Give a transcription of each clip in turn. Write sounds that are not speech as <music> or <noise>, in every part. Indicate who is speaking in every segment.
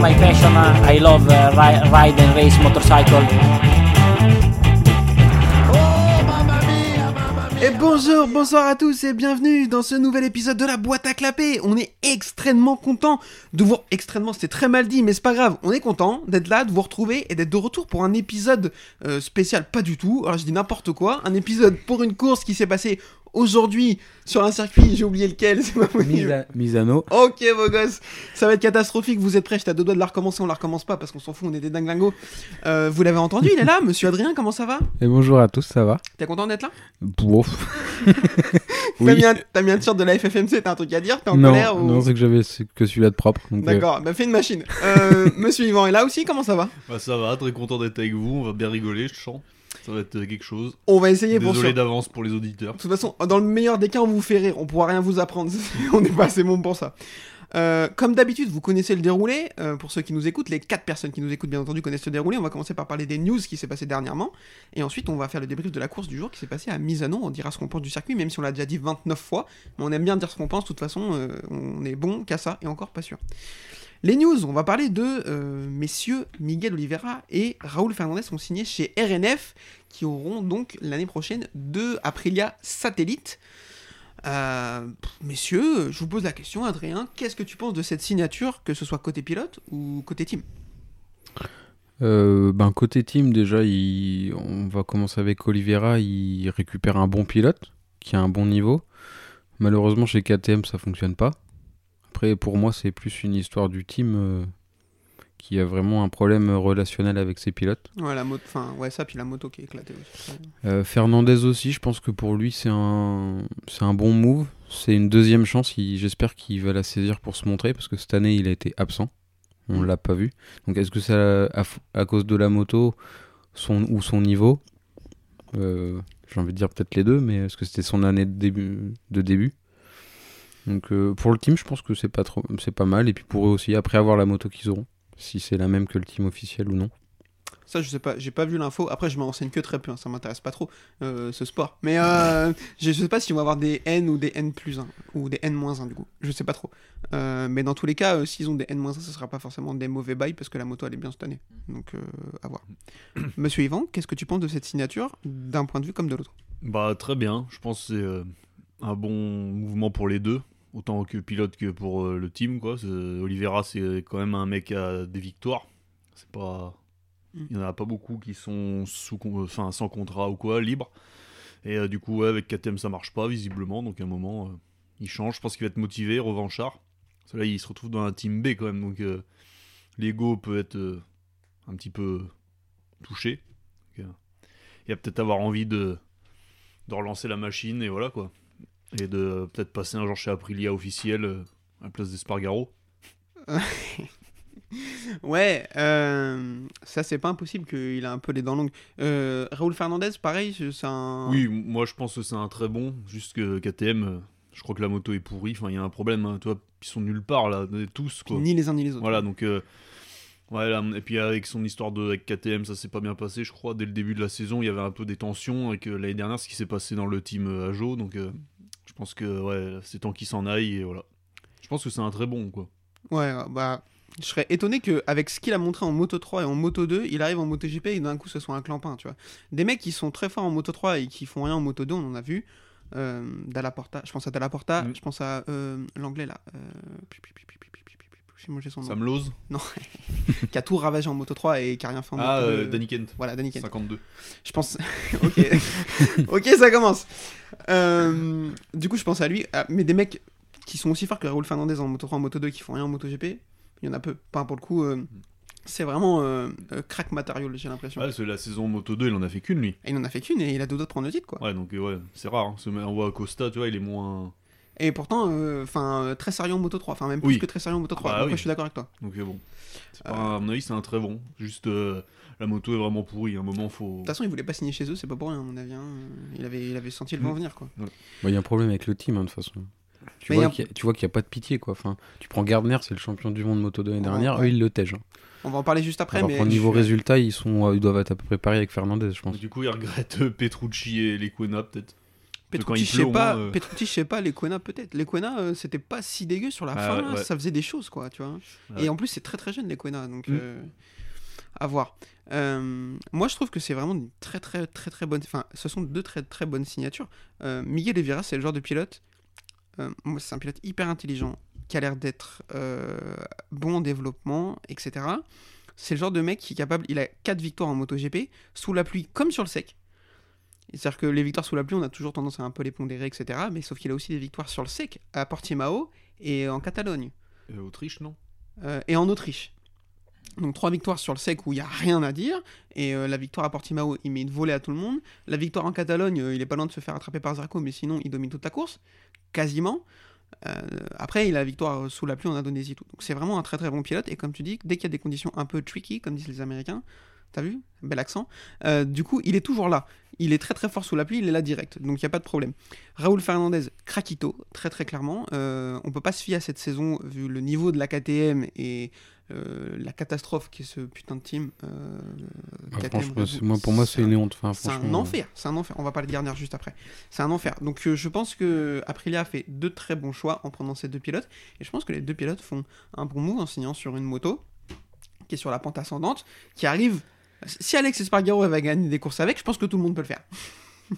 Speaker 1: my passion. Uh, I love uh, ri- ride and race motorcycle.
Speaker 2: Et bonjour, bonsoir à tous et bienvenue dans ce nouvel épisode de la boîte à clapper. On est extrêmement content de vous extrêmement, c'était très mal dit, mais c'est pas grave. On est content d'être là, de vous retrouver et d'être de retour pour un épisode euh, spécial, pas du tout. Alors je dis n'importe quoi, un épisode pour une course qui s'est passée aujourd'hui sur un circuit, j'ai oublié lequel, <laughs> c'est pas possible.
Speaker 3: Misa- Misano.
Speaker 2: Ok, vos gosses, ça va être catastrophique. Vous êtes prêts J'étais à deux doigts de la recommencer, on la recommence pas parce qu'on s'en fout, on est des dinglingos. Euh, vous l'avez entendu, il est là, monsieur Adrien, comment ça va
Speaker 3: Et bonjour à tous, ça va
Speaker 2: T'es content d'être là
Speaker 3: <laughs>
Speaker 2: <laughs>
Speaker 3: Bouf.
Speaker 2: T'as
Speaker 3: Oui.
Speaker 2: mis un- T'as mis un t-shirt de la FFMC, t'as un truc à dire T'es en
Speaker 3: non,
Speaker 2: colère ou...
Speaker 3: non, c'est que j'avais ce- que celui-là de propre. donc, euh,
Speaker 2: D'accord, bah fais une machine. Euh, <laughs> Monsieur Yvan est là aussi, comment ça va
Speaker 4: Bah ça va, très content d'être avec vous, on va bien rigoler, je sens. Ça va être euh, quelque chose.
Speaker 2: On va essayer pour
Speaker 4: Désolé
Speaker 2: sûr.
Speaker 4: d'avance pour les auditeurs.
Speaker 2: De toute façon, dans le meilleur des cas, on vous fait rire, on pourra rien vous apprendre, <laughs> on n'est pas assez bon pour ça. Euh, comme d'habitude, vous connaissez le déroulé. euh, pour ceux qui nous écoutent, les quatre personnes qui nous écoutent, bien entendu, connaissent le déroulé. On va commencer par parler des news qui s'est passé dernièrement. Et ensuite, on va faire le débrief de la course du jour qui s'est passée à Misano. On dira ce qu'on pense du circuit, même si on l'a déjà dit 29 fois. Mais on aime bien dire ce qu'on pense. De toute façon, euh, on est bon qu'à ça et encore pas sûr. Les news, on va parler de euh, messieurs Miguel Oliveira et Raoul Fernandez ont signé chez RNF qui auront donc l'année prochaine deux Aprilia satellites. Euh, pff, messieurs, je vous pose la question, Adrien, qu'est-ce que tu penses de cette signature, que ce soit côté pilote ou côté team
Speaker 3: euh, ben, côté team, déjà, il- on va commencer avec Oliveira. Il récupère un bon pilote qui a un bon niveau. Malheureusement, chez KTM, ça fonctionne pas. Après, pour moi, c'est plus une histoire du team euh, qui a vraiment un problème relationnel avec ses pilotes.
Speaker 2: Ouais, la moto, enfin, ouais, ça, puis la moto qui est éclatée aussi.
Speaker 3: Euh, Fernandez aussi, je pense que pour lui c'est un c'est un bon move, c'est une deuxième chance. Il- J'espère qu'il va la saisir pour se montrer parce que cette année il a été absent, on l'a pas vu. Donc est-ce que ça à, f- à cause de la moto son ou son niveau Euh, J'ai envie de dire peut-être les deux, mais est-ce que c'était son année de début de début Donc euh, pour le team, je pense que c'est pas trop, c'est pas mal. Et puis pour eux aussi, après avoir la moto qu'ils auront, si c'est la même que le team officiel ou non.
Speaker 2: Ça, je sais pas, j'ai pas vu l'info. Après, je m'en renseigne que très peu, hein, ça m'intéresse pas trop, euh, ce sport. Mais euh, je sais pas si on va avoir des N ou des N plus 1, ou des N moins 1 du coup. Je sais pas trop. Euh, mais dans tous les cas, euh, s'ils ont des N moins 1, ce sera pas forcément des mauvais bails parce que la moto elle est bien cette année. Donc, euh, à
Speaker 4: <coughs>
Speaker 2: voir. Monsieur Yvan, qu'est-ce que tu penses de cette signature d'un point de vue comme de l'autre
Speaker 4: Bah très bien, je pense que c'est euh, un bon mouvement pour les deux, autant que pilote que pour euh, le team quoi. C'est- Oliveira c'est quand même un mec à des victoires. C'est pas il y en a pas beaucoup qui sont sous con- euh, enfin sans contrat ou quoi, libre. Et euh, du coup ouais, avec KTM ça marche pas visiblement donc à un moment euh, il change, je pense qu'il va être motivé, revanchard. Parce que là il se retrouve dans un team B quand même donc euh, l'ego peut être euh, un petit peu touché. Donc, euh, il va peut-être avoir envie de de relancer la machine et voilà quoi. Et de euh, peut-être passer un jour chez Aprilia officiel euh, à la place d'Espargaro.
Speaker 2: Ouais, euh, ça c'est pas impossible qu'il a un peu les dents longues. Euh, Raoul Fernandez, pareil, c'est un.
Speaker 4: Oui, m- moi je pense que c'est un très bon, juste que KTM, euh, je crois que la moto est pourrie, enfin il y a un problème, hein, tu vois, ils sont nulle part là, euh, tous quoi.
Speaker 2: Ni les uns ni les autres.
Speaker 4: Voilà donc. euh, ouais, là, et puis avec son histoire de avec KTM, ça s'est pas bien passé, je crois. Dès le début de la saison, il y avait un peu des tensions avec euh, l'année dernière ce qui s'est passé dans le team euh, Ajo. Donc euh, je pense que ouais, c'est temps qu'il s'en aille et voilà. Je pense que c'est un très bon quoi.
Speaker 2: Ouais, euh, bah, je serais étonné qu'avec ce qu'il a montré en Moto 3 et en Moto 2, il arrive en Moto GP et d'un coup ce soit un clampin, tu vois. Des mecs qui sont très forts en Moto 3 et qui font rien en Moto 2, on en a vu. Euh, Dallaporta, je pense à Dallaporta,
Speaker 4: Mm.
Speaker 2: je pense à euh, l'anglais là. Euh, pi- pi- pi- pi- pi- pi- pi- pi- pi- J'ai mangé son nom.
Speaker 4: Sam Lose.
Speaker 2: Qui a tout ravagé en Moto 3 et qui a rien fait en
Speaker 4: Ah,
Speaker 2: Moto
Speaker 4: euh,
Speaker 2: 2.
Speaker 4: Danny Kent.
Speaker 2: Voilà, Danny Kent.
Speaker 4: 52.
Speaker 2: Je
Speaker 4: <laughs>
Speaker 2: pense. ok. ok, ça commence. Euh, du coup, je pense à lui. Ah, mais des mecs qui sont aussi forts que Raoul Fernandez en Moto 3, en Moto 2, qui font rien en Moto GP, il y en a peu. Pas pour le coup. euh, c'est vraiment euh, euh, crack matériel, j'ai l'impression.
Speaker 4: Mm. Ouais, c'est la saison Moto 2, il en a fait qu'une, lui.
Speaker 2: Et il en a fait qu'une et il a deux autres prendre le titre, quoi.
Speaker 4: Ouais, donc euh, ouais, c'est rare. hein. Ce- On voit Costa, tu vois, il est moins.
Speaker 2: Et pourtant, euh, enfin, très sérieux en Moto 3. Enfin, même
Speaker 4: Oui.
Speaker 2: plus que très sérieux en Moto 3.
Speaker 4: Bah
Speaker 2: Après,
Speaker 4: oui.
Speaker 2: je suis d'accord avec toi.
Speaker 4: Donc euh, bon. C'est pas,
Speaker 2: Euh.
Speaker 4: un- à mon avis, c'est un très bon. Juste, euh, la moto est vraiment pourrie. À un moment, faut.
Speaker 2: De toute façon, il voulait pas signer chez eux, c'est pas pour rien, à mon avis. hein. Il, avait, il avait
Speaker 4: Mm.
Speaker 2: senti le vent venir, quoi.
Speaker 3: Bah, Il y a un problème avec le team, hein, de toute façon. Tu
Speaker 2: Mais il y
Speaker 3: vois
Speaker 2: a-
Speaker 3: qu'il y a- tu vois qu'il n'y a, pas de pitié, quoi. Enfin, tu prends Gardner, c'est le champion du monde moto de l'année
Speaker 2: Ouais,
Speaker 3: dernière,
Speaker 2: ouais.
Speaker 3: eux, ils le tègent. hein.
Speaker 2: On va en parler juste après,
Speaker 3: Alors
Speaker 2: mais.
Speaker 3: qu'au niveau
Speaker 2: je suis-
Speaker 3: résultat, ils, sont, ils doivent être à peu près pareils avec Fernandez, je pense.
Speaker 4: Mais du coup, il regrette euh, Petrucci et Lequena, peut-être. quand il
Speaker 2: Petrucci, je
Speaker 4: pleut,
Speaker 2: sais
Speaker 4: au
Speaker 2: pas.
Speaker 4: moins, euh.
Speaker 2: Petrucci, je sais pas. Lequena, peut-être. Lequena, euh, c'était pas si dégueu sur la
Speaker 4: Ah,
Speaker 2: fin.
Speaker 4: ouais,
Speaker 2: là,
Speaker 4: ouais.
Speaker 2: Ça faisait des choses, quoi, tu vois.
Speaker 4: Ah,
Speaker 2: et
Speaker 4: ouais.
Speaker 2: en plus, c'est très très jeune, Lequena, donc
Speaker 4: Mm.
Speaker 2: euh, à voir. Euh, moi, je trouve que c'est vraiment une très très très très bonne. Enfin, ce sont deux très très bonnes signatures. Euh, Miguel Evira, c'est le genre de pilote. euh, moi, c'est un pilote hyper intelligent qui a l'air d'être euh, bon en développement, etc. C'est le genre de mec qui est capable. Il a 4 victoires en MotoGP, sous la pluie comme sur le sec. C'est-à-dire que les victoires sous la pluie, on a toujours tendance à un peu les pondérer, etc. Mais sauf qu'il a aussi des victoires sur le sec, à Portimao et en Catalogne.
Speaker 4: Euh, Autriche, non
Speaker 2: Euh, et en Autriche. Donc trois victoires sur le sec où il n'y a rien à dire. Et euh, la victoire à Portimao, il met une volée à tout le monde. La victoire en Catalogne, euh, il est pas loin de se faire attraper par Zarco, mais sinon il domine toute la course, quasiment. Euh, après, il a la victoire euh, sous la pluie en Indonésie. et Tout. Donc c'est vraiment un très très bon pilote. Et comme tu dis, dès qu'il y a des conditions un peu tricky, comme disent les Américains, t'as vu Bel accent. Euh, du coup, il est toujours là. Il est très très fort sous la pluie, il est là direct. Donc il n'y a pas de problème. Raoul Fernandez, craquito, très très clairement. Euh, on peut pas se fier à cette saison vu le niveau de la KTM et euh, la catastrophe qui est ce putain de team. euh,
Speaker 3: Bah,
Speaker 2: KTM,
Speaker 3: franchement,
Speaker 2: Red
Speaker 3: c'est-
Speaker 2: Bull.
Speaker 3: moi, pour moi, c'est une honte. Enfin,
Speaker 2: C'est un
Speaker 3: franchement, euh.
Speaker 2: enfer, c'est un enfer. On va parler de Garnier juste après. C'est un enfer. Donc euh, je pense que Aprilia a fait deux très bons choix en prenant ces deux pilotes. Et je pense que les deux pilotes font un bon move en signant sur une moto qui est sur la pente ascendante, qui arrive. Si Alex Espargaro elle va gagner des courses avec, je pense que tout le monde peut le faire.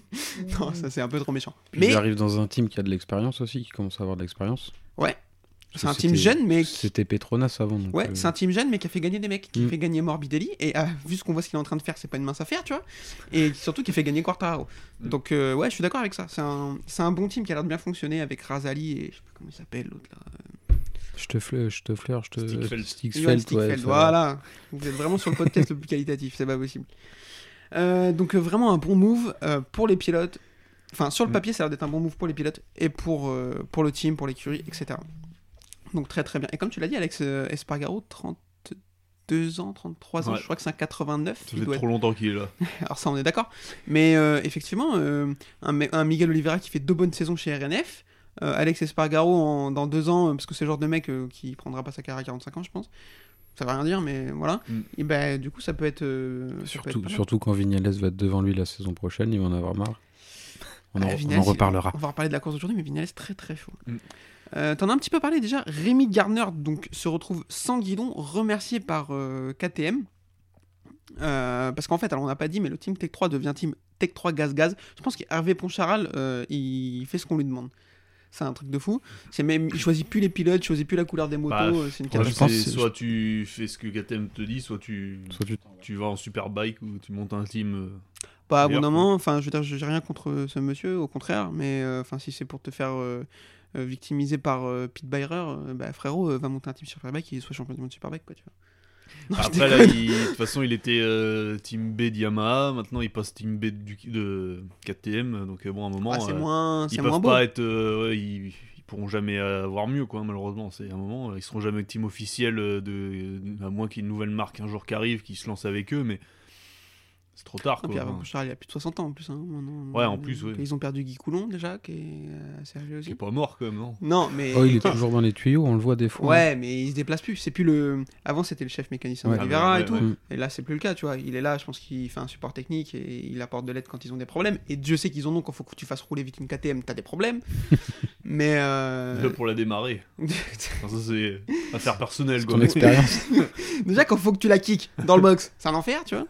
Speaker 2: <laughs> non, ça c'est un peu trop méchant.
Speaker 3: euh, Puis
Speaker 2: mais
Speaker 3: il arrive dans un team qui a de l'expérience aussi, qui commence à avoir de l'expérience.
Speaker 2: Ouais.
Speaker 3: Parce
Speaker 2: c'est un
Speaker 3: que
Speaker 2: team
Speaker 3: c'était-
Speaker 2: jeune, mais qui-
Speaker 3: C'était Petronas avant. donc,
Speaker 2: Ouais,
Speaker 3: euh,
Speaker 2: c'est un team jeune, mais qui a fait gagner des mecs, qui
Speaker 3: Mm.
Speaker 2: fait gagner Morbidelli, et ah, vu ce qu'on voit ce qu'il est en train de faire, c'est pas une mince affaire, tu vois, et surtout qui fait gagner Quartaro.
Speaker 4: Mm.
Speaker 2: Donc, euh, ouais, je suis d'accord avec ça. C'est un, c'est un bon team qui a l'air de bien fonctionner avec Razali et je sais pas comment il s'appelle l'autre là.
Speaker 3: Je te fleur, je te fleur, je te.
Speaker 4: Stickfeld.
Speaker 2: Johan
Speaker 3: Stickfeld, ouais,
Speaker 2: Stickfeld,
Speaker 3: ça-
Speaker 2: voilà. Vous êtes vraiment sur le podcast le plus qualitatif, c'est pas possible. Euh, donc, euh, vraiment un bon move euh, pour les pilotes. Enfin, sur le
Speaker 4: Mm.
Speaker 2: papier, ça a l'air d'être un bon move pour les pilotes et pour, euh, pour le team, pour l'écurie, etc. Donc, très très bien. Et comme tu l'as dit, Alex euh, Espargaro, 32 ans, 33 ans,
Speaker 4: Ouais.
Speaker 2: je crois que c'est un 89.
Speaker 4: Ça
Speaker 2: il doit
Speaker 4: fait trop longtemps qu'il est là.
Speaker 2: <laughs> alors ça, on est d'accord. Mais euh, effectivement, euh, un, me- un Miguel Oliveira qui fait deux bonnes saisons chez RNF, euh, Alex Espargaro en- dans deux ans, euh, parce que c'est le genre de mec euh, qui prendra pas sa carrière à 45 ans, je pense. Ça va rien dire, mais voilà.
Speaker 4: Mm.
Speaker 2: Et ben, du coup, ça peut être. euh, ça peut être
Speaker 3: Surtout,
Speaker 2: pas mal.
Speaker 3: surtout quand Vignales va être devant lui la saison prochaine, il va en avoir marre. On en,
Speaker 2: Ah,
Speaker 3: on en
Speaker 2: Vinales, il-
Speaker 3: reparlera.
Speaker 2: On va reparler de la course aujourd'hui, mais Vinales très très chaud.
Speaker 4: Mm.
Speaker 2: Euh, T'en as un petit peu parlé déjà. Rémi Garner donc se retrouve sans guidon, remercié par euh, KTM. Euh, parce qu'en fait, alors on n'a pas dit, mais le team Tech 3 devient team Tech 3 Gaz Gaz. Je pense qu'Hervé Poncharal, euh, il fait ce qu'on lui demande. C'est un truc de fou. C'est même, il choisit plus les pilotes, il choisit plus la couleur des motos.
Speaker 4: Bah,
Speaker 2: euh, c'est une
Speaker 3: Ouais,
Speaker 4: Moi,
Speaker 3: je
Speaker 4: je
Speaker 2: catastrophe.
Speaker 3: pense que c'est-
Speaker 4: soit tu fais ce que KTM te dit, soit tu,
Speaker 3: Soit tu-
Speaker 4: tu vas en superbike ou tu montes un team. euh,
Speaker 2: Pas
Speaker 4: D'ailleurs,
Speaker 2: abondamment, enfin, je veux dire, j'ai rien contre euh, ce monsieur, au contraire, mais euh, enfin, si c'est pour te faire euh, euh, victimiser par euh, Pete Byrer, euh, bah, frérot, euh, va monter un team Superbike et soit champion du monde Superbike, quoi, tu vois. Non, <laughs> je
Speaker 4: Après, là,
Speaker 2: déconne.
Speaker 4: il- de toute façon, il était euh, team B d'Yamaha, maintenant il passe team B du- de KTM, donc euh, bon, à un moment,
Speaker 2: Ah, c'est
Speaker 4: euh,
Speaker 2: moins, c'est
Speaker 4: ils
Speaker 2: moins
Speaker 4: peuvent
Speaker 2: beau.
Speaker 4: pas être. euh, ouais, ils, ils pourront jamais avoir mieux, quoi, malheureusement. C'est à un moment, euh, ils seront jamais team officiel, euh, de, à moins qu'il y ait une nouvelle marque un jour qui arrive, qui se lance avec eux, mais c'est trop tard,
Speaker 2: Ah,
Speaker 4: quoi.
Speaker 2: puis Hervé Bouchard, il a plus de 60 ans en plus. hein, maintenant.
Speaker 4: Ouais, en plus, ouais.
Speaker 2: Ils ont perdu Guy Coulon déjà, qui est euh, assez âgé
Speaker 4: Il est
Speaker 2: aussi.
Speaker 4: pas mort, quand même, non
Speaker 2: Non, mais.
Speaker 3: Oh, il est toujours dans les tuyaux, on le voit des fois.
Speaker 2: Ouais, mais il se déplace plus. C'est plus le. Avant, c'était le chef mécanicien
Speaker 3: Ouais.
Speaker 2: d'Olivera
Speaker 4: Ah,
Speaker 2: et
Speaker 4: ouais,
Speaker 2: tout.
Speaker 4: ouais,
Speaker 3: ouais.
Speaker 2: Et là, c'est plus le cas, tu vois. Il est là, je pense qu'il fait un support technique et il apporte de l'aide quand ils ont des problèmes. Et Dieu sait qu'ils en ont quand faut que tu fasses rouler vite une KTM, t'as des problèmes. mais euh,
Speaker 4: Là, pour la démarrer.
Speaker 2: <laughs>
Speaker 4: Enfin, ça, c'est affaire personnelle,
Speaker 3: C'est
Speaker 4: quoi.
Speaker 3: ton expérience.
Speaker 2: déjà, quand faut que tu la kicks dans le box, c'est un enfer, tu vois.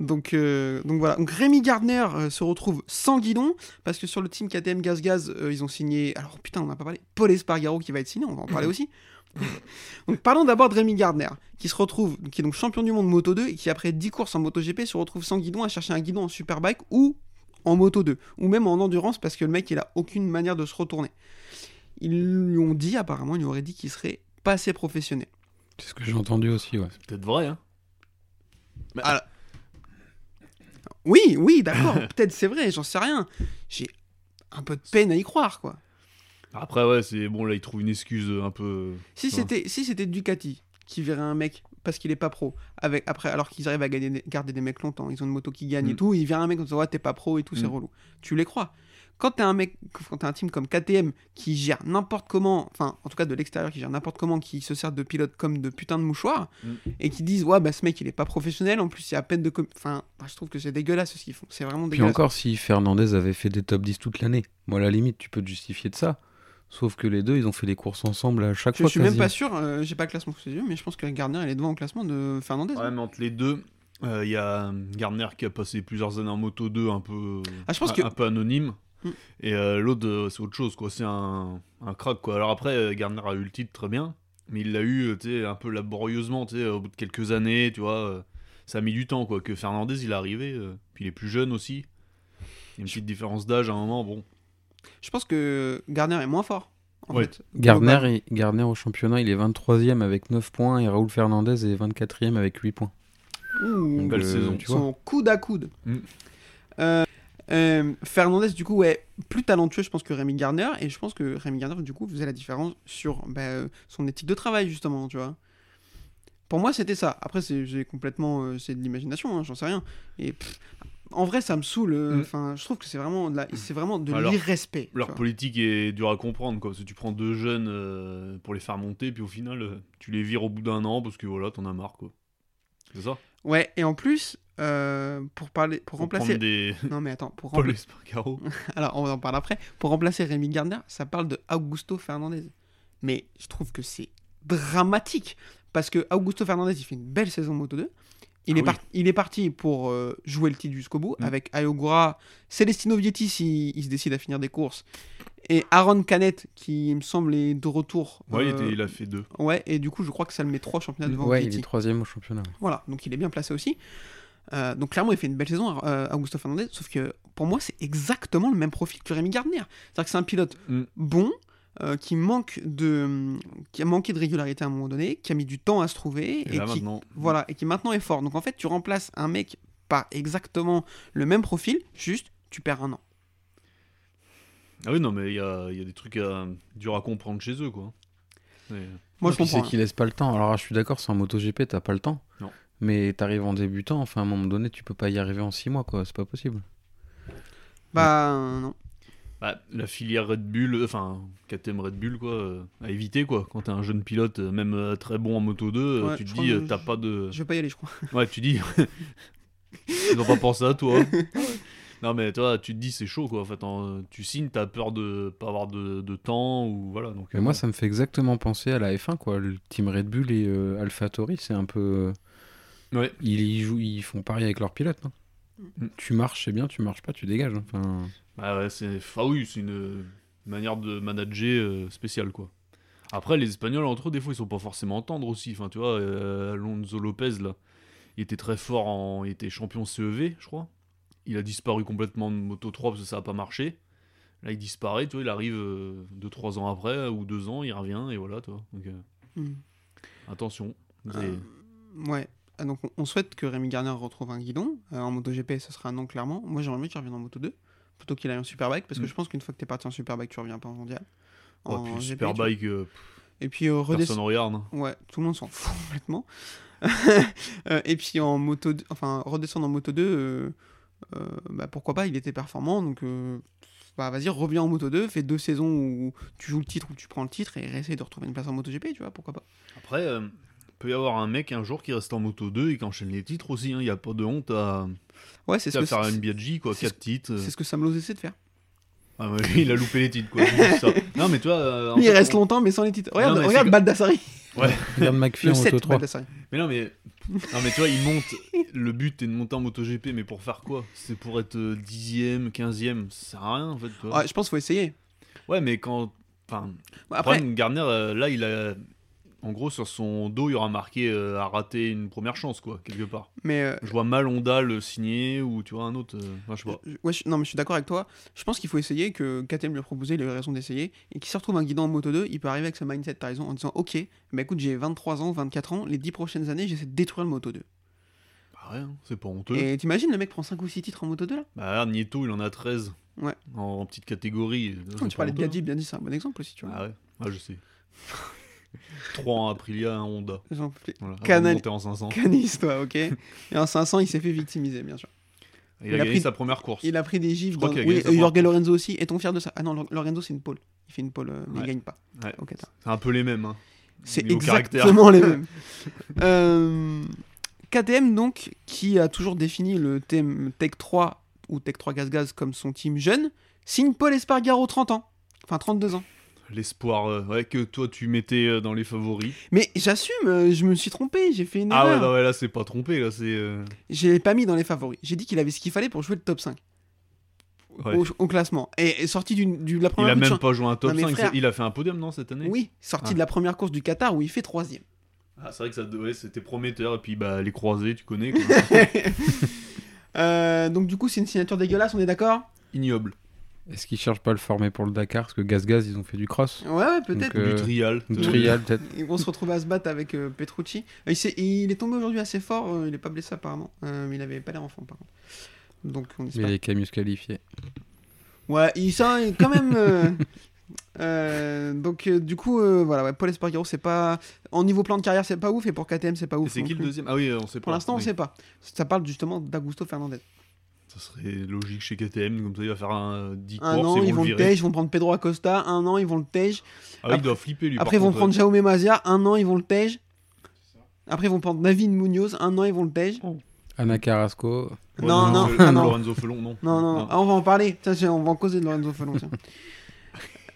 Speaker 2: Donc, euh, donc voilà. Donc Rémi Gardner euh, se retrouve sans guidon parce que sur le team KTM Gaz Gaz, euh, ils ont signé. Alors putain, on n'a pas parlé. Paul Espargaro qui va être signé, on va en parler aussi. donc parlons d'abord de Rémi Gardner qui se retrouve, qui est donc champion du monde Moto 2 et qui après 10 courses en Moto GP se retrouve sans guidon à chercher un guidon en Superbike ou en Moto 2 ou même en endurance parce que le mec il a aucune manière de se retourner. Ils lui ont dit apparemment, ils lui auraient dit qu'il serait pas assez professionnel.
Speaker 3: C'est ce que j'ai entendu aussi, ouais.
Speaker 4: C'est peut-être vrai, hein.
Speaker 2: Oui, oui,
Speaker 4: <laughs>
Speaker 2: d'accord, peut-être c'est vrai, j'en sais rien. J'ai un peu de peine à y croire, quoi.
Speaker 4: Après, ouais, c'est bon, là, il trouve une excuse euh, un peu.
Speaker 2: Si
Speaker 4: Ouais.
Speaker 2: c'était si c'était Ducati qui verrait un mec parce qu'il est pas pro. Avec, après, alors qu'ils arrivent à gagner- garder des mecs longtemps, ils ont une moto qui gagne et
Speaker 4: Mm.
Speaker 2: tout, il vient un mec en disant ouais t'es pas pro et tout, c'est
Speaker 4: Mm.
Speaker 2: relou. Tu les crois. Quand t'as un mec, quand t'as un team comme KTM qui gère n'importe comment, enfin en tout cas de l'extérieur qui gère n'importe comment, qui se sert de pilote comme de putain de mouchoir
Speaker 4: Mm.
Speaker 2: et qui disent ouais bah ce mec il est pas professionnel, en plus il y a à peine de, com- enfin bah, je trouve que c'est dégueulasse ce qu'ils font, c'est vraiment
Speaker 3: Puis
Speaker 2: dégueulasse.
Speaker 3: encore, si Fernandez avait fait des top 10 toute l'année, moi, à la limite, tu peux te justifier de ça. Sauf que les deux, ils ont fait les courses ensemble à chaque
Speaker 2: Je
Speaker 3: fois.
Speaker 2: suis même
Speaker 3: quasi.
Speaker 2: pas sûr, euh, j'ai pas le classement sous les yeux, mais je pense que Gardner il est devant au classement de Fernandez.
Speaker 4: Ouais, mais entre les deux, euh, il y a Gardner qui a passé plusieurs années en moto 2 un peu,
Speaker 2: Ah, je pense
Speaker 4: un,
Speaker 2: que-
Speaker 4: un peu anonyme.
Speaker 2: Mm.
Speaker 4: Et euh, l'autre, euh, c'est autre chose, quoi. C'est un, un crack, quoi. Alors après, euh, Gardner a eu le titre très bien, mais il l'a eu, euh, tu sais, un peu laborieusement, tu sais, au bout de quelques années, tu vois. euh, ça a mis du temps, quoi, que Fernandez, il est arrivé. euh, puis il est plus jeune aussi. Il y a une petite différence d'âge à un moment, bon.
Speaker 2: Je pense que Gardner est moins fort. En
Speaker 4: Ouais.
Speaker 2: fait,
Speaker 3: Gardner, est- Gardner au championnat, il est 23ème avec 9 points et Raoul Fernandez est 24ème avec 8 points. euh,
Speaker 2: Ouh,
Speaker 4: Belle saison.
Speaker 3: tu
Speaker 2: ils
Speaker 3: vois.
Speaker 2: sont coude à coude.
Speaker 4: Mm.
Speaker 2: Euh, euh, Fernandez, du coup, est plus talentueux, je pense, que Rémi Gardner. Et je pense que Rémi Gardner, du coup, faisait la différence sur bah, euh, son éthique de travail, justement, tu vois. Pour moi, c'était ça. Après, c'est j'ai complètement. euh, c'est de l'imagination, hein, j'en sais rien. Et pff, en vrai, ça me saoule. euh,
Speaker 4: Mm.
Speaker 2: Enfin, je trouve que c'est vraiment de la- c'est vraiment de
Speaker 4: Alors,
Speaker 2: l'irrespect. tu
Speaker 4: Leur
Speaker 2: vois.
Speaker 4: politique est dure à comprendre, quoi. Parce que tu prends deux jeunes euh, pour les faire monter, puis au final, euh, tu les vires au bout d'un an parce que voilà, t'en as marre, quoi. C'est ça
Speaker 2: Ouais, et en plus, euh, pour, parler, pour,
Speaker 4: Pour
Speaker 2: remplacer.
Speaker 4: prendre des
Speaker 2: Non, mais attends, pour,
Speaker 4: <laughs> Paul
Speaker 2: rempla- <laughs>
Speaker 4: Espargaro.
Speaker 2: Alors, on en parle après. Pour remplacer Rémi Gardner, ça parle de Augusto Fernandez. Mais je trouve que c'est dramatique. Parce que Augusto Fernandez, il fait une belle saison Moto 2. Il,
Speaker 4: Ah
Speaker 2: est,
Speaker 4: oui.
Speaker 2: par- il est parti pour euh, jouer le titre jusqu'au bout
Speaker 4: Mm.
Speaker 2: avec Ayogura, Celestino Vietti s'il il se décide à finir des courses, et Aaron Canet qui, il me semble, est de retour.
Speaker 4: Ouais, il,
Speaker 2: euh,
Speaker 4: était- il a fait deux.
Speaker 2: ouais, et du coup, je crois que ça le met trois championnats devant
Speaker 3: Ouais, il
Speaker 2: Vietti.
Speaker 3: est 3ème au championnat.
Speaker 2: Voilà, donc il est bien placé aussi. Euh, donc clairement, il fait une belle saison, euh, Augusto Fernandez, sauf que pour moi, c'est exactement le même profil que Rémi Gardner. C'est-à-dire que c'est un pilote
Speaker 4: Mm.
Speaker 2: bon, euh, qui, manque de, qui a manqué de régularité à un moment donné, qui a mis du temps à se trouver,
Speaker 4: Et,
Speaker 2: et,
Speaker 4: là
Speaker 2: qui,
Speaker 4: maintenant.
Speaker 2: voilà, et qui maintenant est fort. Donc en fait, tu remplaces un mec par exactement le même profil, juste tu perds un an.
Speaker 4: Ah oui, non, mais il y a, il y a des trucs à... durs à comprendre chez eux, quoi. Mais- euh,
Speaker 2: Moi, je
Speaker 3: Puis
Speaker 2: comprends.
Speaker 3: C'est qu'il laisse pas le temps. Alors, ah, je suis d'accord, c'est en MotoGP, t'as pas le temps.
Speaker 4: Non.
Speaker 3: Mais t'arrives en débutant, enfin, à un moment donné, tu peux pas y arriver en 6 mois, quoi. C'est pas possible.
Speaker 2: hein. Bah euh, non.
Speaker 4: Bah, la filière Red Bull, euh, enfin, KTM Red Bull, quoi, euh, à éviter, quoi. Quand t'es un jeune pilote, euh, même euh, très bon en moto 2, euh,
Speaker 2: Ouais,
Speaker 4: tu
Speaker 2: je
Speaker 4: te
Speaker 2: crois
Speaker 4: dis,
Speaker 2: que
Speaker 4: euh,
Speaker 2: je-
Speaker 4: t'as pas de.
Speaker 2: Je vais pas y aller, je crois.
Speaker 4: Ouais, tu dis. <laughs> Ils ont pas pensé à toi. Non, mais toi, tu te dis, c'est chaud, quoi. Enfin, t'en- tu signes, t'as peur de pas avoir de, de temps, ou voilà. Donc,
Speaker 3: Mais
Speaker 4: euh,
Speaker 3: moi, ça me fait exactement penser à la F1, quoi. Le team Red Bull et euh, AlphaTauri, c'est un peu. euh,
Speaker 4: Ouais.
Speaker 3: Ils, y jouent, ils font pari avec leurs pilotes. hein.
Speaker 4: Mm.
Speaker 3: Tu marches, c'est bien, tu marches pas, tu dégages. hein. Enfin,
Speaker 2: <laughs>
Speaker 4: Bah ouais, c'est enfin oui, c'est une manière de manager euh, spéciale quoi. Après les Espagnols entre eux des fois ils sont pas forcément tendres aussi. Enfin tu vois euh, Alonso Lopez là, il était très fort en, il était champion CEV je crois. Il a disparu complètement de Moto 3 parce que ça a pas marché. Là il disparaît, tu vois, il arrive 2-3 ans après ou 2 ans, il revient et voilà toi. Donc euh,
Speaker 2: Hmm.
Speaker 4: attention. Vous
Speaker 2: Euh,
Speaker 4: avez-
Speaker 2: Ouais. Ah, Donc on- on souhaite que Rémi Garnier retrouve un guidon. Euh, en MotoGP, ce sera un non clairement. Moi j'aimerais mieux qu'il revienne en Moto2 plutôt qu'il aille en Superbike parce que
Speaker 4: Mm.
Speaker 2: je pense qu'une fois que t'es parti en Superbike, tu reviens pas en mondial.
Speaker 4: Oh,
Speaker 2: En
Speaker 4: puis le
Speaker 2: GP, tu-
Speaker 4: Superbike, euh, pff,
Speaker 2: Et puis euh, redescend-
Speaker 4: personne regarde. hein.
Speaker 2: Ouais, tout le monde s'en fout <laughs> complètement. Euh, et puis en moto, deux- enfin redescendre en moto 2, euh, euh, bah, pourquoi pas, il était performant, donc euh, bah, vas-y, reviens en moto 2, fais deux saisons où tu joues le titre ou tu prends le titre et essaye de retrouver une place en moto GP, tu vois, pourquoi pas.
Speaker 4: Après, euh, peut y avoir un mec un jour qui reste en moto 2 et qui enchaîne les titres aussi. hein. Il n'y a pas de honte à,
Speaker 2: Ouais, c'est ce,
Speaker 4: à
Speaker 2: que-
Speaker 4: faire une
Speaker 2: c'est
Speaker 4: Biaggi, quoi.
Speaker 2: c'est ce-
Speaker 4: 4 titres. euh.
Speaker 2: c'est ce que Sam Lowe essaie de faire.
Speaker 4: Ah, ouais, <laughs> lui, il a loupé les titres, quoi. c'est juste ça. Non, mais tu vois. euh, en
Speaker 2: Lui, il
Speaker 4: fait,
Speaker 2: reste
Speaker 4: on-
Speaker 2: longtemps, mais sans les titres. Regarde,
Speaker 4: Non, mais
Speaker 2: regarde
Speaker 4: c'est-
Speaker 2: Baldassari.
Speaker 3: regarde McPhee
Speaker 2: Le
Speaker 3: en Auto
Speaker 2: 7,
Speaker 3: 3.
Speaker 2: Baldassari.
Speaker 4: Mais non, mais. Non, mais tu vois, il monte. Le but est de monter en MotoGP, mais pour faire quoi C'est pour être euh, 10ème, 15ème. Ça sert à rien, en fait. tu vois.
Speaker 2: Ouais, je pense qu'il faut essayer.
Speaker 4: Ouais, mais quand. Enfin,
Speaker 2: Bah,
Speaker 4: le
Speaker 2: Après,
Speaker 4: problème, Garner, euh, là, il a. En gros, sur son dos, il y aura marqué euh, à rater une première chance, quoi, quelque part.
Speaker 2: mais euh,
Speaker 4: Je vois mal Honda le signer ou tu vois un autre. euh, Enfin, je sais pas.
Speaker 2: Je- ouais, je- non, mais je suis d'accord avec toi. Je pense qu'il faut essayer, que KTM lui a proposé, il a eu raison d'essayer, et qu'il se retrouve un guidon en moto 2, il peut arriver avec ce mindset, t'as raison, en disant Ok, bah écoute, j'ai 23 ans, 24 ans, les 10 prochaines années, j'essaie de détruire le moto 2.
Speaker 4: Bah, rien, c'est pas honteux.
Speaker 2: Et t'imagines, le mec prend 5 ou 6 titres en moto 2 là
Speaker 4: Bah, regarde, Nieto, il en a 13.
Speaker 2: Ouais.
Speaker 4: En, en petite catégorie. euh, <laughs>
Speaker 2: Tu parlais de Gadji, bien dit, c'est un bon exemple aussi, tu vois.
Speaker 4: Ah ouais, ah, je sais. 3 en Aprilia, un Honda.
Speaker 2: J'en peux plus.
Speaker 4: Voilà, avant de
Speaker 2: Canal-
Speaker 4: monter en 500.
Speaker 2: Canis, toi,
Speaker 4: <laughs>
Speaker 2: ok Et en 500, il s'est fait victimiser, bien sûr.
Speaker 4: Il,
Speaker 2: il a
Speaker 4: a gagné
Speaker 2: pris-
Speaker 4: sa première course.
Speaker 2: Il a pris des gifs.
Speaker 4: Je crois
Speaker 2: dans-
Speaker 4: qu'il a
Speaker 2: Oui,
Speaker 4: gagné sa
Speaker 2: euh,
Speaker 4: première
Speaker 2: Jorge Lorenzo aussi. Est-on fier de ça Ah non, Lor- Lorenzo, c'est une pole. Il fait une pole, euh, mais il
Speaker 4: Ouais.
Speaker 2: gagne pas.
Speaker 4: Ouais.
Speaker 2: Ok, t'as-
Speaker 4: C'est un peu les mêmes. hein.
Speaker 2: C'est
Speaker 4: Niveau caractère.
Speaker 2: exactement les
Speaker 4: <laughs>
Speaker 2: mêmes. Euh, KTM, donc, qui a toujours défini le thème Tech 3 ou Tech 3 Gaz Gaz comme son team jeune, signe Paul Espargaro 30 ans. Enfin, 32 ans.
Speaker 4: L'espoir euh, ouais, que toi tu mettais euh, dans les favoris.
Speaker 2: Mais j'assume, euh, je me suis trompé, j'ai fait une
Speaker 4: Ah ouais,
Speaker 2: erreur.
Speaker 4: non, ouais, là c'est pas trompé, là c'est. euh,
Speaker 2: Je l'ai pas mis dans les favoris. J'ai dit qu'il avait ce qu'il fallait pour jouer le top 5
Speaker 4: ouais.
Speaker 2: au, au classement. Et, et sorti d'une- du, de la
Speaker 4: Il
Speaker 2: première
Speaker 4: a
Speaker 2: course
Speaker 4: même pas joué un top
Speaker 2: Non, mais
Speaker 4: 5.
Speaker 2: frère.
Speaker 4: c'est- Il a fait un podium, non, cette année
Speaker 2: Oui, sorti
Speaker 4: Ah.
Speaker 2: de la première course du Qatar où il fait
Speaker 4: <laughs>
Speaker 2: troisième.
Speaker 4: Ah, c'est vrai que ça ouais, c'était prometteur. Et puis bah, les croisés, tu
Speaker 2: <laughs>
Speaker 4: connais. quoi.
Speaker 2: Euh, donc du coup, c'est une signature dégueulasse, on est d'accord
Speaker 4: Ignoble.
Speaker 3: Est-ce qu'ils cherchent pas à le former pour le Dakar Parce que Gaz Gaz, ils ont fait du cross.
Speaker 2: Ouais, ouais, peut-être.
Speaker 3: Donc, euh,
Speaker 4: Du trial.
Speaker 3: Ou
Speaker 2: Mm.
Speaker 4: euh,
Speaker 3: trial, peut-être.
Speaker 2: Ils vont se retrouver à se battre avec euh, Petrucci. Euh, Il, s'est- il est tombé aujourd'hui assez fort, euh, il est pas blessé apparemment. Euh, mais il avait pas l'air en forme par contre. Donc on
Speaker 3: Mais
Speaker 2: espère.
Speaker 3: les Camus qualifiés.
Speaker 2: Ouais, il sent quand même. euh, <laughs> euh, donc euh, du coup, euh, voilà, ouais, Paul Espargaro, c'est pas. En niveau plan de carrière, c'est pas ouf, et pour KTM, c'est pas
Speaker 4: Et
Speaker 2: ouf.
Speaker 4: c'est
Speaker 2: non
Speaker 4: qui le
Speaker 2: plus.
Speaker 4: deuxième Ah oui, on sait pas.
Speaker 2: Pour l'instant, on
Speaker 4: Oui.
Speaker 2: sait pas. Ça parle justement d'Augusto Fernandez.
Speaker 4: Ça serait logique chez KTM, comme ça il va faire un 10
Speaker 2: Un
Speaker 4: courses
Speaker 2: an,
Speaker 4: et
Speaker 2: Ah ils
Speaker 4: vont
Speaker 2: vont
Speaker 4: le
Speaker 2: le
Speaker 4: virer.
Speaker 2: tège, ils vont prendre Pedro Acosta. Un an, ils vont le tège.
Speaker 4: Ah oui, il doit flipper lui.
Speaker 2: Après, ils
Speaker 4: par
Speaker 2: vont
Speaker 4: contre, euh,
Speaker 2: prendre Jaume Mazia. Un an, ils vont le tège. Après, ils vont prendre David Munoz. Un an, ils vont le tège. Mm.
Speaker 3: Anna Carrasco.
Speaker 4: ouais. euh, Ouais,
Speaker 2: non, non,
Speaker 4: Lorenzo-
Speaker 2: non, non.
Speaker 4: Lorenzo Felon, non.
Speaker 2: Non, non, non. Ah, on va en parler. Tiens, tiens, on va en causer de Lorenzo Felon. tiens. <laughs>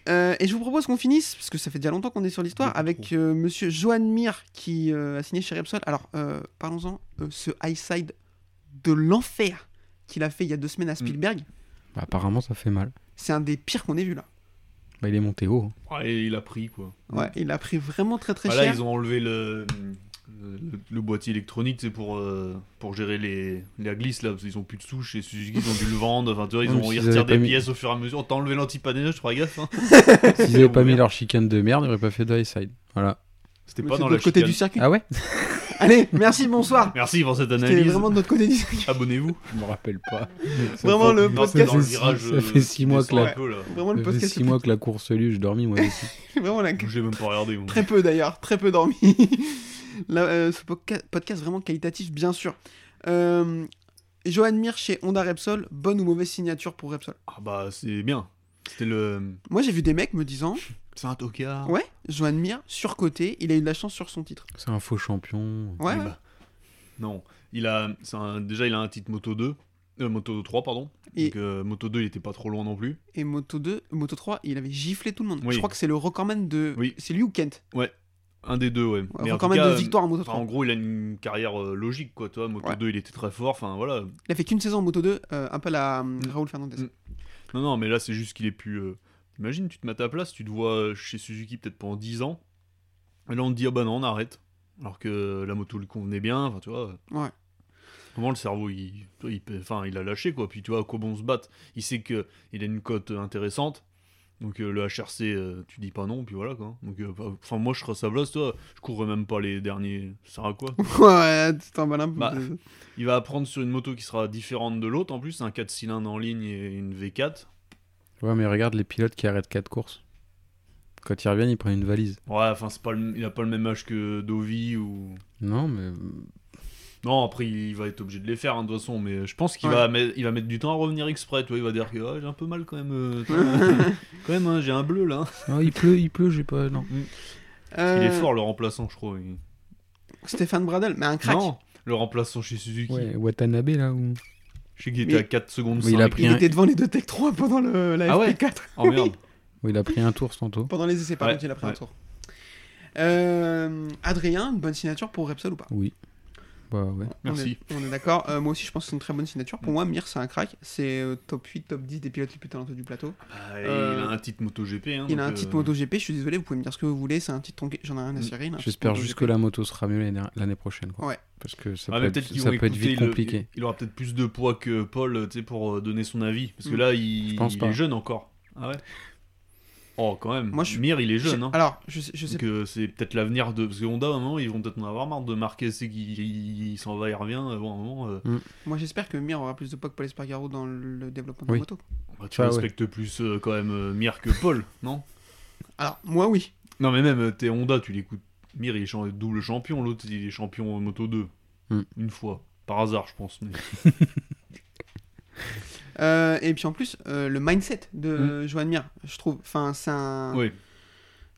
Speaker 2: Euh, et je vous propose qu'on finisse, parce que ça fait déjà longtemps qu'on est sur l'histoire,
Speaker 4: Beaucoup
Speaker 2: avec euh, monsieur Johan Mir qui euh, a signé chez Repsol. Alors, euh, parlons-en, euh, ce high side de l'enfer qu'il a fait il y a deux semaines
Speaker 4: Mm.
Speaker 2: à Spielberg,
Speaker 3: Bah, apparemment, ça fait mal.
Speaker 2: c'est un des pires qu'on ait vu là.
Speaker 3: Bah, il est monté haut. hein.
Speaker 4: Ah, et il a pris quoi.
Speaker 2: Ouais, il a pris vraiment très très
Speaker 4: Ah, là,
Speaker 2: cher.
Speaker 4: ils ont enlevé le, le, le boîtier électronique, c'est pour, euh, pour gérer les, la glisse là, parce qu'ils ont plus de souche et Suzuki ils ont dû le vendre. Enfin, tu vois, ils,
Speaker 3: Ouais,
Speaker 4: ont,
Speaker 3: mais
Speaker 4: ils
Speaker 3: s'ils
Speaker 4: retirent
Speaker 3: avaient pas
Speaker 4: des
Speaker 3: mis-
Speaker 4: pièces au fur et à mesure. T'as enlevé l'antipanage, je ferai gaffe. hein.
Speaker 3: <laughs> S'ils
Speaker 2: <laughs>
Speaker 3: avaient pas mis
Speaker 4: ouvert.
Speaker 3: leur chicane de merde, ils auraient pas fait de high side. Voilà.
Speaker 4: C'était
Speaker 2: Mais
Speaker 4: pas
Speaker 2: c'est
Speaker 4: dans
Speaker 2: de
Speaker 4: la
Speaker 2: l'autre côté
Speaker 4: chicane.
Speaker 2: du circuit.
Speaker 3: Ah ouais
Speaker 2: Allez, merci,
Speaker 4: <laughs>
Speaker 2: bonsoir.
Speaker 4: Merci pour cette
Speaker 2: C'était
Speaker 4: analyse.
Speaker 2: vraiment de notre côté du circuit.
Speaker 4: Abonnez-vous.
Speaker 3: Je me rappelle pas.
Speaker 2: Vraiment, le
Speaker 4: Non,
Speaker 2: podcast,
Speaker 4: c'est dans le
Speaker 3: ça fait
Speaker 4: virage.
Speaker 3: six- Ça
Speaker 4: euh,
Speaker 3: fait 6 mois que
Speaker 4: descend
Speaker 3: la.
Speaker 4: un peu, là.
Speaker 2: Vraiment le
Speaker 3: Ça fait
Speaker 2: podcast.
Speaker 3: six mois que la course lue, je dormis moi aussi.
Speaker 2: <laughs>
Speaker 3: <laughs>
Speaker 2: Vraiment la
Speaker 4: Je l'ai même pas regardé. moi.
Speaker 2: Très peu d'ailleurs, très peu dormi. <laughs> Là, euh, ce podca- podcast vraiment qualitatif, bien sûr. Euh, Johan Mir chez Honda Repsol, bonne ou mauvaise signature pour Repsol
Speaker 4: Ah bah c'est bien. C'était le.
Speaker 2: Moi j'ai vu des mecs me disant
Speaker 4: C'est un tocard.
Speaker 2: Ouais, Johan Mir, surcoté, il a eu de la chance sur son titre.
Speaker 3: C'est un faux champion.
Speaker 2: Ouais,
Speaker 4: Eh
Speaker 2: ouais.
Speaker 4: bah, non, il a, c'est un- déjà il a un titre Moto 2, euh, Moto 3 pardon.
Speaker 2: Et-
Speaker 4: Donc euh, Moto 2 il était pas trop loin non plus.
Speaker 2: Et Moto 2, Moto 3, il avait giflé tout le monde.
Speaker 4: Oui.
Speaker 2: Je crois que c'est le recordman de.
Speaker 4: Oui.
Speaker 2: C'est lui ou Kent
Speaker 4: Un des deux ouais. Mais en tout
Speaker 2: Recordman
Speaker 4: cas,
Speaker 2: de victoire en Moto
Speaker 4: enfin,
Speaker 2: 3.
Speaker 4: en gros il a une carrière euh, logique quoi, toi. Moto
Speaker 2: Ouais.
Speaker 4: 2 il était très fort, enfin voilà.
Speaker 2: Il a fait qu'une saison en Moto 2, euh, un peu la euh, Raoul Fernandez.
Speaker 4: Mm. Non non mais là c'est juste qu'il est plus. euh, Imagine tu te mets à ta place, tu te vois euh, chez Suzuki peut-être pendant 10 ans. Et là on te dit ah bah non on arrête. Alors que la moto lui convenait bien, enfin tu vois.
Speaker 2: Ouais.
Speaker 4: Comment le cerveau, il, il, peut- enfin, il a lâché quoi. Puis tu vois, à quoi bon se battre Il sait que il a une cote intéressante. Donc euh, le HRC, euh, tu dis pas non, puis voilà quoi. Donc, euh, bah, enfin, moi je serais à sa place, toi. Je courrais même pas les derniers. Ça sert à quoi
Speaker 2: <laughs> ouais, tu t'emballes un peu.
Speaker 4: Bah. Il va apprendre sur une moto qui sera différente de l'autre. En plus, un 4 cylindres en ligne et une V4.
Speaker 3: Ouais, mais regarde les pilotes qui arrêtent 4 courses. Quand ils reviennent, ils prennent une valise.
Speaker 4: Ouais, enfin, c'est pas le- il a pas le même âge que Dovi ou.
Speaker 3: Non, mais.
Speaker 4: Non, après, il va être obligé de les faire, hein, de toute façon, mais je pense qu'il
Speaker 2: Ouais.
Speaker 4: va, mettre- il va mettre du temps à revenir exprès, tu vois, il va dire que Ah, j'ai un peu mal quand même, euh,
Speaker 2: <laughs>
Speaker 4: quand même, hein, j'ai un bleu là.
Speaker 3: Oh, il pleut, il pleut, j'ai pas. Non.
Speaker 4: Il
Speaker 2: Euh,
Speaker 4: est fort le remplaçant, je crois. il-
Speaker 2: Stéphane Bradel, mais un crack.
Speaker 4: Non, le remplaçant chez
Speaker 3: <laughs>
Speaker 4: Suzuki.
Speaker 3: Ouais, Watanabe là où.
Speaker 4: Je sais qu'il était
Speaker 2: Mais-
Speaker 4: à 4 secondes.
Speaker 3: Mais il a
Speaker 4: 5.
Speaker 3: pris
Speaker 2: Il
Speaker 3: un...
Speaker 2: était devant les deux Tech 3 pendant le, la
Speaker 4: Ah ouais
Speaker 2: FP4.
Speaker 4: Oh merde.
Speaker 3: ouais, il a pris un tour tantôt.
Speaker 2: Pendant les essais, par
Speaker 4: Ouais,
Speaker 2: contre, il a pris un
Speaker 4: ouais.
Speaker 2: tour. Euh, Adrien, une bonne signature pour Repsol ou pas
Speaker 3: Oui. Bah ouais.
Speaker 4: Merci.
Speaker 2: On est, on est d'accord. Euh, moi aussi, je pense que c'est une très bonne signature. Pour moi, Mir, c'est un crack. C'est euh, top 8, top 10 des pilotes les plus talentueux du plateau.
Speaker 4: Ah,
Speaker 2: Euh,
Speaker 4: Il a un titre MotoGP. Hein,
Speaker 2: il a un
Speaker 4: donc, euh,
Speaker 2: titre MotoGP. Je suis désolé, vous pouvez me dire ce que vous voulez. C'est un titre tronqué. J'en ai rien à
Speaker 4: Mm.
Speaker 2: cirer. il a un titre
Speaker 3: J'espère
Speaker 2: MotoGP.
Speaker 3: juste que la moto sera mieux l'année- l'année prochaine. Quoi.
Speaker 2: Ouais.
Speaker 3: Parce que ça
Speaker 4: ah,
Speaker 3: peut
Speaker 4: mais
Speaker 3: être,
Speaker 4: peut-être qu'ils
Speaker 3: ça
Speaker 4: vont
Speaker 3: peut être
Speaker 4: écouter
Speaker 3: vite
Speaker 4: le-
Speaker 3: compliqué.
Speaker 4: Il aura peut-être plus de poids que Paul, tu sais, pour euh, donner son avis. Parce que
Speaker 2: Mm.
Speaker 4: là, il,
Speaker 3: Je pense
Speaker 4: il
Speaker 3: pas.
Speaker 4: est jeune encore. Ah ouais. Oh, quand même.
Speaker 2: Moi, je suis-
Speaker 4: Mir, il est
Speaker 2: Je-
Speaker 4: jeune. Hein.
Speaker 2: Alors, je sais, je sais
Speaker 4: Donc, euh, c'est peut-être l'avenir de. Parce que Honda, à un moment, ils vont peut-être en avoir marre de marquer. C'est qu'il il- il s'en va et revient. euh, Bon, à un moment, euh,
Speaker 2: Moi, j'espère que Mir aura plus de poids que Paul Espargaro dans le développement de
Speaker 3: Oui.
Speaker 2: la moto.
Speaker 4: bah, tu
Speaker 3: Ah, ouais.
Speaker 4: respectes plus euh, quand même euh, Mir que Paul, <laughs> non
Speaker 2: Alors, moi, oui.
Speaker 4: Non, mais même, euh, t'es Honda, tu l'écoutes. Mir, il est champ- double champion, l'autre, il est champion Moto 2.
Speaker 3: Hmm.
Speaker 4: Une fois. Par hasard, je pense. mais-
Speaker 2: Euh, et puis en plus, euh, le mindset
Speaker 4: Mmh.
Speaker 2: de Joan Mir, je trouve. Enfin, c'est un.
Speaker 4: Ouais.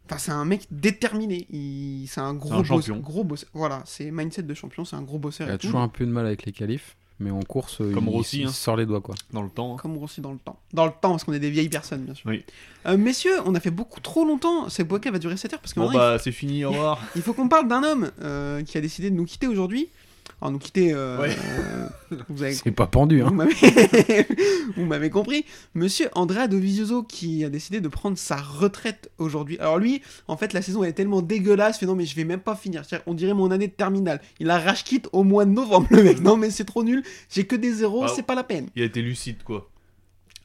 Speaker 2: Enfin, c'est un mec déterminé. Il... C'est un gros
Speaker 4: un
Speaker 2: boss,
Speaker 4: champion.
Speaker 2: gros boss. Voilà, c'est mindset de champion, c'est un gros bosseur.
Speaker 3: Il
Speaker 2: et
Speaker 3: a
Speaker 2: tout.
Speaker 3: toujours un peu de mal avec les qualifs, mais en course, euh,
Speaker 4: Comme
Speaker 3: il,
Speaker 4: Rossi,
Speaker 3: il
Speaker 4: hein.
Speaker 3: sort les doigts quoi.
Speaker 4: Dans le temps. hein.
Speaker 2: Comme grossi dans le temps. Dans le temps, parce qu'on est des vieilles personnes, bien sûr.
Speaker 4: Oui.
Speaker 2: Euh, messieurs, on a fait beaucoup trop longtemps. Cette boîte va durer 7 heures parce que
Speaker 4: Bon,
Speaker 2: maintenant,
Speaker 4: bah, c'est fini, au revoir.
Speaker 2: il faut qu'on parle d'un homme euh, qui a décidé de nous quitter aujourd'hui. Alors, nous quitter. euh,
Speaker 4: Ouais.
Speaker 2: euh, vous
Speaker 4: <laughs>
Speaker 2: avez
Speaker 3: C'est pas pendu
Speaker 2: Vous
Speaker 3: hein.
Speaker 2: m'avez- <laughs> Vous m'avez compris. Monsieur Andrea Dovizioso qui a décidé de prendre sa retraite aujourd'hui. Alors lui, en fait, la saison elle est tellement dégueulasse. Fait non mais je vais même pas finir. C'est-à-dire, On dirait mon année de terminale. Il a rage quitte au mois de novembre le mec. Non mais c'est trop nul. J'ai que des zéros.
Speaker 4: Ah.
Speaker 2: C'est pas la peine.
Speaker 4: Il a été lucide, quoi.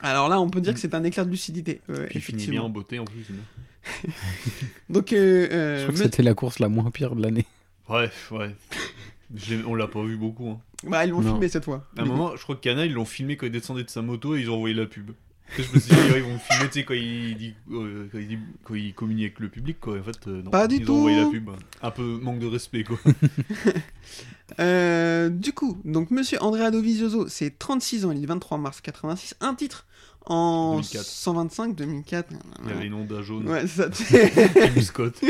Speaker 2: Alors là, on peut
Speaker 3: Mm.
Speaker 2: dire que c'est un éclair de lucidité. Euh,
Speaker 4: Puis il finit bien
Speaker 2: effectivement.
Speaker 4: en beauté, en plus. c'est bien.
Speaker 2: Donc euh, euh,
Speaker 3: Je crois que
Speaker 2: me-
Speaker 3: c'était la course la moins pire de l'année.
Speaker 4: Bref, ouais. <laughs> Je l'ai- on l'a pas vu beaucoup. Hein.
Speaker 2: bah, ils l'ont
Speaker 3: Non. Ah
Speaker 2: filmé cette fois.
Speaker 4: À un moment, je crois que Cana, ils l'ont filmé quand il descendait de sa moto et ils ont envoyé la pub. Après, je me suis dit, ouais, ils vont me filmer, tu sais, quand il, dit, euh, quand, il dit- quand il communique avec le public, quoi. En fait, euh, non.
Speaker 2: Pas du
Speaker 4: ils ont envoyé
Speaker 2: tout.
Speaker 4: la pub. Un peu manque de respect, quoi.
Speaker 2: Euh, du coup, donc Monsieur Andrea Dovizioso, c'est 36 ans, il est 23 mars 86, un titre en
Speaker 4: 2004.
Speaker 2: 125 2004.
Speaker 4: Il y avait une Honda jaune.
Speaker 2: Ouais, ça <laughs> c'est-
Speaker 4: Kevin Scott.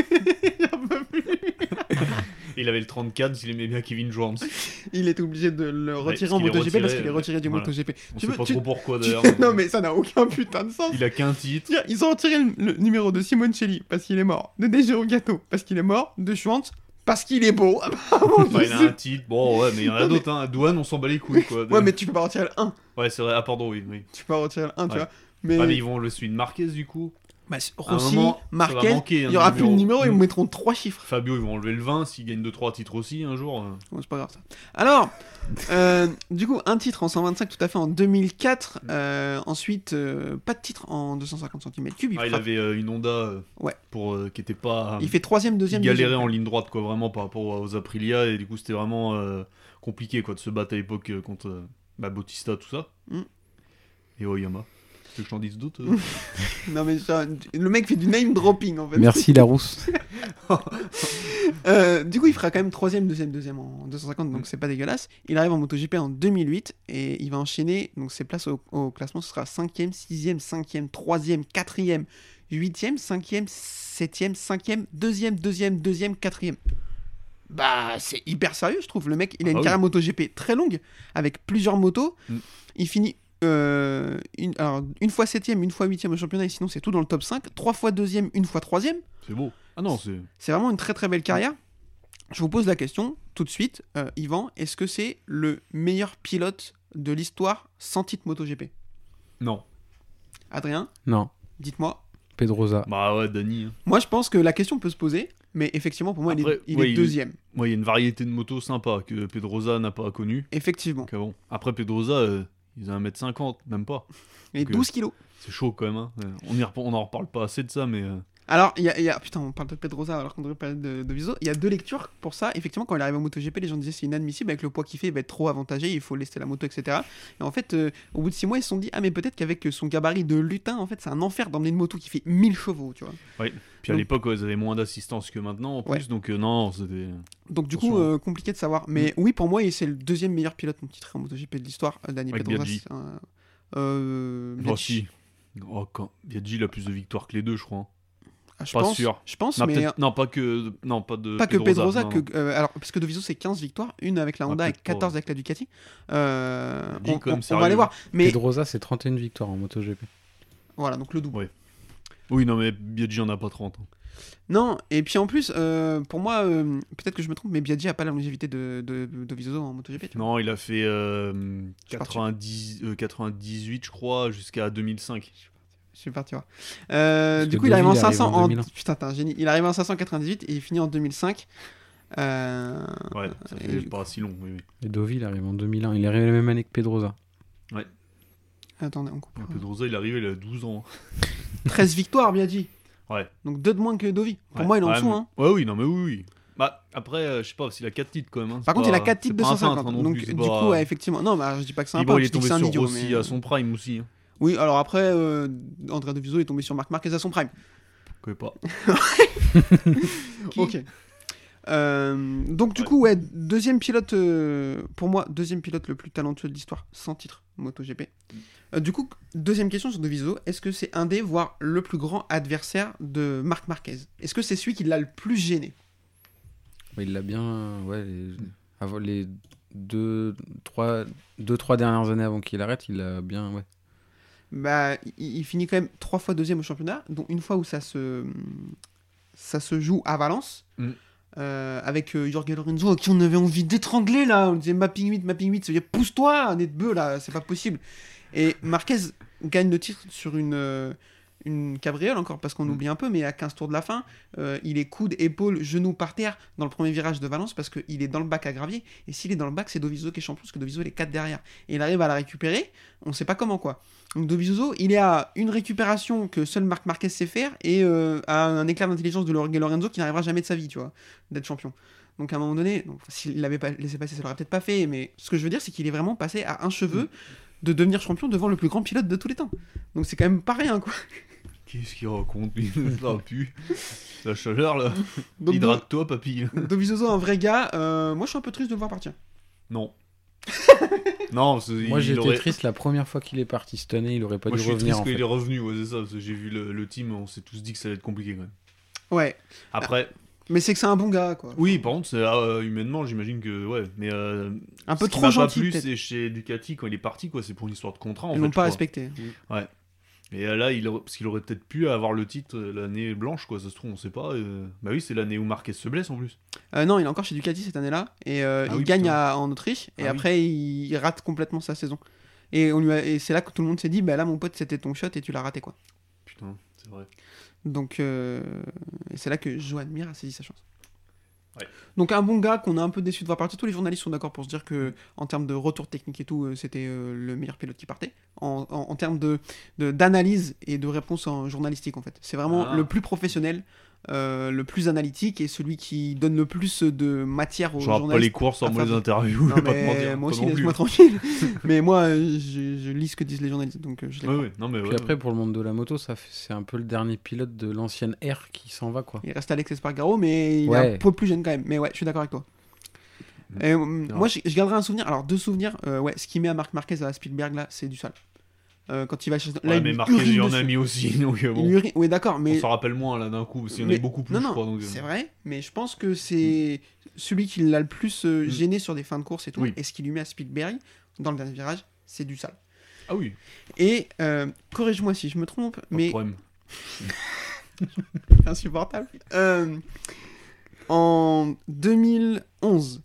Speaker 4: il avait le 34, il aimait bien Kevin Jones.
Speaker 2: Il était obligé de le retirer en
Speaker 4: parce qu'il est
Speaker 2: MotoGP parce
Speaker 4: retiré,
Speaker 2: qu'il est retiré du
Speaker 4: voilà.
Speaker 2: MotoGP.
Speaker 4: On
Speaker 2: Tu
Speaker 4: sait
Speaker 2: veux-
Speaker 4: pas
Speaker 2: tu-
Speaker 4: trop pourquoi
Speaker 2: Tu-
Speaker 4: d'ailleurs.
Speaker 2: <laughs> non mais ça n'a aucun putain de sens.
Speaker 4: Il a qu'un titre.
Speaker 2: Tiens, Ils ont retiré le, le numéro de Simoncelli parce qu'il est mort, de Dejero Gatto parce qu'il est mort, de Schwantz parce qu'il est beau. <laughs> Apparemment,
Speaker 4: Enfin,
Speaker 2: je
Speaker 4: il a
Speaker 2: sais-
Speaker 4: un titre. Bon, ouais, mais il y en a
Speaker 2: Non, mais-
Speaker 4: d'autres. Hein. Douane, on s'en bat les couilles, quoi.
Speaker 2: Ouais mais tu peux pas retirer le 1,
Speaker 4: Ouais, c'est vrai. Ah, pardon, oui. oui.
Speaker 2: tu peux pas retirer le 1 tu
Speaker 4: Ouais.
Speaker 2: vois. Mais,
Speaker 4: Ah, mais ils vont le suivre Marquez, du coup.
Speaker 2: Bah, c'est
Speaker 4: À un
Speaker 2: Rossi,
Speaker 4: moment, ça va
Speaker 2: Marquez,
Speaker 4: manquer un
Speaker 2: il y aura plus de numéro,
Speaker 4: numéro.
Speaker 2: ils
Speaker 4: Mm.
Speaker 2: mettront trois chiffres.
Speaker 4: Fabio, ils vont enlever le 20. S'il gagne 2-3 titres aussi un jour. euh.
Speaker 2: Bon, c'est pas grave ça. Alors, euh, du coup, un titre en 125 tout à fait en 2004.
Speaker 4: Mm.
Speaker 2: euh, ensuite, euh, pas de titre en 250 cm3. Il,
Speaker 4: Ah, il
Speaker 2: frappe-
Speaker 4: avait euh, une Honda euh,
Speaker 2: Ouais.
Speaker 4: pour, euh, qui était pas.
Speaker 2: il fait troisième,
Speaker 4: il
Speaker 2: deuxième.
Speaker 4: galérait
Speaker 2: deuxième.
Speaker 4: en ligne droite, quoi, vraiment par rapport aux Aprilia. Et du coup, c'était vraiment euh, compliqué quoi, de se battre à l'époque euh, contre euh, bah, Bautista, tout ça.
Speaker 2: Mm.
Speaker 4: Et Oyama. Tu veux que je t'en dise d'autres euh
Speaker 2: Non, mais ça, le mec fait du name dropping en fait.
Speaker 3: Merci Larousse.
Speaker 2: Euh, du coup, il fera quand même troisième, deuxième, deuxième en 250,
Speaker 4: Mm.
Speaker 2: donc c'est pas dégueulasse. Il arrive en MotoGP en 2008 et il va enchaîner. Donc ses places au, au classement, ce sera 5e, 6e, 5e, 3e, 4e, 8e, 5e, 7e, 5e, 2e, 2e, 2e, 4e. Bah, c'est hyper sérieux, je trouve. Le mec, il a
Speaker 4: Ah
Speaker 2: une
Speaker 4: bah oui.
Speaker 2: carrière MotoGP très longue avec plusieurs motos.
Speaker 4: Mm.
Speaker 2: Il finit. euh, une, alors, une fois 7ème, une fois 8ème au championnat, et sinon c'est tout dans le top 5. Trois fois 2ème, une fois 3ème.
Speaker 4: C'est beau. Ah non, c'est.
Speaker 2: C'est vraiment une très très belle carrière. Je vous pose la question tout de suite, euh, Yvan, est-ce que c'est le meilleur pilote de l'histoire sans titre MotoGP
Speaker 4: Non.
Speaker 2: Adrien,
Speaker 3: Non,
Speaker 2: dites-moi.
Speaker 3: Pedrosa.
Speaker 4: Bah ouais, Dani. hein.
Speaker 2: Moi je pense que la question peut se poser, mais effectivement pour moi il est-
Speaker 4: Après,
Speaker 2: il est,
Speaker 4: ouais, il-
Speaker 2: deuxième.
Speaker 4: Moi, il y a une variété de motos sympa que Pedrosa n'a pas connue.
Speaker 2: Effectivement.
Speaker 4: Donc, ah bon. Après, Pedrosa, euh, il faisait 1m50, même pas.
Speaker 2: Il est
Speaker 4: Ok.
Speaker 2: 12 kilos.
Speaker 4: C'est chaud quand même. hein. Euh, On y rep- on en reparle pas assez de ça, mais. euh,
Speaker 2: Alors, il y, a- il y a. Putain, on parle de Pedrosa alors qu'on devrait parler de, de Viso. Il y a deux lectures pour ça. Effectivement, quand il arrive en MotoGP, les gens disaient c'est inadmissible, avec le poids qu'il fait, il va être trop avantagé, il faut laisser la moto, etc. Et en fait, euh, au bout de six mois, ils se sont dit ah, mais peut-être qu'avec son gabarit de lutin, en fait, c'est un enfer d'emmener une moto qui fait 1000 chevaux, tu vois.
Speaker 4: Puis à
Speaker 2: Donc-
Speaker 4: l'époque, ouais, ils avaient moins d'assistance que maintenant en plus,
Speaker 2: Ouais.
Speaker 4: donc euh, non, c'était.
Speaker 2: Donc du
Speaker 4: Attention.
Speaker 2: coup, euh, compliqué de savoir. Mais
Speaker 4: Mm.
Speaker 2: oui, pour moi, il- c'est le deuxième meilleur pilote titré en MotoGP de l'histoire, euh, Dani
Speaker 4: Avec
Speaker 2: Pedrosa.
Speaker 4: Biaggi.
Speaker 2: c'est un- Euh,
Speaker 4: Oh,
Speaker 2: Biaggi.
Speaker 4: si. Oh, quand... Biaggi, il a plus de victoires que les deux, je crois. hein.
Speaker 2: Ah, je
Speaker 4: Pas
Speaker 2: pense,
Speaker 4: sûr.
Speaker 2: Je pense,
Speaker 4: Non,
Speaker 2: mais hein.
Speaker 4: peut-être- non, pas que. Non, pas de.
Speaker 2: pas que Pedrosa,
Speaker 4: non, non.
Speaker 2: que, euh, alors, parce que Doviso c'est 15 victoires, une avec la
Speaker 4: Ah,
Speaker 2: Honda et
Speaker 4: peut-être pas,
Speaker 2: 14 avec la Ducati. Euh,
Speaker 4: Dis
Speaker 2: on,
Speaker 4: comme
Speaker 2: on- on
Speaker 4: sérieux.
Speaker 2: va aller voir. Mais
Speaker 3: Pedrosa, c'est 31 victoires en MotoGP.
Speaker 2: voilà, donc le double.
Speaker 4: Oui, non, mais Biaggi en a pas 30. hein.
Speaker 2: Non, et puis en plus, euh, pour moi, euh, peut-être que je me trompe, mais Biaggi a pas la longévité de, de, de Dovizioso en MotoGP. tu vois.
Speaker 4: Non, il a fait euh,
Speaker 2: Je suis parti.
Speaker 4: 90, euh, 98, je crois, jusqu'à 2005.
Speaker 2: Je suis parti voir. Euh,
Speaker 3: Parce
Speaker 2: du
Speaker 3: que
Speaker 2: coup, il arrive en
Speaker 3: Deauville arrive
Speaker 2: 500.
Speaker 3: en
Speaker 2: En
Speaker 3: 2001.
Speaker 2: Putain, t'es un génie. Il arrive en 598 et il finit en 2005. Euh,
Speaker 4: Ouais, ça
Speaker 2: et
Speaker 4: fait
Speaker 2: du
Speaker 4: pas si long. Oui, oui.
Speaker 3: Et Deauville arrive en 2001. Il arrive la même année que Pedrosa.
Speaker 2: Attendez, on coupe.
Speaker 4: Ouais, Pedrosa, il est arrivé, il a 12 ans. hein.
Speaker 2: 13 victoires, bien dit.
Speaker 4: Ouais.
Speaker 2: Donc deux de moins que Dovi. Pour
Speaker 4: Ouais.
Speaker 2: moi, il est en
Speaker 4: Ouais,
Speaker 2: dessous.
Speaker 4: mais-
Speaker 2: Hein.
Speaker 4: Ouais, oui, non, mais oui, oui. Bah, après, euh, je sais pas, s'il a 4 titres quand même. hein, c'est
Speaker 2: Par contre, il a
Speaker 4: pas-
Speaker 2: 4
Speaker 4: c'est
Speaker 2: titres de
Speaker 4: pas un peintre,
Speaker 2: 150.
Speaker 4: hein, non
Speaker 2: donc
Speaker 4: plus,
Speaker 2: du
Speaker 4: c'est
Speaker 2: coup,
Speaker 4: pas-
Speaker 2: ouais, effectivement. Non, bah, je dis pas que c'est un
Speaker 4: Puis bon,
Speaker 2: peintre,
Speaker 4: il est
Speaker 2: je dis que
Speaker 4: tombé
Speaker 2: c'est un
Speaker 4: sur
Speaker 2: idiot.
Speaker 4: Rossi
Speaker 2: mais- euh,
Speaker 4: à son prime aussi. hein.
Speaker 2: Oui, alors après, euh, André Doviso est tombé sur Marc Marquez à son prime.
Speaker 4: connais pas.
Speaker 2: Ok. Euh, donc du coup, ouais, deuxième pilote, euh, pour moi, deuxième pilote le plus talentueux de l'histoire, sans titre, MotoGP. Euh, du coup, deuxième question sur Deviso, est-ce que c'est un des, voire le plus grand adversaire de Marc Marquez Est-ce que c'est celui qui l'a le plus gêné
Speaker 3: Ouais, il l'a bien. euh, Ouais, les, avant- les deux, trois, deux, trois dernières années avant qu'il arrête, il a bien. Ouais.
Speaker 2: Bah, il, il finit quand même trois fois deuxième au championnat, dont une fois où ça se, ça se joue à Valence.
Speaker 4: Mm.
Speaker 2: euh, avec euh, Jorge Lorenzo, à qui on avait envie d'étrangler là, on disait mapping 8, mapping 8, ça veut dire pousse-toi, nez de bœuf là, c'est pas possible. Et Marquez gagne le titre sur une, euh, une cabriole encore, parce qu'on
Speaker 4: Mm.
Speaker 2: oublie un peu, mais à 15 tours de la fin, euh, il est coude, épaule, genou par terre dans le premier virage de Valence parce qu'il est dans le bac à gravier. Et s'il est dans le bac, c'est Doviso qui est champion, parce que Doviso il est 4 derrière. Et il arrive à la récupérer, on sait pas comment quoi. Donc Dovizioso, il est à une récupération que seul Marc Marquez sait faire et euh, à un éclair d'intelligence de Jorge Lorenzo qui n'arrivera jamais de sa vie, tu vois, d'être champion. Donc à un moment donné, donc, s'il l'avait pas laissé passer, ça l'aurait peut-être pas fait, mais ce que je veux dire, c'est qu'il est vraiment passé à un cheveu
Speaker 4: Mm.
Speaker 2: de devenir champion devant le plus grand pilote de tous les temps. Donc c'est quand même pas rien, quoi.
Speaker 4: Qu'est-ce qu'il raconte
Speaker 2: <laughs>
Speaker 4: lui Ça pue. La chaleur là.
Speaker 2: Donc
Speaker 4: Hydrate-toi, papy. <laughs>
Speaker 2: Do- Dovizioso, un vrai gars, euh, moi je suis un peu triste de le voir partir.
Speaker 4: Non. non, parce que
Speaker 3: Moi,
Speaker 4: il
Speaker 3: j'étais
Speaker 4: aurait-
Speaker 3: triste la première fois qu'il est parti cette année, il aurait pas
Speaker 4: Moi, je
Speaker 3: dû
Speaker 4: suis
Speaker 3: revenir.
Speaker 4: triste
Speaker 3: En
Speaker 4: qu'il
Speaker 3: fait.
Speaker 4: est revenu, ouais, c'est ça, parce que j'ai vu le, le team, on s'est tous dit que ça allait être compliqué quand même.
Speaker 2: Ouais,
Speaker 4: Après,
Speaker 2: mais c'est que c'est un bon gars, quoi.
Speaker 4: oui, par contre, c'est, euh, humainement, j'imagine que, ouais, mais euh,
Speaker 2: Un peu
Speaker 4: ce qui
Speaker 2: trop
Speaker 4: m'a pas
Speaker 2: gentil,
Speaker 4: plu,
Speaker 2: peut-être.
Speaker 4: c'est chez Ducati quand il est parti, quoi, c'est pour une histoire de contrat. En
Speaker 2: Ils
Speaker 4: fait,
Speaker 2: l'ont
Speaker 4: je
Speaker 2: pas
Speaker 4: crois.
Speaker 2: respecté.
Speaker 4: Et euh, là, il, aurait- parce qu'il aurait peut-être pu avoir le titre euh, l'année blanche, quoi, ça se trouve, on sait pas. euh. Bah oui, c'est l'année où Marquez se blesse en plus.
Speaker 2: Euh, non, il est encore chez Ducati cette année-là et euh,
Speaker 4: Ah
Speaker 2: il
Speaker 4: oui,
Speaker 2: gagne
Speaker 4: putain.
Speaker 2: à- en Autriche et
Speaker 4: Ah oui.
Speaker 2: après il- il rate complètement sa saison. Et, on lui a- et c'est là que tout le monde s'est dit, bah là mon pote c'était ton shot et tu l'as raté quoi.
Speaker 4: Putain, c'est vrai.
Speaker 2: Donc euh, et c'est là que Joan Mir a saisi sa chance.
Speaker 4: Ouais.
Speaker 2: Donc un bon gars qu'on a un peu déçu de voir partir. Tous les journalistes sont d'accord pour se dire que en termes de retour technique et tout, euh, c'était euh, le meilleur pilote qui partait. En, en- en termes de de- d'analyse et de réponse en journalistique en fait. C'est vraiment
Speaker 4: Ah.
Speaker 2: le plus professionnel, euh, le plus analytique et celui qui donne le plus de matière aux
Speaker 4: Je rappe pas
Speaker 2: journalistes.
Speaker 4: les courses sans
Speaker 2: à
Speaker 4: moi les
Speaker 2: faire-
Speaker 4: interviews, <laughs> je
Speaker 2: Ah, Non,
Speaker 4: vais pas te
Speaker 2: mais
Speaker 4: mentir.
Speaker 2: moi
Speaker 4: pas
Speaker 2: aussi,
Speaker 4: non plus. hein.
Speaker 2: laisse-moi tranquille.
Speaker 4: <laughs>
Speaker 2: mais moi, euh, je, je lis ce que disent les journalistes, donc euh, je les
Speaker 4: Ouais,
Speaker 2: crois.
Speaker 4: ouais, non, mais
Speaker 3: Puis
Speaker 4: ouais,
Speaker 3: après, pour le monde de la moto, ça fait- c'est un peu le dernier pilote de l'ancienne R qui s'en va, quoi.
Speaker 2: Il reste Alex Espargaro, mais il est
Speaker 3: Ouais.
Speaker 2: un peu plus jeune quand même. Mais ouais, je suis d'accord avec toi.
Speaker 4: Mm.
Speaker 2: Et, euh, moi, je, je garderai un souvenir. Alors, deux souvenirs. Euh, ouais, ce qu'il met à Marc Marquez à Spielberg, là, c'est du sale. Euh, quand il va chez. Là,
Speaker 4: Ouais,
Speaker 2: il
Speaker 4: mais
Speaker 2: lui
Speaker 4: Marquez,
Speaker 2: urine
Speaker 4: il en a
Speaker 2: dessus.
Speaker 4: mis aussi, <laughs> donc euh,
Speaker 2: Il
Speaker 4: bon.
Speaker 2: lui urine- Oui, d'accord,
Speaker 4: On
Speaker 2: mais.
Speaker 4: s'en rappelle moins là d'un coup, parce qu'il y en
Speaker 2: mais-
Speaker 4: a beaucoup plus,
Speaker 2: non,
Speaker 4: je
Speaker 2: non,
Speaker 4: crois. donc, euh,
Speaker 2: c'est vrai, mais je pense que c'est celui qui l'a le plus euh,
Speaker 4: Mm.
Speaker 2: gêné sur des fins de course et tout.
Speaker 4: Oui.
Speaker 2: Et ce qu'il lui met à Spielberg, dans le dernier virage, c'est du sale.
Speaker 4: Ah oui,
Speaker 2: Et euh, corrige-moi si je me trompe,
Speaker 4: pas de
Speaker 2: mais
Speaker 4: problème. <laughs>
Speaker 2: insupportable. Euh, en 2011,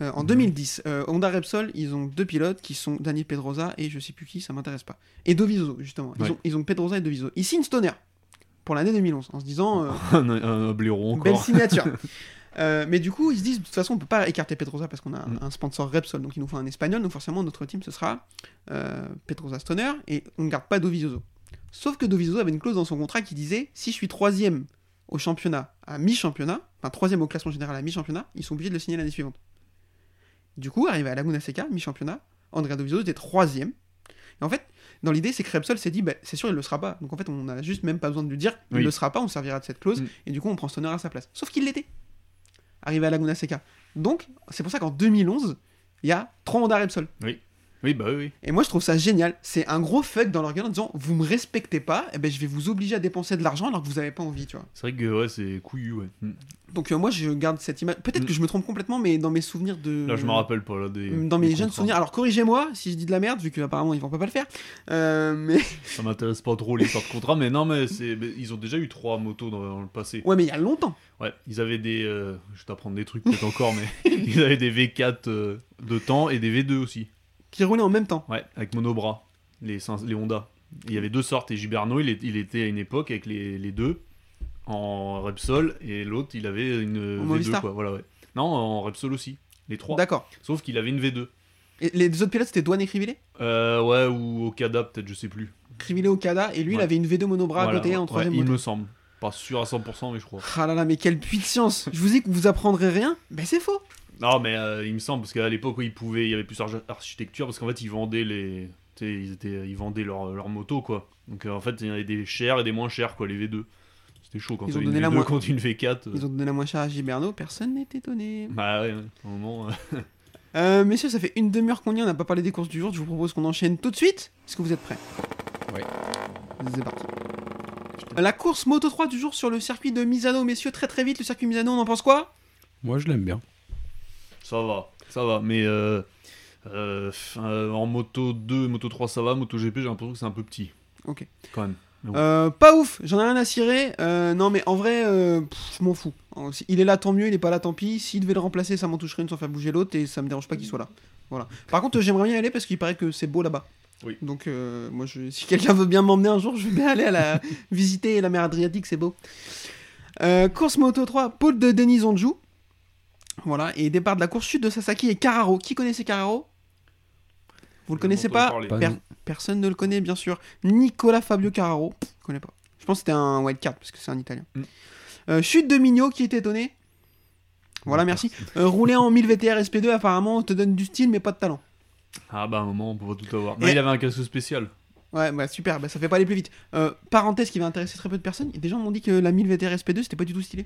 Speaker 2: euh, en 2010, euh, Honda Repsol, ils ont deux pilotes qui sont Daniel Pedrosa et je sais plus qui, ça m'intéresse pas. Et Doviso, justement. Ils,
Speaker 4: Ouais.
Speaker 2: ont, ils ont Pedrosa et Doviso. Ils signent Stoner pour l'année 2011 en se disant euh,
Speaker 4: un, un blaireau
Speaker 2: belle
Speaker 4: encore. <laughs>
Speaker 2: signature. Euh, mais du coup, ils se disent de toute façon, on peut pas écarter Pedrosa parce qu'on a un,
Speaker 4: Mm.
Speaker 2: un sponsor Repsol, donc il nous faut un espagnol. Donc forcément, notre team ce sera euh, Pedrosa Stoner et on ne garde pas Dovizioso. Sauf que Dovizioso avait une clause dans son contrat qui disait si je suis troisième au championnat à mi-championnat, enfin troisième au classement général à mi-championnat, ils sont obligés de le signer l'année suivante. Du coup, arrivé à Laguna Seca, mi-championnat, Andrea Dovizioso était troisième. Et en fait, dans l'idée, c'est que Repsol s'est dit, bah, c'est sûr, il le sera pas. Donc en fait, on n'a juste même pas besoin de lui dire, il
Speaker 4: Oui.
Speaker 2: le sera pas, on servira de cette clause,
Speaker 4: Mm.
Speaker 2: et du coup, on prend Stoner à sa place. Sauf qu'il l'était, arrivé à Laguna Seca. Donc, c'est pour ça qu'en 2011, il y a trois Honda Repsol.
Speaker 4: Oui, bah oui, oui.
Speaker 2: Et moi, je trouve ça génial. C'est un gros fuck dans leur gueule en disant, vous me respectez pas, et ben, je vais vous obliger à dépenser de l'argent alors que vous avez pas envie, tu vois.
Speaker 4: C'est vrai que ouais, c'est couillu, ouais. Mm.
Speaker 2: Donc euh, moi, je garde cette image. Peut-être
Speaker 4: Mm.
Speaker 2: que je me trompe complètement, mais dans mes souvenirs de...
Speaker 4: Là, je me rappelle pas, là, des...
Speaker 2: euh, Dans
Speaker 4: des
Speaker 2: mes jeunes
Speaker 4: contrats.
Speaker 2: souvenirs, alors corrigez-moi si je dis de la merde, vu qu'apparemment ils vont pas le faire. Euh, mais <laughs>
Speaker 4: Ça m'intéresse pas trop les histoires de contrat, mais non, mais, c'est... mais ils ont déjà eu trois motos dans, dans le passé.
Speaker 2: ouais, mais il y a longtemps.
Speaker 4: Ouais, ils avaient des... euh, Je vais t'apprendre des trucs peut-être encore, mais... <laughs> Ils avaient des V4 euh, de temps et des V2 aussi.
Speaker 2: qui roulaient en même temps.
Speaker 4: Ouais, avec monobras, les, cin- les Honda. Il y avait deux sortes, et Giberno, il, est- il était à une époque avec les, les deux, en Repsol, et l'autre, il avait une euh,
Speaker 2: En
Speaker 4: V2,
Speaker 2: Movistar.
Speaker 4: quoi, voilà, ouais. Non, en Repsol aussi, les trois.
Speaker 2: D'accord.
Speaker 4: Sauf qu'il avait une V2.
Speaker 2: Et les autres pilotes, c'était Douane et Crivellet
Speaker 4: Euh, ouais, ou Okada, peut-être, je sais plus.
Speaker 2: Crivellet Okada, et lui, il
Speaker 4: Ouais.
Speaker 2: avait une V2 monobras
Speaker 4: Voilà,
Speaker 2: à côté en
Speaker 4: ouais,
Speaker 2: troisième
Speaker 4: Il
Speaker 2: moto.
Speaker 4: me semble. Pas sûr à 100%, mais je crois.
Speaker 2: Ah là là, mais quelle puits de science Je vous dis que vous apprendrez rien Ben c'est faux
Speaker 4: Non, mais euh, il me semble, parce qu'à l'époque, oui, ils pouvaient, il y avait plus d'arch- architecture, parce qu'en fait, ils vendaient les. tu sais, Ils, étaient, ils vendaient leur, leur moto, quoi. Donc, euh, en fait, il y avait des chers et des moins chers, quoi, les V2. C'était chaud quand
Speaker 2: Ils ont
Speaker 4: t'as une
Speaker 2: donné la
Speaker 4: V2
Speaker 2: moins-
Speaker 4: contre une V4. euh,
Speaker 2: Ils ont donné la moins chère à Giberno, personne n'est étonné.
Speaker 4: Bah ouais, ouais, au moment. euh,
Speaker 2: Euh, messieurs, ça fait une demi-heure qu'on y est, on n'a pas parlé des courses du jour. Je vous propose qu'on enchaîne tout de suite. Est-ce que vous êtes prêts
Speaker 3: Ouais.
Speaker 2: C'est parti. Euh, La course Moto 3 du jour sur le circuit de Misano, messieurs, très très vite. Le circuit Misano, on en pense quoi
Speaker 3: Moi, je l'aime bien.
Speaker 4: Ça va, ça va, mais euh, euh, f- euh, en moto 2, moto 3, ça va, moto GP, j'ai l'impression que c'est un peu petit.
Speaker 2: Ok.
Speaker 4: Quand même.
Speaker 2: Euh, Pas ouf, j'en ai rien à cirer. Euh, non, mais en vrai, euh, pff, je m'en fous. En- si- Il est là, tant mieux, il est pas là, tant pis. S'il devait le remplacer, ça m'en toucherait une sans faire bouger l'autre et ça me dérange pas qu'il soit là. Voilà. Par contre, euh, j'aimerais bien y aller parce qu'il paraît que c'est beau là-bas.
Speaker 4: Oui.
Speaker 2: Donc, euh, moi, je- si quelqu'un veut bien m'emmener un jour, je vais bien aller à la... visiter la mer Adriatique, c'est beau. Euh, course Moto 3, pôle de Denis Onjou. Voilà, et départ de la course chute de Sasaki et Carraro. Qui connaissait Carraro Vous le connaissez pas
Speaker 3: Pas
Speaker 2: Per-
Speaker 3: nous.
Speaker 2: Personne ne le connaît, bien sûr. Nicolas Fabio Carraro, pff, je connais pas. Je pense que c'était un wildcard, parce que c'est un italien.
Speaker 4: Mm.
Speaker 2: Euh, chute de Mignot, qui était étonné. Voilà, merci. Euh, rouler en 1000 VTR SP2, apparemment, te donne du style, mais pas de talent.
Speaker 4: Ah bah à un moment, on peut pas tout avoir. Non,
Speaker 2: Et-
Speaker 4: il avait un casque spécial.
Speaker 2: Ouais, bah super, bah, ça fait pas aller plus vite. Euh, parenthèse qui va intéresser très peu de personnes, des gens m'ont dit que la 1000 VTR SP2, c'était pas du tout stylé.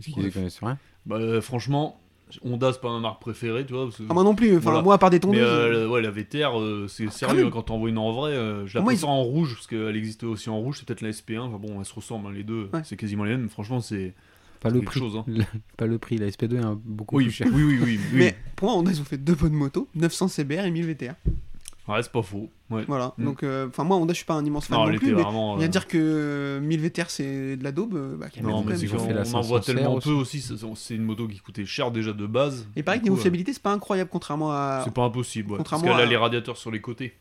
Speaker 3: Est-ce qu'ils y connaissent rien
Speaker 4: Bah euh, franchement, Honda, c'est pas ma marque préférée, tu vois. parce que-
Speaker 2: Ah, moi non plus, enfin,
Speaker 4: Voilà.
Speaker 2: moi à part des tondeuses.
Speaker 4: mais
Speaker 2: euh,
Speaker 4: euh, la- ouais, la VTR, euh, c'est sérieux
Speaker 2: Ah, même.
Speaker 4: hein, quand t'en vois une en vrai. euh, je la
Speaker 2: Moi, ils
Speaker 4: préfère en rouge parce qu'elle existait aussi en rouge. C'est peut-être la SP1. Enfin bon, elles se ressemblent hein, les deux.
Speaker 2: Ouais.
Speaker 4: C'est quasiment les mêmes. Franchement, c'est
Speaker 3: Pas
Speaker 4: c'est
Speaker 3: le
Speaker 4: quelque
Speaker 3: prix.
Speaker 4: chose, hein.
Speaker 3: Pas le prix. La SP2 est un- beaucoup
Speaker 4: oui,
Speaker 3: plus
Speaker 4: oui,
Speaker 3: chère.
Speaker 4: oui, oui, oui.
Speaker 2: Mais pour moi, on a- ils ont fait deux bonnes motos, 900 CBR et 1000 VTR.
Speaker 4: Ah, Ouais, c'est pas faux. Ouais.
Speaker 2: Voilà,
Speaker 4: Mm.
Speaker 2: donc, euh, enfin, moi, Honda, je suis pas un immense fan
Speaker 4: Non,
Speaker 2: non,
Speaker 4: elle
Speaker 2: plus,
Speaker 4: était
Speaker 2: mais
Speaker 4: vraiment.
Speaker 2: Viens
Speaker 4: euh,
Speaker 2: dire que euh, 1000 VTR c'est de la daube, euh, bah, calmez-vous
Speaker 4: Non,
Speaker 2: quand
Speaker 4: mais
Speaker 2: même.
Speaker 4: c'est
Speaker 3: ils ont
Speaker 4: qu'on
Speaker 3: fait la
Speaker 4: on en voit
Speaker 3: 500
Speaker 4: tellement
Speaker 3: CR
Speaker 4: peu aussi. ça- ça- C'est une moto qui coûtait cher déjà de base.
Speaker 2: Et pareil,
Speaker 4: Du
Speaker 2: niveau
Speaker 4: coup, euh,
Speaker 2: fiabilité, c'est pas incroyable, contrairement à.
Speaker 4: C'est pas impossible, ouais. Parce
Speaker 2: Ah. Contrairement
Speaker 4: qu'elle
Speaker 2: à-
Speaker 4: a les radiateurs sur les côtés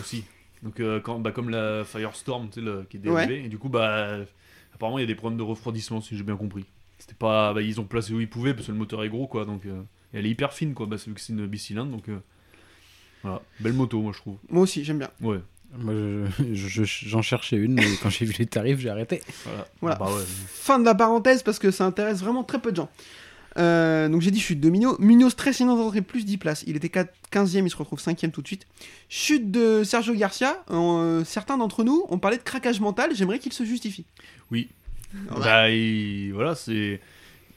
Speaker 4: aussi. Donc, euh, quand, bah, comme la Firestorm, tu sais, le- qui est dérivée. Et du coup, bah, apparemment, il y a des problèmes de refroidissement, si j'ai bien compris. C'était pas, bah, ils ont placé où ils pouvaient parce que le moteur est gros, quoi. Donc, euh, et elle est hyper fine, quoi. Bah, c'est vu que c'est une bicylindre, donc euh, voilà, belle moto, moi je trouve.
Speaker 2: Moi aussi, j'aime bien.
Speaker 4: Ouais,
Speaker 3: Moi, je- je- je- j'en cherchais une, mais quand j'ai vu les tarifs, j'ai arrêté.
Speaker 4: voilà.
Speaker 2: Voilà.
Speaker 4: Bah ouais.
Speaker 2: Fin de la parenthèse parce que ça intéresse vraiment très peu de gens. Euh, donc j'ai dit chute de Mino. Mino stressant d'entrée plus 10 places. Il était 4 15e, il se retrouve 5e tout de suite. Chute de Sergio Garcia. Euh, certains d'entre nous ont parlé de craquage mental, j'aimerais qu'il se justifie. <laughs> Ouais.
Speaker 4: Bah, il- voilà, c'est.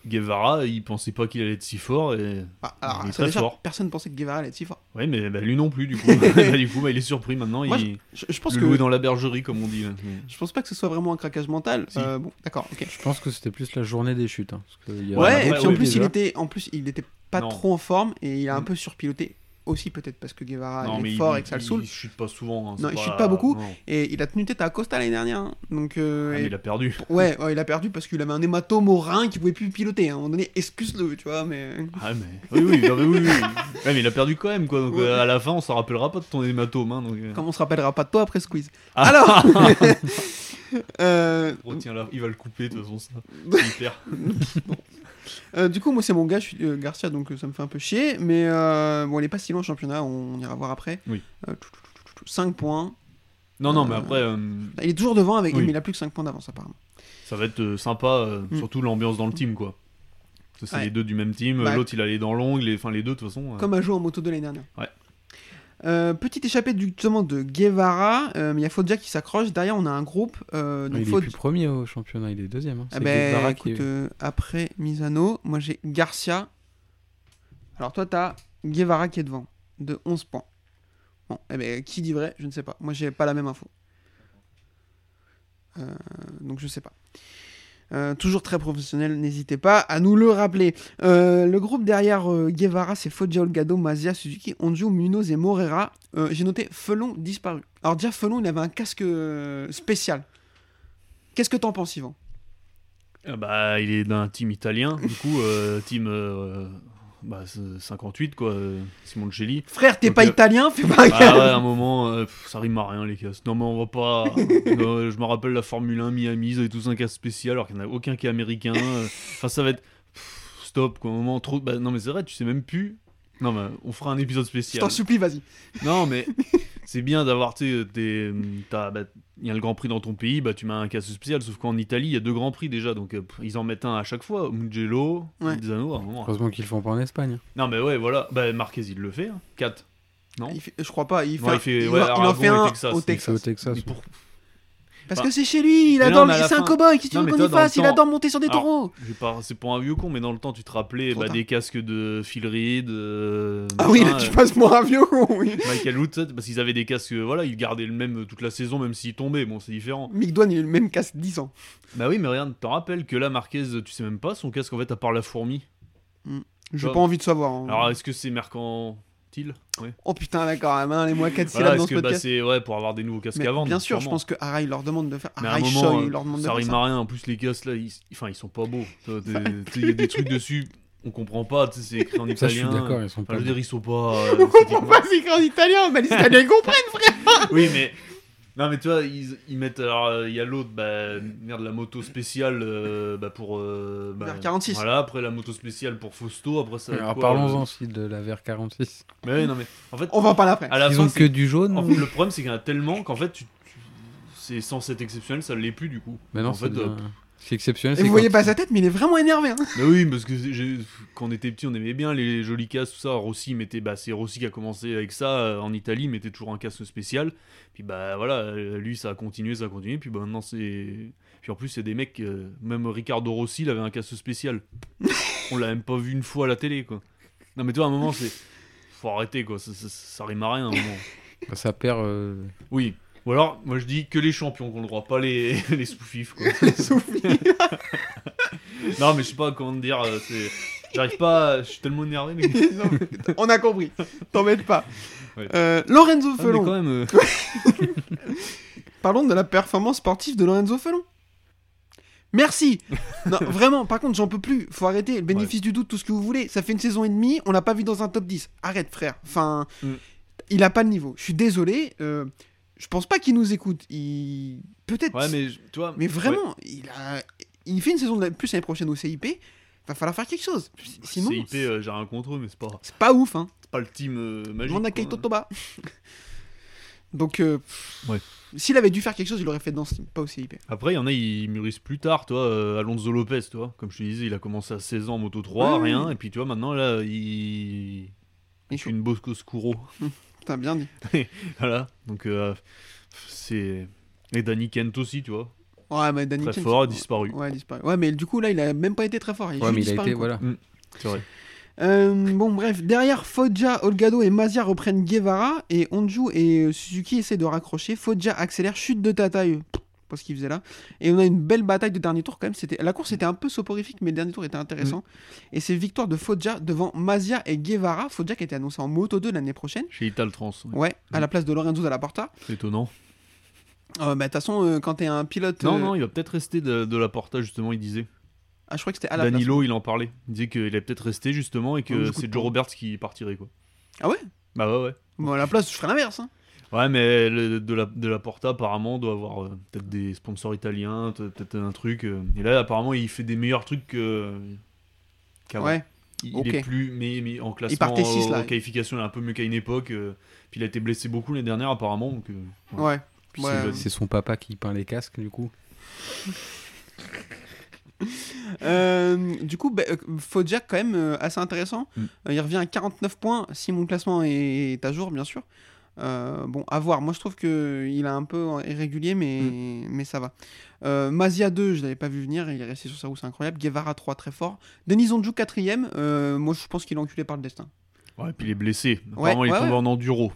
Speaker 4: Guevara, il pensait pas qu'il allait être si fort et.
Speaker 2: Ah, alors,
Speaker 4: Il est
Speaker 2: ça,
Speaker 4: très
Speaker 2: déjà,
Speaker 4: fort.
Speaker 2: personne pensait que Guevara allait être si fort.
Speaker 4: Ouais, mais bah, lui non plus,
Speaker 2: <laughs>
Speaker 4: du coup. Bah, du coup, bah, il est surpris maintenant.
Speaker 2: Moi,
Speaker 4: il...
Speaker 2: Je, je pense
Speaker 4: le
Speaker 2: que.
Speaker 4: loup est dans la bergerie, comme on dit. là.
Speaker 2: Je pense pas que ce soit vraiment un craquage mental.
Speaker 4: Si.
Speaker 2: Euh, bon, d'accord, ok.
Speaker 3: Je pense que c'était plus la journée des chutes. hein, parce que il y a-
Speaker 2: Ouais,
Speaker 4: Ouais,
Speaker 2: et
Speaker 4: ouais,
Speaker 2: puis en
Speaker 4: ouais,
Speaker 2: plus, il
Speaker 3: déjà.
Speaker 2: était, en plus, il était pas
Speaker 4: Non.
Speaker 2: trop en forme et il a un
Speaker 4: Mm.
Speaker 2: peu surpiloté aussi, peut-être parce que Guevara
Speaker 4: Non,
Speaker 2: Ah, il
Speaker 4: mais
Speaker 2: est
Speaker 4: il-
Speaker 2: fort et que ça le
Speaker 4: il-
Speaker 2: saoule.
Speaker 4: Il chute pas souvent. hein, c'est
Speaker 2: Non, il chute pas beaucoup.
Speaker 4: non.
Speaker 2: Et il a tenu tête à Acosta l'année dernière. hein. Donc, euh,
Speaker 4: Ah,
Speaker 2: et-
Speaker 4: mais il
Speaker 2: <laughs>
Speaker 4: a perdu.
Speaker 2: ouais, ouais, il a perdu parce qu'il avait un hématome au rein qu'il pouvait plus piloter. hein. À un moment donné, excuse-le, tu vois, mais.
Speaker 4: Ah, mais... Oui, oui, non,
Speaker 2: <laughs>
Speaker 4: mais oui, oui. Ouais, mais il a perdu quand même. Quoi. Donc,
Speaker 2: Ouais.
Speaker 4: euh, à la fin, on s'en rappellera pas de ton hématome. Hein, donc, euh,
Speaker 2: Comme on se rappellera pas de toi après ce quiz.
Speaker 4: Ah.
Speaker 2: Alors
Speaker 4: <laughs>
Speaker 2: <laughs> Euh,
Speaker 4: retiens la- Oh, il va le couper de toute façon. Ça. Il perd.
Speaker 2: euh, Du coup, moi, c'est mon gars, je suis euh, Garcia, donc euh, ça me fait un peu chier. Mais euh, bon, il est pas si loin au championnat, on, ira voir après. Euh,
Speaker 4: Oui.
Speaker 2: 5 points.
Speaker 4: Non, non, mais après, euh,
Speaker 2: Il est toujours devant avec
Speaker 4: Oui.
Speaker 2: mais il a plus que 5 points d'avance, apparemment.
Speaker 4: ça va être euh, sympa. euh,
Speaker 2: Mm.
Speaker 4: Surtout l'ambiance dans le team. quoi. Parce que C'est
Speaker 2: Ouais.
Speaker 4: les deux du même team. euh,
Speaker 2: Bah,
Speaker 4: L'autre, il allait dans l'ongle. et- Enfin, les deux, de toute façon. euh,
Speaker 2: Comme à jouer en moto de l'année dernière.
Speaker 4: Ouais.
Speaker 2: Euh, petite échappée du- justement de Guevara, euh, mais il y a Foggia qui s'accroche. Derrière, on a un groupe. euh,
Speaker 3: Ah,
Speaker 2: donc
Speaker 3: il est
Speaker 2: Foggia-
Speaker 3: plus premier au championnat, il est deuxième. hein.
Speaker 2: Ah
Speaker 3: C'est
Speaker 2: ben,
Speaker 3: Guevara qui
Speaker 2: écoute,
Speaker 3: est-
Speaker 2: euh, après Misano, moi j'ai Garcia. Alors toi, t'as Guevara qui est devant, de 11 points. Bon, eh ben, qui dit vrai Je ne sais pas. Moi, j'ai pas la même info. Euh, donc, je sais pas. Euh, toujours très professionnel, n'hésitez pas à nous le rappeler. Euh, le groupe derrière euh, Guevara, c'est Foggia Olgado, Mazia, Suzuki, Onju, Munoz et Morera. Euh, j'ai noté Felon disparu. Alors, déjà, Felon, il avait un casque euh, spécial. Qu'est-ce que t'en penses, Yvan
Speaker 4: Ah Bah, il est d'un team italien, du coup, euh, team euh, bah, c'est 58, quoi, euh, Simoncelli.
Speaker 2: Frère, t'es
Speaker 4: Donc,
Speaker 2: pas
Speaker 4: euh,
Speaker 2: italien, fais pas
Speaker 4: Ah ouais,
Speaker 2: <laughs> gaffe.
Speaker 4: à un moment, euh, pff, ça rime à rien, les casques. Non, mais on
Speaker 2: <laughs>
Speaker 4: va pas. Non, je me rappelle la Formule 1 Miami, ils avaient tous un casque spécial, alors qu'il n'y en a aucun qui est américain. euh. Enfin, ça va être. pff, stop, quoi, à un moment, trop. Bah, non, mais c'est vrai, tu sais même plus. Non, mais on fera un épisode
Speaker 2: Je
Speaker 4: spécial.
Speaker 2: t'en supplie, vas-y.
Speaker 4: Non,
Speaker 2: <laughs>
Speaker 4: mais c'est bien d'avoir, tu sais, t'es- t'as- bah, il y a le Grand Prix dans ton pays, bah, tu mets un casque spécial, sauf qu'en Italie, il y a deux Grands Prix déjà, donc euh, pff, ils en mettent un à chaque fois, Mugello,
Speaker 2: Ouais.
Speaker 4: Misano, à un moment.
Speaker 3: Heureusement qu'ils le font pas en Espagne. hein.
Speaker 4: Non, mais ouais, voilà, bah, Marquez, il le fait, 4. Non
Speaker 2: Il fait- je crois pas, il, fait,
Speaker 4: Ouais, il fait-
Speaker 2: il
Speaker 4: ouais,
Speaker 2: en- il en
Speaker 4: Aragon
Speaker 2: fait
Speaker 4: et
Speaker 2: un
Speaker 4: Texas.
Speaker 2: au
Speaker 4: Il fait
Speaker 3: C'est au
Speaker 2: Texas.
Speaker 3: Texas.
Speaker 4: Mais pour-
Speaker 2: Parce
Speaker 4: Bah.
Speaker 2: que c'est chez lui, il
Speaker 4: Mais non,
Speaker 2: adore.
Speaker 4: mais à la
Speaker 2: C'est un
Speaker 4: fin-
Speaker 2: cow-boy, qu'est-ce que
Speaker 4: Non,
Speaker 2: tu
Speaker 4: mais
Speaker 2: veux qu'on
Speaker 4: toi,
Speaker 2: y
Speaker 4: dans le
Speaker 2: fasse Il
Speaker 4: temps-
Speaker 2: adore monter sur des
Speaker 4: Alors,
Speaker 2: taureaux.
Speaker 4: Je vais pas- C'est pas un vieux con, mais dans le temps, tu te rappelais
Speaker 2: Trop
Speaker 4: bah,
Speaker 2: tard.
Speaker 4: des casques de Phil Reed, euh,
Speaker 2: Ah oui, là,
Speaker 4: machin,
Speaker 2: tu
Speaker 4: euh,
Speaker 2: passes pour un vieux con, <laughs> oui.
Speaker 4: Michael Wood, ça, parce qu'ils avaient des casques, euh, voilà, ils gardaient le même euh, toute la saison, même s'ils tombaient. Bon, c'est différent.
Speaker 2: Mick Dwan, il a eu le même casque 10 ans.
Speaker 4: Bah oui, mais regarde, t'en rappelles que là, Marquez, tu sais même pas son casque en fait, à part la fourmi.
Speaker 2: J'ai
Speaker 4: Bah.
Speaker 2: pas envie de savoir. hein.
Speaker 4: Alors, est-ce que c'est mercantile Ouais.
Speaker 2: Oh putain, d'accord, maintenant les moins 4
Speaker 4: Voilà,
Speaker 2: syllabes dans ce
Speaker 4: est-ce que bah,
Speaker 2: podcast.
Speaker 4: c'est ouais, pour avoir des nouveaux casques
Speaker 2: Mais
Speaker 4: à vendre
Speaker 2: bien sûr, je
Speaker 4: sûrement.
Speaker 2: pense que Hara, il leur demande de faire.
Speaker 4: Mais à un
Speaker 2: Hara, il
Speaker 4: moment,
Speaker 2: Shoy, il
Speaker 4: euh,
Speaker 2: leur demande de
Speaker 4: ça
Speaker 2: faire
Speaker 4: rime
Speaker 2: ça.
Speaker 4: à rien. En plus, les casques là, ils, enfin, ils sont
Speaker 2: <laughs>
Speaker 4: pas beaux. Toi, t'es- t'es- Il y a des trucs dessus, on comprend pas. tu sais, C'est écrit en
Speaker 3: Ça, je suis
Speaker 4: italien.
Speaker 3: d'accord, ils sont pas.
Speaker 4: Enfin, je veux dire, ils sont pas.
Speaker 2: <laughs>
Speaker 4: euh,
Speaker 2: Pourquoi pas s'écrire en italien Mais les Italiens ils
Speaker 4: <laughs>
Speaker 2: comprennent
Speaker 4: oui, mais. Non, mais tu vois, ils, ils mettent. Alors, euh, il y a l'autre, bah, merde, la moto spéciale euh, bah, pour. euh, bah,
Speaker 2: VR46.
Speaker 4: Voilà, après la moto spéciale pour Fausto, après ça.
Speaker 3: Alors
Speaker 4: quoi,
Speaker 3: parlons-en
Speaker 4: euh,
Speaker 3: aussi de la VR46.
Speaker 4: Mais non, mais. En fait,
Speaker 2: On va en parler après.
Speaker 4: à la
Speaker 3: Ils
Speaker 4: fin,
Speaker 3: ont
Speaker 4: c'est-
Speaker 3: que du jaune
Speaker 4: en
Speaker 3: ou-
Speaker 4: fait, le problème, c'est qu'il y en a tellement qu'en fait, tu. tu- C'est sans cette exceptionnel, ça l'est plus du coup.
Speaker 3: Mais non,
Speaker 4: en fait,
Speaker 3: c'est
Speaker 4: euh,
Speaker 3: Ce qui est exceptionnel,
Speaker 2: Et
Speaker 3: c'est
Speaker 2: vous voyez
Speaker 3: quand-
Speaker 2: pas sa tête, mais il est vraiment énervé. hein.
Speaker 4: Mais oui, parce que j'ai- quand on était petit, on aimait bien les jolis casques, tout ça. Rossi mettait, bah, c'est Rossi qui a commencé avec ça euh, en Italie, il mettait toujours un casque spécial. Puis bah voilà, euh, lui ça a continué, ça a continué. Puis bah maintenant c'est, puis en plus c'est des mecs, euh, même Ricardo Rossi, il avait un casque spécial. on l'a même pas vu une fois à la télé, quoi. Non mais toi à un moment c'est, faut arrêter quoi, ça, ça, ça rime à rien. À un moment.
Speaker 3: ça perd. euh,
Speaker 4: Oui. Ou alors, moi je dis que les champions qu'on le droit, pas les <laughs> les sous-fifs, quoi.
Speaker 2: Sophie.
Speaker 4: <laughs> non mais je sais pas comment te dire, euh, c'est, j'arrive pas, à- je suis tellement énervé. Mais...
Speaker 2: Non, mais On a compris. T'embête pas.
Speaker 4: Ouais.
Speaker 2: Euh, Lorenzo
Speaker 4: Ah, mais
Speaker 2: Felon.
Speaker 4: quand même. euh,
Speaker 2: Parlons de la performance sportive de Lorenzo Felon.
Speaker 4: <laughs>
Speaker 2: Merci. Non, vraiment, par contre, j'en peux plus. Faut arrêter. Le bénéfice du doute, tout ce que vous voulez. Ça fait une saison et demie, on l'a pas vu dans un top 10. Arrête, frère. Enfin,
Speaker 4: Mm.
Speaker 2: il a pas le niveau. Je suis désolé. euh, je pense pas qu'il nous écoute. Il... Peut-être.
Speaker 4: Ouais, mais je- tu vois.
Speaker 2: Mais
Speaker 4: ouais,
Speaker 2: vraiment, il, a... il fait une saison de plus l'année prochaine au CIP. Va falloir faire quelque chose. Sinon,
Speaker 4: CIP, euh, j'ai rien contre eux, mais c'est pas,
Speaker 2: c'est pas ouf. Hein.
Speaker 4: c'est pas le team euh, magique.
Speaker 2: Demande à
Speaker 4: quoi.
Speaker 2: Kaito Toba. <laughs> Donc, euh,
Speaker 4: Ouais.
Speaker 2: s'il avait dû faire quelque chose, il l'aurait fait dans ce team, pas au CIP.
Speaker 4: Après, il y en a, ils mûrissent plus tard, toi. euh, Alonso Lopez, toi. Comme je te disais, il a commencé à 16 ans en moto 3,
Speaker 2: Oui, oui,
Speaker 4: rien.
Speaker 2: oui.
Speaker 4: Et puis, tu vois, maintenant, là, il.
Speaker 2: Il est
Speaker 4: Je suis une Bosco Scuro.
Speaker 2: Putain, bien dit.
Speaker 4: voilà. Donc, euh, c'est. Et Danny Kent aussi, tu vois.
Speaker 2: Ouais, mais Danny
Speaker 4: Très
Speaker 2: Chen,
Speaker 4: fort,
Speaker 2: c'est-
Speaker 4: disparu.
Speaker 2: Ouais, disparu. Ouais, mais du coup, là, il a même pas été très fort. Il a
Speaker 3: Ouais,
Speaker 2: juste
Speaker 3: mais il a
Speaker 2: disparu,
Speaker 3: été.
Speaker 2: quoi.
Speaker 3: Voilà.
Speaker 4: C'est vrai.
Speaker 2: Euh, bon, bref, derrière Foggia, Olgado et Mazia reprennent Guevara et Onju et euh, Suzuki essaient de raccrocher. Foggia accélère, chute de Tataï. Pas ce qu'il faisait là. Et on a une belle bataille de dernier tour quand même. C'était... La course était un peu soporifique, mais le dernier tour était intéressant.
Speaker 4: Mm.
Speaker 2: Et c'est victoire de Foggia devant Mazia et Guevara. Foggia qui a été annoncé en Moto 2 l'année prochaine.
Speaker 4: Chez Ital Trans. ouais.
Speaker 2: Ouais, à la place de Lorenzo Dalla Porta.
Speaker 4: C'est étonnant.
Speaker 2: Euh, bah, de toute façon, euh, quand t'es un pilote.
Speaker 4: Non,
Speaker 2: euh,
Speaker 4: non, il va peut-être rester de, de la Porta, justement, il disait.
Speaker 2: Ah, je crois que c'était à la place.
Speaker 4: Danilo, il en parlait. Il disait qu'il allait peut-être rester, justement, et
Speaker 2: Oh, je
Speaker 4: que
Speaker 2: coûte
Speaker 4: c'est
Speaker 2: pas.
Speaker 4: Joe Roberts qui partirait, quoi.
Speaker 2: Ah ouais
Speaker 4: Bah ouais, ouais.
Speaker 2: Bon, à la place, je ferais l'inverse. hein.
Speaker 4: Ouais, mais le- de, la, de la Porta, apparemment, doit avoir euh, peut-être des sponsors italiens, peut- peut-être un truc. euh. et là, apparemment, il fait des meilleurs trucs que- qu'avant.
Speaker 2: Ouais.
Speaker 4: il,
Speaker 2: ok.
Speaker 4: il est plus, mais, mais en classement, euh,
Speaker 2: partait six, là.
Speaker 4: en qualification, il est un peu mieux qu'à une époque. euh. puis il a été blessé beaucoup l'année dernière, apparemment. Donc, euh, ouais.
Speaker 2: Ouais.
Speaker 3: Puis
Speaker 2: Ouais.
Speaker 3: c'est- C'est son papa qui peint les casques, du coup.
Speaker 2: Euh, du coup, bah, euh, Foggia, quand même, euh, assez intéressant.
Speaker 4: Mm.
Speaker 2: Euh, il revient à 49 points si mon classement est, est à jour, bien sûr. Euh, bon, à voir. Moi, je trouve que il a un peu irrégulier, mais,
Speaker 4: Mm.
Speaker 2: mais ça va. Euh, Mazia 2, je l'avais pas vu venir. Il est resté sur sa roue, c'est incroyable. Guevara 3, très fort. Denis Onjou 4 e Moi, je pense qu'il est enculé par le destin.
Speaker 4: Ouais, puis il est blessé.
Speaker 2: Ouais,
Speaker 4: Apparemment, il
Speaker 2: ouais,
Speaker 4: est tombé
Speaker 2: ouais.
Speaker 4: en enduro.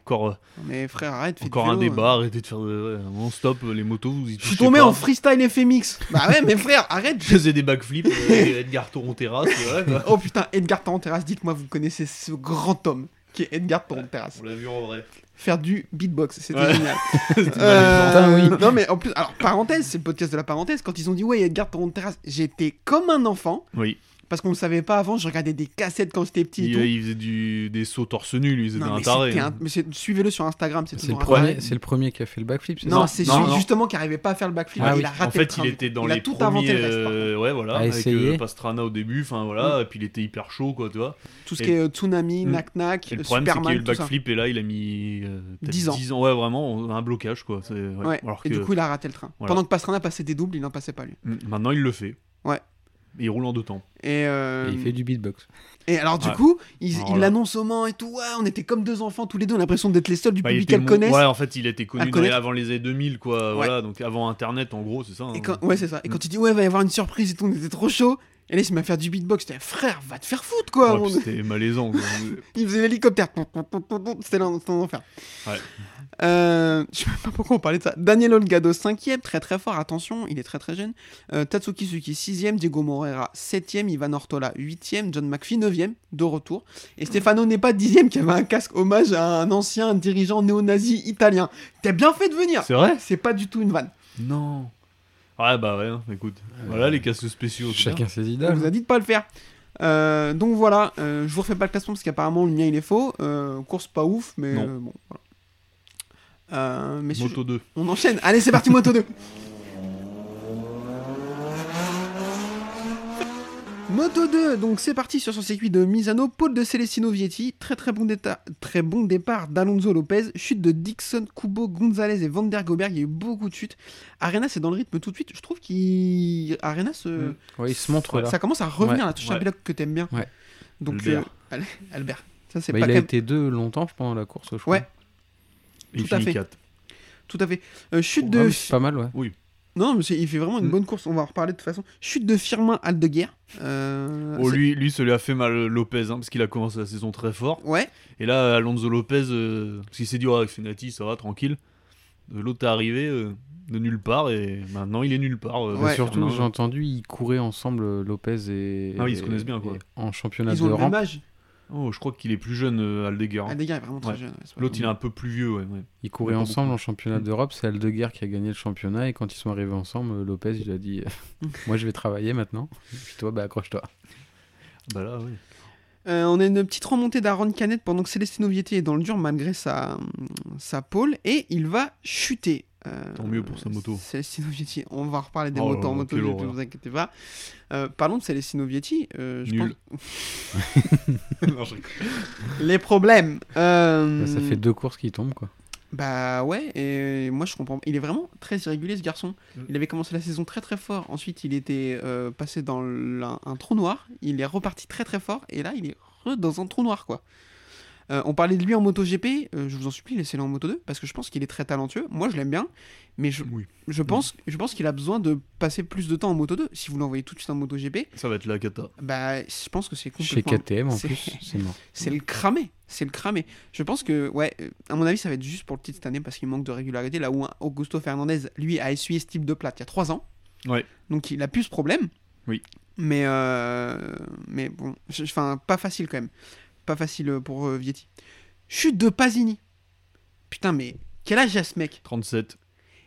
Speaker 4: Encore, euh,
Speaker 2: Mais frère, arrête. fais du
Speaker 4: encore un
Speaker 2: vélo, hein.
Speaker 4: débat, arrêtez de faire. de- ouais, on stop, euh, les motos, vous
Speaker 2: Je
Speaker 4: y
Speaker 2: suis
Speaker 4: touchez
Speaker 2: tombé
Speaker 4: pas.
Speaker 2: en freestyle FMX. bah ouais, mais frère, arrête.
Speaker 4: <laughs> Je faisais des backflips, euh, Edgar Toron terrasse, ouais, bah,
Speaker 2: <laughs> Oh putain, Edgar Torrenterrasse, dites-moi, vous connaissez ce grand homme qui est Edgar Torrenterrasse.
Speaker 4: on l'a vu en vrai.
Speaker 2: Faire du beatbox, c'était
Speaker 4: Ouais.
Speaker 2: génial.
Speaker 4: <laughs> C'était
Speaker 2: Euh,
Speaker 4: malaisant.
Speaker 2: Non mais en plus, alors parenthèse, c'est le podcast de la parenthèse. Quand ils ont dit ouais Edgar Torrenterrasse, j'étais comme un enfant
Speaker 4: Oui.
Speaker 2: parce qu'on ne savait pas avant. Je regardais des cassettes quand j'étais petit. Et
Speaker 4: Il,
Speaker 2: tout.
Speaker 4: il faisait du, des sauts torse nu, lui, il faisait
Speaker 2: Non,
Speaker 4: un
Speaker 2: mais
Speaker 4: taré.
Speaker 2: c'était un-
Speaker 4: hein.
Speaker 2: mais c'est- suivez-le sur Instagram, c'est
Speaker 3: C'est le,
Speaker 2: toujours un
Speaker 3: premier-
Speaker 2: taré.
Speaker 3: c'est le premier qui a fait le backflip, c'est
Speaker 2: Non,
Speaker 3: ça
Speaker 2: c'est
Speaker 4: Non,
Speaker 2: ju-
Speaker 4: non.
Speaker 2: justement qui arrivait pas à faire le backflip.
Speaker 3: Ah oui.
Speaker 2: Il a
Speaker 4: En
Speaker 2: raté le
Speaker 4: fait,
Speaker 2: train.
Speaker 4: il était dans
Speaker 2: il
Speaker 4: les
Speaker 2: a tout
Speaker 4: premiers,
Speaker 2: inventé le reste, par contre. Mm.
Speaker 4: euh, ouais, voilà,
Speaker 3: À
Speaker 4: avec
Speaker 3: essayer.
Speaker 4: euh, Pastrana au début, enfin voilà, et puis il était hyper chaud, quoi, tu vois.
Speaker 2: Tout ce
Speaker 4: et-
Speaker 2: qui est euh, tsunami,
Speaker 4: Mm.
Speaker 2: knack knack,
Speaker 4: Et le
Speaker 2: euh,
Speaker 4: problème, c'est qu'il y a
Speaker 2: Superman,
Speaker 4: eu le
Speaker 2: tout ça.
Speaker 4: backflip, et là, il a mis euh, peut-être
Speaker 2: 10 ans.
Speaker 4: ouais, vraiment, on- un blocage, quoi. c'est- ouais.
Speaker 2: Ouais.
Speaker 4: Alors
Speaker 2: Et
Speaker 4: que
Speaker 2: du coup, il a raté le train.
Speaker 4: Voilà.
Speaker 2: Pendant que Pastrana passait des doubles, il n'en passait pas lui.
Speaker 4: mm, maintenant, il le fait.
Speaker 2: Ouais.
Speaker 4: Et il roule en deux temps.
Speaker 2: Et, euh,
Speaker 3: Et il fait du beatbox.
Speaker 2: et alors, du
Speaker 4: Ouais.
Speaker 2: coup, ils
Speaker 4: Alors
Speaker 2: ils
Speaker 4: là.
Speaker 2: l'annoncent au Mans et tout. Ouais, on était comme deux enfants tous les deux, on a l'impression d'être les seuls du
Speaker 4: Bah, il
Speaker 2: public
Speaker 4: était
Speaker 2: à le Ah,
Speaker 4: mon-
Speaker 2: connaître.
Speaker 4: Ouais, en fait, il était connu dans les-
Speaker 2: connaître.
Speaker 4: avant les années 2000, quoi. Voilà, donc avant Internet, en gros, c'est ça. hein.
Speaker 2: Et quand, ouais, c'est ça. Et quand tu dis, ouais, va y avoir une surprise et tout, on était trop chaud. Et là, il se met à faire du beatbox. T'es frère, va te faire foutre, quoi.
Speaker 4: Ouais, puis
Speaker 2: On-
Speaker 4: C'était malaisant. quoi.
Speaker 2: <laughs> Il faisait l'hélicoptère. Ton, ton, ton, ton, ton. C'était l'en- c'était un enfer.
Speaker 4: Ouais.
Speaker 2: Euh, je sais même pas pourquoi on parlait de ça. Daniel Olgado, 5ème, très très fort, attention, il est très très jeune. Euh, Tatsuki Suki, 6ème. Diego Moreira, 7ème. Ivan Ortola, 8ème. John McPhee, 9ème, de retour. Et Stefano n'est pas 10ème, qui avait un casque hommage à un ancien dirigeant néo-nazi italien. T'as bien fait de venir.
Speaker 4: c'est vrai
Speaker 2: C'est pas du tout une vanne.
Speaker 4: Non. Ouais, bah ouais, hein, écoute. Voilà les casques spéciaux. c'est bien.
Speaker 3: Chacun ses hein.
Speaker 2: On
Speaker 3: idoles.
Speaker 2: vous a dit de pas le faire. Euh, donc voilà, euh, je vous refais pas le classement parce qu'apparemment le mien il est faux. Euh, course pas ouf, mais
Speaker 4: Non.
Speaker 2: euh, bon, voilà. Euh, mais
Speaker 4: Moto 2.
Speaker 2: on enchaîne. Allez, c'est parti, Moto 2. Moto 2, donc c'est parti sur son circuit de Misano, pôle de Celestino Vietti, très très bon, déta- très bon départ d'Alonso Lopez, chute de Dixon, Kubo, Gonzalez et Van der Goberg, il y a eu beaucoup de chutes. Arenas est dans le rythme tout de suite, je trouve qu'il... Arenas... euh,
Speaker 3: Ouais, il se montre là.
Speaker 2: ça commence à revenir
Speaker 3: Ouais.
Speaker 2: la touche
Speaker 4: Ouais.
Speaker 2: à bloc que t'aimes bien.
Speaker 3: Ouais.
Speaker 2: Donc
Speaker 4: Albert.
Speaker 2: euh, Al- Albert, ça c'est
Speaker 3: Bah,
Speaker 2: pas
Speaker 3: il
Speaker 2: quand
Speaker 3: a
Speaker 2: même-
Speaker 3: été deux longtemps, je pense, dans la course, je crois.
Speaker 2: Ouais.
Speaker 4: Et il
Speaker 2: Tout à
Speaker 4: finit
Speaker 2: fait.
Speaker 4: 4.
Speaker 2: tout à fait. Euh, chute
Speaker 3: Ah,
Speaker 2: de
Speaker 3: mais c'est pas mal, ouais.
Speaker 2: non mais c'est- il fait vraiment une
Speaker 4: Mm.
Speaker 2: bonne course. On va en reparler de toute façon. Chute de Firmin Aldeguer. Euh,
Speaker 4: Oh,
Speaker 2: c'est-
Speaker 4: lui, lui, ça lui a fait mal euh, Lopez, hein, parce qu'il a commencé la saison très fort.
Speaker 2: Ouais.
Speaker 4: Et là, Alonso Lopez, euh, parce qu'il s'est dit, ouais, Fenati, ça va, tranquille. Euh, L'autre est arrivé euh, de nulle part, et maintenant il est nulle part. euh,
Speaker 2: Ouais.
Speaker 4: Fernand.
Speaker 3: Surtout, j'ai entendu, ils couraient ensemble, euh, Lopez et.
Speaker 4: Ah oui, ils se
Speaker 3: et-
Speaker 4: connaissent bien, quoi.
Speaker 3: et- En championnat
Speaker 2: Ils
Speaker 3: de
Speaker 2: ont le même
Speaker 3: rampe.
Speaker 2: âge.
Speaker 4: Oh, je crois qu'il est plus jeune, euh, Aldeguer. hein.
Speaker 2: Aldeguer est vraiment très
Speaker 4: Ouais.
Speaker 2: jeune. ouais, c'est pas
Speaker 4: L'autre, il est un peu plus vieux, ouais. ouais.
Speaker 3: Ils couraient
Speaker 4: pas
Speaker 3: ensemble
Speaker 4: beaucoup.
Speaker 3: en championnat
Speaker 4: Mm.
Speaker 3: d'Europe. C'est Aldeguer qui a gagné le championnat. Et quand ils sont arrivés ensemble, euh, Lopez, il a dit euh,
Speaker 2: <laughs>
Speaker 3: Moi, je vais travailler maintenant. Et Puis toi, bah, accroche-toi.
Speaker 4: Bah là, oui.
Speaker 2: Euh, on a une petite remontée d'Aaron Canet pendant que Celestino Vietti est dans le dur malgré sa, sa pole et il va chuter. Euh,
Speaker 4: Tant mieux pour sa moto.
Speaker 2: Celestino Vietti, on va reparler des
Speaker 4: Oh là
Speaker 2: motos en
Speaker 4: là,
Speaker 2: moto,
Speaker 4: quelle
Speaker 2: ne
Speaker 4: horreur.
Speaker 2: vous inquiétez pas. Euh, parlons de Celestino Vietti. euh, je
Speaker 4: Nul.
Speaker 2: pense- Les problèmes. euh,
Speaker 3: Bah, ça fait deux courses qui tombent, quoi.
Speaker 2: Bah ouais, et moi je comprends. Il est vraiment très irrégulier ce garçon.
Speaker 3: Mm.
Speaker 2: Il avait commencé la saison très très fort. Ensuite, il était euh, passé dans l- un, un trou noir. Il est reparti très très fort. Et là, il est re dans un trou noir quoi. Euh, on parlait de lui en MotoGP. euh, je vous en supplie, laissez-le en Moto 2 parce que je pense qu'il est très talentueux. Moi, je l'aime bien, mais je,
Speaker 4: Oui.
Speaker 2: je
Speaker 3: Mm.
Speaker 2: pense, je pense qu'il a besoin de passer plus de temps en Moto 2. Si vous l'envoyez tout de suite en MotoGP,
Speaker 4: <laughs> Ça va être la cata.
Speaker 2: bah je pense que c'est
Speaker 3: Chez
Speaker 2: complètement
Speaker 3: KTM, en
Speaker 2: c'est- <laughs>
Speaker 3: plus, c'est mort.
Speaker 2: c'est le cramer, c'est le cramer. Je pense que, ouais, euh, à mon avis, ça va être juste pour le titre cette année parce qu'il manque de régularité. Là où un Augusto Fernandez, lui, a essuyé ce type de plate il y a 3 ans.
Speaker 4: Ouais.
Speaker 2: Donc il a plus ce problème.
Speaker 4: Oui.
Speaker 2: Mais, euh, mais bon, je- je- enfin, pas facile quand même. Pas facile euh, pour euh, Vietti. Chute de Pasini. Putain, mais quel âge a ce mec
Speaker 4: 37,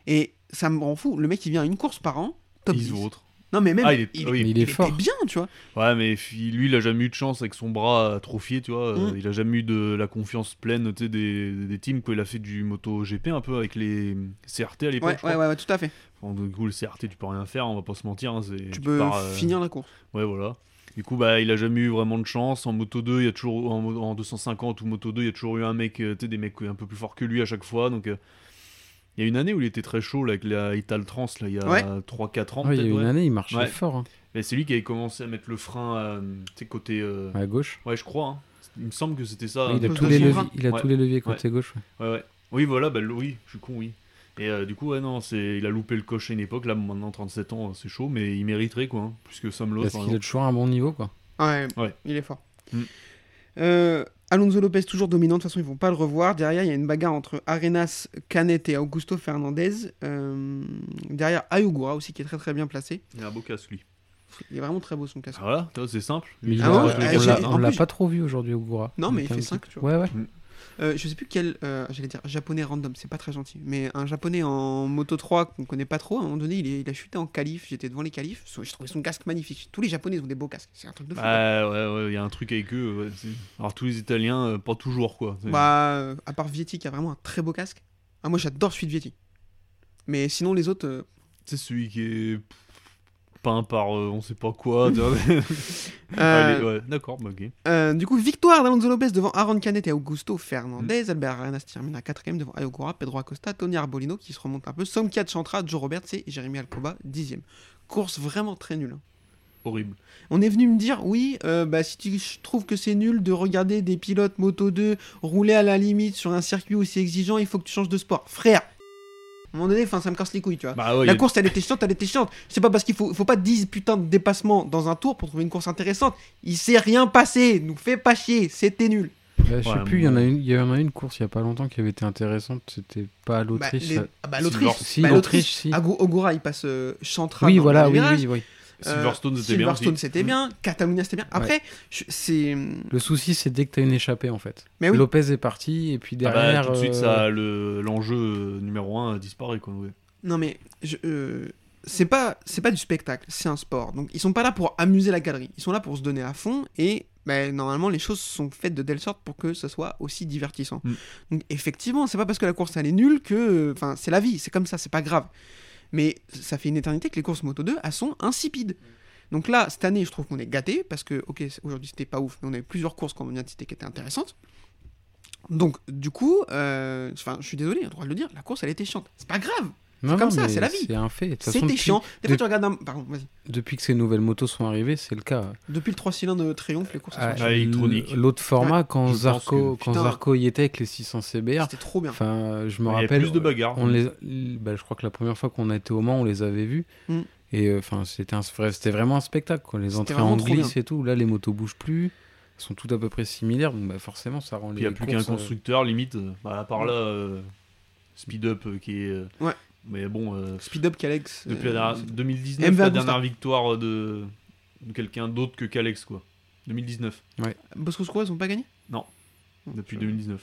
Speaker 2: Et ça me rend fou. Le mec, il vient à une course par an. Top 10.
Speaker 4: 10 autres.
Speaker 2: Non, mais même.
Speaker 4: Ah, il est-
Speaker 2: il,
Speaker 4: oui.
Speaker 3: Mais il
Speaker 2: il
Speaker 3: est
Speaker 2: était
Speaker 3: fort.
Speaker 2: bien, tu vois.
Speaker 4: Ouais, mais fi- lui, il a jamais eu de chance avec son bras atrophié, tu vois. euh,
Speaker 2: Mm.
Speaker 4: Il a jamais eu de la confiance pleine tu sais, des, des teams. Quoi. Il a fait du moto GP un peu avec les CRT à l'époque.
Speaker 2: Ouais,
Speaker 4: je
Speaker 2: ouais,
Speaker 4: crois.
Speaker 2: ouais, ouais, tout à fait.
Speaker 4: Bon, du coup, le CRT, tu peux rien faire, on va pas se mentir. hein, c'est-
Speaker 2: tu peux
Speaker 4: pars, euh,
Speaker 2: finir la course.
Speaker 4: Ouais, voilà. Du coup, bah, il a jamais eu vraiment de chance. En Moto 2, il y a toujours en, mo- en 250 ou Moto 2, il y a toujours eu un mec, euh, tu sais, des mecs un peu plus forts que lui à chaque fois. Donc, euh, il y a une année où il était très chaud là, avec la Ital Trans, là, il y a
Speaker 2: Ouais.
Speaker 4: 3-4 ans.
Speaker 3: Ouais, Ah il y a
Speaker 4: peut-être,
Speaker 3: une
Speaker 4: ouais.
Speaker 3: année, il marchait
Speaker 4: Ouais.
Speaker 3: fort. hein.
Speaker 4: Mais c'est lui qui avait commencé à mettre le frein, euh, tu sais, côté. euh,
Speaker 3: À gauche.
Speaker 4: Ouais, je crois. hein. Il me semble que c'était ça.
Speaker 3: Oui, il
Speaker 4: hein.
Speaker 3: a,
Speaker 2: cause
Speaker 3: tous
Speaker 2: de
Speaker 3: les,
Speaker 2: son
Speaker 3: leviers-
Speaker 2: bras.
Speaker 3: il a
Speaker 4: Ouais.
Speaker 3: tous les leviers côté gauche. ouais.
Speaker 4: Ouais, ouais. Oui, voilà, bah, le- oui, je suis con, oui. Et euh, du coup, ouais, non, c'est... il a loupé le coche à une époque. Là, maintenant, 37 ans, c'est chaud, mais il mériterait, quoi. hein, plus que Sam Lowe,
Speaker 3: Parce
Speaker 4: par Ah
Speaker 3: qu'il a toujours un bon niveau, quoi.
Speaker 2: Ouais,
Speaker 4: Ouais.
Speaker 2: il est fort.
Speaker 4: Mm.
Speaker 2: Euh, Alonso Lopez toujours dominant, de toute façon ils vont pas le revoir. Derrière il y a une bagarre entre Arenas, Canet et Augusto Fernandez. Euh, derrière Ayugura aussi qui est très très bien placé.
Speaker 4: exemple. Il a un beau casque, lui.
Speaker 2: Il est vraiment très beau son casque.
Speaker 4: Ah, voilà, tu vois, c'est simple.
Speaker 3: Mais il
Speaker 2: Ah
Speaker 3: a-
Speaker 2: non,
Speaker 3: on
Speaker 2: euh,
Speaker 3: l'a-
Speaker 2: j'ai- en
Speaker 3: on l'a
Speaker 2: plus-
Speaker 3: pas trop vu aujourd'hui au Goura.
Speaker 2: Non, mais il
Speaker 3: Aucun
Speaker 2: fait
Speaker 3: doute.
Speaker 2: cinq, tu vois.
Speaker 3: Ouais, ouais.
Speaker 2: Euh, je sais plus quel, euh, j'allais dire japonais random, c'est pas très gentil, mais un japonais en moto 3 qu'on connaît pas trop, à un moment donné il, est- il a chuté en qualif, j'étais devant les qualifs, So- je trouvais son casque magnifique. Tous les japonais ils ont des beaux casques, c'est un truc de fou. quoi.
Speaker 4: Ah, ouais, ouais, il y a un truc avec eux. ouais, c'est- Alors, tous les Italiens, euh, pas toujours, quoi. C'est-
Speaker 2: Bah, euh, à part Vietti qui a vraiment un très beau casque. Ah, moi j'adore celui de Vietti. Mais sinon les autres, euh,
Speaker 4: C'est celui qui est peint par euh, on sait pas quoi. tu vois. Ah, il est- ouais, D'accord, bah, ok.
Speaker 2: Euh, du coup, victoire d'Alonso Lopez devant Aaron Canet et Augusto Fernandez.
Speaker 4: Mm.
Speaker 2: Albert Arenas termine à 4 devant Ayokura, Pedro Acosta, Tony Arbolino qui se remonte un peu. Somkia Chantra, Joe Roberts et Jérémy Alcoba, 10 Course vraiment très nulle. hein.
Speaker 4: horrible.
Speaker 2: On est venu me dire, oui, euh, bah, si tu ch- trouves que c'est nul de regarder des pilotes Moto 2 rouler à la limite sur un circuit aussi exigeant, il faut que tu changes de sport. Frère À un moment donné, enfin, ça me casse les couilles, tu vois.
Speaker 4: Bah ouais,
Speaker 2: la
Speaker 4: y a-
Speaker 2: course, elle était chiante, elle était chiante. C'est pas parce qu'il faut, faut pas 10 putains de dépassements dans un tour pour trouver une course intéressante. Il s'est rien passé, nous fais pas chier, c'était nul.
Speaker 3: Bah, je sais
Speaker 4: Ouais,
Speaker 3: plus, il y en a
Speaker 4: mais-
Speaker 3: une, il y en a une course il y a pas longtemps qui avait été intéressante, c'était pas à
Speaker 2: Bah,
Speaker 3: l'Autriche.
Speaker 2: les-
Speaker 3: ça-
Speaker 2: ah, bah, l'Autriche,
Speaker 3: Si,
Speaker 2: bah,
Speaker 3: l'Autriche, si.
Speaker 2: Agu- Ogura, il passe euh, Chantra.
Speaker 3: oui,
Speaker 2: dans
Speaker 3: voilà,
Speaker 2: le
Speaker 3: oui, Mmh.
Speaker 2: virage.
Speaker 3: oui, oui.
Speaker 2: Euh,
Speaker 4: Silverstone, c'était bien
Speaker 2: Silverstone,
Speaker 4: aussi.
Speaker 2: c'était bien. Catalunya, c'était bien. Après, je- c'est.
Speaker 3: Le souci, c'est dès que t'as une échappée, en fait.
Speaker 2: Mais Eh oui.
Speaker 3: Lopez est parti, et puis
Speaker 4: Ah bah,
Speaker 3: derrière.
Speaker 4: tout de suite,
Speaker 3: euh,
Speaker 4: ça, le, l'enjeu euh, numéro 1 disparaît. Quoi, ouais.
Speaker 2: Non mais je- euh, c'est pas c'est pas du spectacle, c'est un sport. Donc ils sont pas là pour amuser la galerie, ils sont là pour se donner à fond et ben, normalement les choses sont faites de telle sorte pour que ça soit aussi divertissant.
Speaker 4: Mm.
Speaker 2: Donc effectivement, c'est pas parce que la course elle est nulle que enfin c'est la vie, c'est comme ça, c'est pas grave. Mais ça fait une éternité que les courses Moto 2 elles sont insipides. Donc là, cette année, je trouve qu'on est gâté parce que, ok, c'est- aujourd'hui c'était pas ouf, mais on avait plusieurs courses qu'on vient de citer qui étaient intéressantes. Donc, du coup, euh, enfin, je suis désolé, j'ai le droit de le dire, la course elle était chiante. C'est pas grave,
Speaker 3: non,
Speaker 2: comme
Speaker 3: non,
Speaker 2: ça,
Speaker 3: mais
Speaker 2: c'est la vie.
Speaker 3: C'est un fait. De toute façon,
Speaker 2: c'était
Speaker 3: depuis-
Speaker 2: chiant. Des fois,
Speaker 3: de-
Speaker 2: tu regardes un. Pardon, vas-y.
Speaker 3: Depuis que ces nouvelles motos sont arrivées, c'est le cas.
Speaker 2: Depuis le 3 cylindres de Triomphe, les courses, elles sont
Speaker 3: Ah,
Speaker 2: chiantes.
Speaker 4: ouais. électronique.
Speaker 3: L'autre format, quand,
Speaker 4: je pense
Speaker 3: Zarco,
Speaker 4: que-
Speaker 3: quand
Speaker 2: Putain.
Speaker 3: Zarco y était avec les 600 CBR,
Speaker 2: c'était trop bien.
Speaker 3: enfin, je
Speaker 4: Il
Speaker 3: me
Speaker 4: y a
Speaker 3: rappelle.
Speaker 4: plus de bagarres.
Speaker 3: on les, bah, je crois que la première fois qu'on a été au Mans, on les avait vus.
Speaker 2: Mm.
Speaker 3: Et euh, enfin, c'était un, vrai- c'était vraiment un spectacle. Quoi. Les entrées
Speaker 2: vraiment
Speaker 3: en
Speaker 2: trop
Speaker 3: glisse et tout. Là, les motos bougent plus. Elles sont toutes à peu près similaires. Donc, bah, forcément, ça rend les
Speaker 4: Puis Il n'y a plus qu'un
Speaker 3: courses, euh,
Speaker 4: constructeur, limite. euh, Bah, à part là, euh, Speed Up euh, qui est. euh,
Speaker 2: Ouais.
Speaker 4: Mais bon, euh,
Speaker 2: Speed Up, euh, Calex.
Speaker 4: depuis la dernière- 2019,
Speaker 2: MV
Speaker 4: la
Speaker 2: Agusta.
Speaker 4: dernière victoire de, de quelqu'un d'autre que Calex, quoi. 2019,
Speaker 2: Bosco Squad, ils ont pas gagné
Speaker 4: depuis 2019.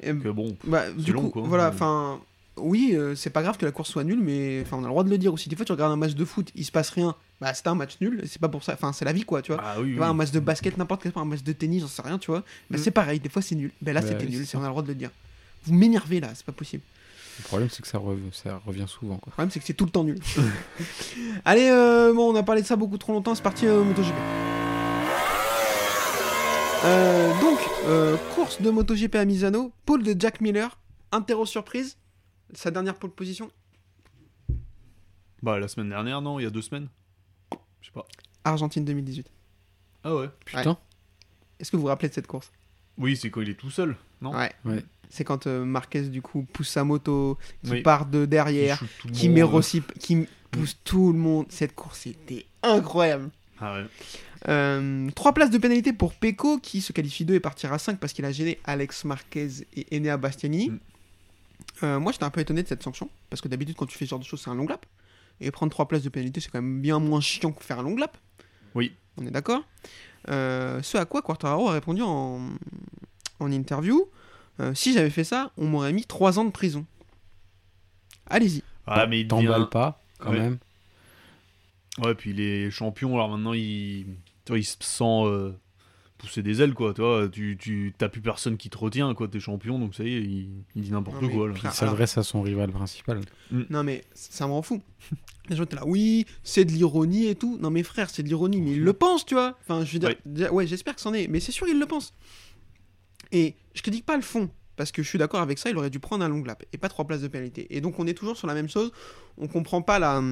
Speaker 2: Eh,
Speaker 4: Donc, euh, bon,
Speaker 2: bah, du
Speaker 4: long,
Speaker 2: coup,
Speaker 4: quoi. hein,
Speaker 2: voilà,
Speaker 4: Mais-
Speaker 2: enfin. Oui, euh, c'est pas grave que la course soit nulle, mais enfin, on a le droit de le dire aussi. Des fois, tu regardes un match de foot, il se passe rien. Bah, c'était un match nul, et c'est pas pour ça. Enfin, c'est la vie, quoi, tu vois.
Speaker 4: ah oui,
Speaker 2: Tu
Speaker 4: oui.
Speaker 2: vois, un match de basket, n'importe quel sport, un match de tennis, j'en sais rien, tu vois. Bah,
Speaker 3: Mm.
Speaker 2: c'est pareil, des fois c'est nul. Ben là,
Speaker 3: Bah,
Speaker 2: c'était
Speaker 3: oui,
Speaker 2: nul,
Speaker 3: c'est
Speaker 2: c'est- on a le droit de le dire. Vous m'énervez là, c'est pas possible.
Speaker 3: Le problème, c'est que ça, rev- ça revient souvent. Quoi.
Speaker 2: Le problème, c'est que c'est tout le temps nul. <laughs> Allez, euh, bon, on a parlé de ça beaucoup trop longtemps, c'est parti euh, MotoGP. Euh, donc, euh, course de MotoGP à Misano, pôle de Jack Miller, interro surprise, sa dernière pole position,
Speaker 4: Bah, la semaine dernière, non, il y a deux semaines. Je sais pas.
Speaker 2: Argentine 2018.
Speaker 4: Ah ouais.
Speaker 3: Putain.
Speaker 2: Est-ce que vous vous rappelez de cette course
Speaker 4: Oui, c'est quand il est tout seul, non
Speaker 2: Ouais.
Speaker 3: Ouais.
Speaker 2: C'est quand euh, Marquez, du coup, pousse sa moto, qui
Speaker 4: Oui.
Speaker 2: part de derrière,
Speaker 4: Il shoot tout le
Speaker 2: qui
Speaker 4: monde,
Speaker 2: met
Speaker 4: euh.
Speaker 2: Rossi, qui m- pousse tout le monde. Cette course était incroyable.
Speaker 4: Ah ouais.
Speaker 2: Euh, trois places de pénalité pour Pecco qui se qualifie 2 et partira 5 parce qu'il a gêné Alex Marquez et Enea Bastianini.
Speaker 4: Mm.
Speaker 2: Euh, moi j'étais un peu étonné de cette sanction parce que d'habitude quand tu fais ce genre de choses c'est un long lap et prendre trois places de pénalité c'est quand même bien moins chiant que faire un long lap.
Speaker 4: Oui.
Speaker 2: On est d'accord Euh, Ce à quoi Quartararo a répondu en, en interview euh, Si j'avais fait ça, on m'aurait mis 3 ans de prison. Allez-y.
Speaker 4: Ah, mais il
Speaker 2: Bah,
Speaker 3: T'emballes
Speaker 4: devient.
Speaker 3: pas, quand
Speaker 4: Ouais.
Speaker 3: même.
Speaker 4: Ouais, puis il est champion, alors maintenant il, tu vois, il se sent euh, pousser des ailes, quoi. Tu vois, tu, tu t'as plus personne qui te retient, quoi. T'es champion, donc ça y est, il, il dit n'importe
Speaker 2: Non, mais-
Speaker 4: quoi. Là.
Speaker 2: puis-
Speaker 3: Il s'adresse à son rival principal.
Speaker 2: Non mais ça me rend fou. Les gens étaient là, oui, c'est de l'ironie et tout. Non mais frère, c'est de l'ironie, mais il le pense, tu vois. Enfin, je veux dire,
Speaker 4: Ouais.
Speaker 2: déjà- ouais, j'espère que c'en est, mais c'est sûr, il le pense. Et je critique pas le fond, parce que je suis d'accord avec ça, il aurait dû prendre un long lap et pas trois places de pénalité. Et donc on est toujours sur la même chose, on comprend pas la,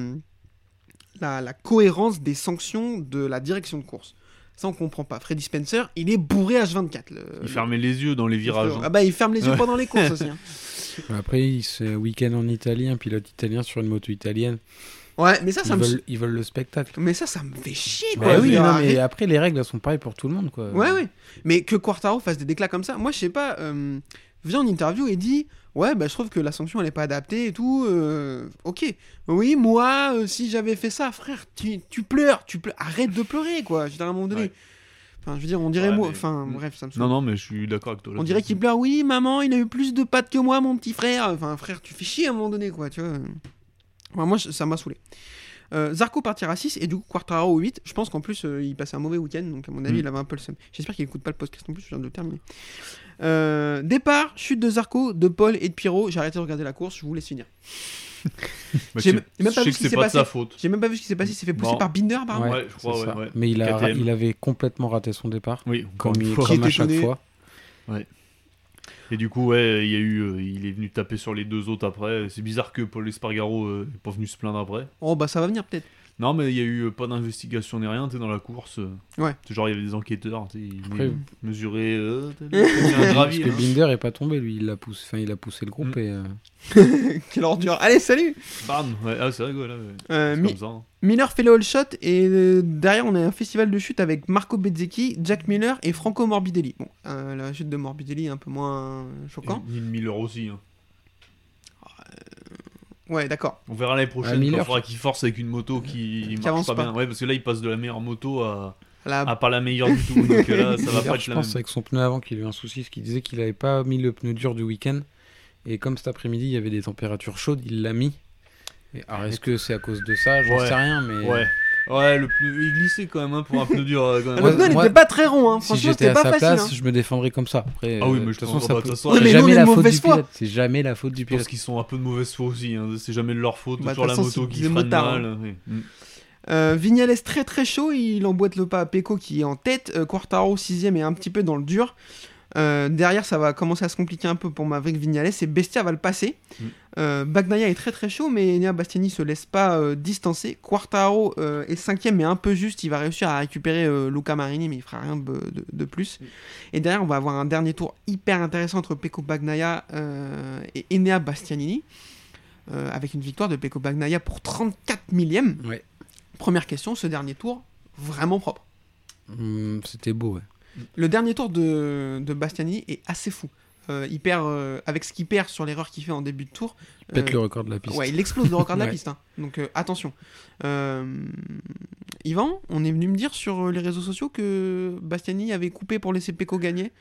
Speaker 2: la, la cohérence des sanctions de la direction de course. Ça, on comprend pas. Freddy Spencer, il est bourré H24. Le,
Speaker 4: Il fermait les yeux dans les
Speaker 2: le-
Speaker 4: virages. hein.
Speaker 2: Ah bah, il ferme les yeux
Speaker 4: Ouais.
Speaker 2: pendant les courses aussi. hein.
Speaker 3: Après, il se week-end en Italie, un pilote italien sur une moto italienne.
Speaker 2: Ouais, mais Ah, ça,
Speaker 3: Ils,
Speaker 2: ça me.
Speaker 3: veulent, ils veulent le spectacle.
Speaker 2: Mais ça, ça me fait chier,
Speaker 3: Bah
Speaker 2: quoi. Je veux
Speaker 3: oui,
Speaker 2: dire,
Speaker 3: non,
Speaker 2: arrête-
Speaker 3: mais après, les règles, elles sont pareilles pour tout le monde. Quoi.
Speaker 2: Ouais, ouais. Mais que Quartaro fasse des déclats comme ça, moi je sais pas, euh, vient en interview et dit Ouais, bah je trouve que la sanction elle est pas adaptée et tout. euh, ok. Oui, moi, euh, si j'avais fait ça, frère, tu, tu pleures, tu pleures. Arrête de pleurer, quoi. Je veux dire, à un moment donné.
Speaker 4: Ouais.
Speaker 2: Enfin, je veux dire, on dirait
Speaker 4: Ouais,
Speaker 2: moi.
Speaker 4: mais-
Speaker 2: Enfin,
Speaker 4: Mm.
Speaker 2: bref, ça me saoule.
Speaker 4: Non, non, mais je suis d'accord avec toi. là.
Speaker 2: ah bah, On dirait qu'il pleure, oui, maman, il a eu plus de pattes que moi, mon petit frère. Enfin, frère, tu fais chier à un moment donné, quoi, tu vois. Enfin, moi, je- ça m'a saoulé. Euh, Zarco partira 6 et du coup Quartararo 8. Je pense qu'en plus euh, il passait un mauvais week-end donc à mon avis
Speaker 4: Mm.
Speaker 2: il avait un peu le seum. J'espère qu'il écoute pas le podcast non plus, je viens de le terminer. Euh, départ, chute de Zarco, de Paul et de Pierrot. J'ai arrêté de regarder la course, je vous laisse finir.
Speaker 4: Bah,
Speaker 2: j'ai
Speaker 4: c'est-
Speaker 2: même- même pas
Speaker 4: je
Speaker 2: vu ce
Speaker 4: sais que
Speaker 2: qui
Speaker 4: c'est
Speaker 2: s'est
Speaker 4: pas de
Speaker 2: passé.
Speaker 4: sa faute.
Speaker 2: J'ai même pas vu ce qui s'est passé, il s'est fait pousser
Speaker 4: Non.
Speaker 2: par Binder par
Speaker 4: Ouais, je crois,
Speaker 3: c'est
Speaker 4: ouais,
Speaker 3: ça.
Speaker 4: ouais.
Speaker 3: Mais il, a,
Speaker 4: KTM.
Speaker 3: il avait complètement raté son départ.
Speaker 4: Oui, encore
Speaker 3: Comme,
Speaker 4: une
Speaker 3: il-
Speaker 4: fois.
Speaker 3: comme à
Speaker 2: J'étais
Speaker 3: chaque
Speaker 2: étonné.
Speaker 3: fois.
Speaker 4: Et du coup, ouais, il y a eu, euh, il est venu taper sur les deux autres après. C'est bizarre que Paul Espargaro euh, est pas venu se plaindre après.
Speaker 2: Oh bah ça va venir peut-être. <laughs>
Speaker 4: Non, mais il y a eu euh, pas d'investigation ni rien, tu sais, dans la course. euh,
Speaker 2: Ouais.
Speaker 4: c'est Genre, il y avait des enquêteurs, tu sais, ils
Speaker 3: Après,
Speaker 4: venaient mesurer. euh,
Speaker 2: <laughs>
Speaker 4: t'as
Speaker 2: Parce
Speaker 4: le- t'as bien
Speaker 3: Parce
Speaker 4: gravi,
Speaker 3: que
Speaker 4: hein.
Speaker 3: Binder est pas tombé, lui, il a poussé, enfin, il a poussé le groupe
Speaker 4: Mm.
Speaker 3: et. euh,
Speaker 2: Quelle ordure. Allez, salut
Speaker 4: Bam ouais, ah, c'est rigolo, là, ouais.
Speaker 2: Euh,
Speaker 4: C'est
Speaker 2: Mi-
Speaker 4: comme ça. hein.
Speaker 2: Miller fait le all shot et euh, derrière on a un festival de chute avec Marco Bezzecchi, Jack Miller et Franco Morbidelli. Bon, euh, la chute de Morbidelli est un peu moins euh, choquant.
Speaker 4: Et Neil Miller aussi. hein.
Speaker 3: Mm.
Speaker 2: Ouais, d'accord.
Speaker 4: On verra l'année prochaine.
Speaker 3: Miller,
Speaker 4: il faudra qu'il force avec une moto qui, marche
Speaker 2: avance
Speaker 4: pas,
Speaker 2: pas. Ah.
Speaker 4: bien. Ouais, parce que là, il passe de la meilleure moto à,
Speaker 2: La-
Speaker 3: Ah,
Speaker 4: à pas la meilleure du tout.
Speaker 3: <laughs>
Speaker 4: Donc euh, là, ça va
Speaker 3: D'ailleurs,
Speaker 4: pas être
Speaker 3: je
Speaker 4: la
Speaker 3: pense
Speaker 4: même.
Speaker 3: avec son pneu avant qu'il y a eu un souci, ce qui disait qu'il avait pas mis le pneu dur du week-end. Et comme cet après-midi, il y avait des températures chaudes, il l'a mis. Et alors, est-ce que c'est à cause de ça J'en
Speaker 4: Ouais.
Speaker 3: sais rien, mais.
Speaker 4: Ouais. Ouais, le pneu, il glissait quand même hein, pour un pneu dur. euh, quand même.
Speaker 2: Le pneu, il
Speaker 3: moi-
Speaker 2: était pas très rond, hein.
Speaker 3: Si
Speaker 2: franchement,
Speaker 3: j'étais
Speaker 2: c'était
Speaker 3: à
Speaker 2: pas
Speaker 3: sa
Speaker 2: facile.
Speaker 3: place,
Speaker 2: hein.
Speaker 3: je me défendrais comme ça. Après,
Speaker 4: Ah oui,
Speaker 3: euh,
Speaker 4: mais
Speaker 3: de toute
Speaker 4: je
Speaker 3: façon,
Speaker 4: comprends
Speaker 3: ça
Speaker 4: pas, de
Speaker 3: peut-
Speaker 4: toute façon,
Speaker 3: c'est
Speaker 2: Ouais, mais nous, on est
Speaker 3: jamais
Speaker 2: de
Speaker 3: la faute
Speaker 2: mauvaise
Speaker 3: du
Speaker 2: foi.
Speaker 3: pilote. C'est jamais la faute du
Speaker 4: Je pense
Speaker 3: pilote.
Speaker 4: qu'ils sont un peu de mauvaise foi aussi. hein. C'est jamais de leur faute.
Speaker 2: Bah, de
Speaker 4: toujours la
Speaker 2: toute façon,
Speaker 4: moto
Speaker 2: c'est
Speaker 4: qui
Speaker 2: des
Speaker 4: freine
Speaker 2: motards, hein.
Speaker 4: mal. ouais. Mm.
Speaker 2: Euh, Vignales très très chaud, il emboîte le pas à Pecco qui est en tête, Euh, Quartaro 6ème et un petit peu dans le dur. Euh, derrière ça va commencer à se compliquer un peu pour Maverick Vignales et Bestia va le passer.
Speaker 4: Mm.
Speaker 2: Euh, Bagnaia est très très chaud mais Nea Bastiani se laisse pas euh, distancer. Quartaro euh, est 5ème mais un peu juste, il va réussir à récupérer euh, Luca Marini mais il fera rien de, de- de plus. Et derrière on va avoir un dernier tour hyper intéressant entre Pecco Bagnaia euh, et Enea Bastianini. euh, avec une victoire de Pecco Bagnaia pour 34 millième.
Speaker 3: Ouais.
Speaker 2: Première question, ce dernier tour, vraiment propre.
Speaker 3: Hum, C'était beau, ouais.
Speaker 2: Le dernier tour de, de Bastianini est assez fou. Euh, il perd, euh, avec ce qu'il perd sur l'erreur qu'il fait en début de tour.
Speaker 3: Il pète
Speaker 2: euh,
Speaker 3: le record de la piste.
Speaker 2: Ouais, il explose le record de la
Speaker 3: <laughs> Ouais.
Speaker 2: piste. hein. Donc euh, attention. Euh, Yvan, on est venu me dire sur euh, les réseaux sociaux que Bastianini avait coupé pour laisser Pecco gagner.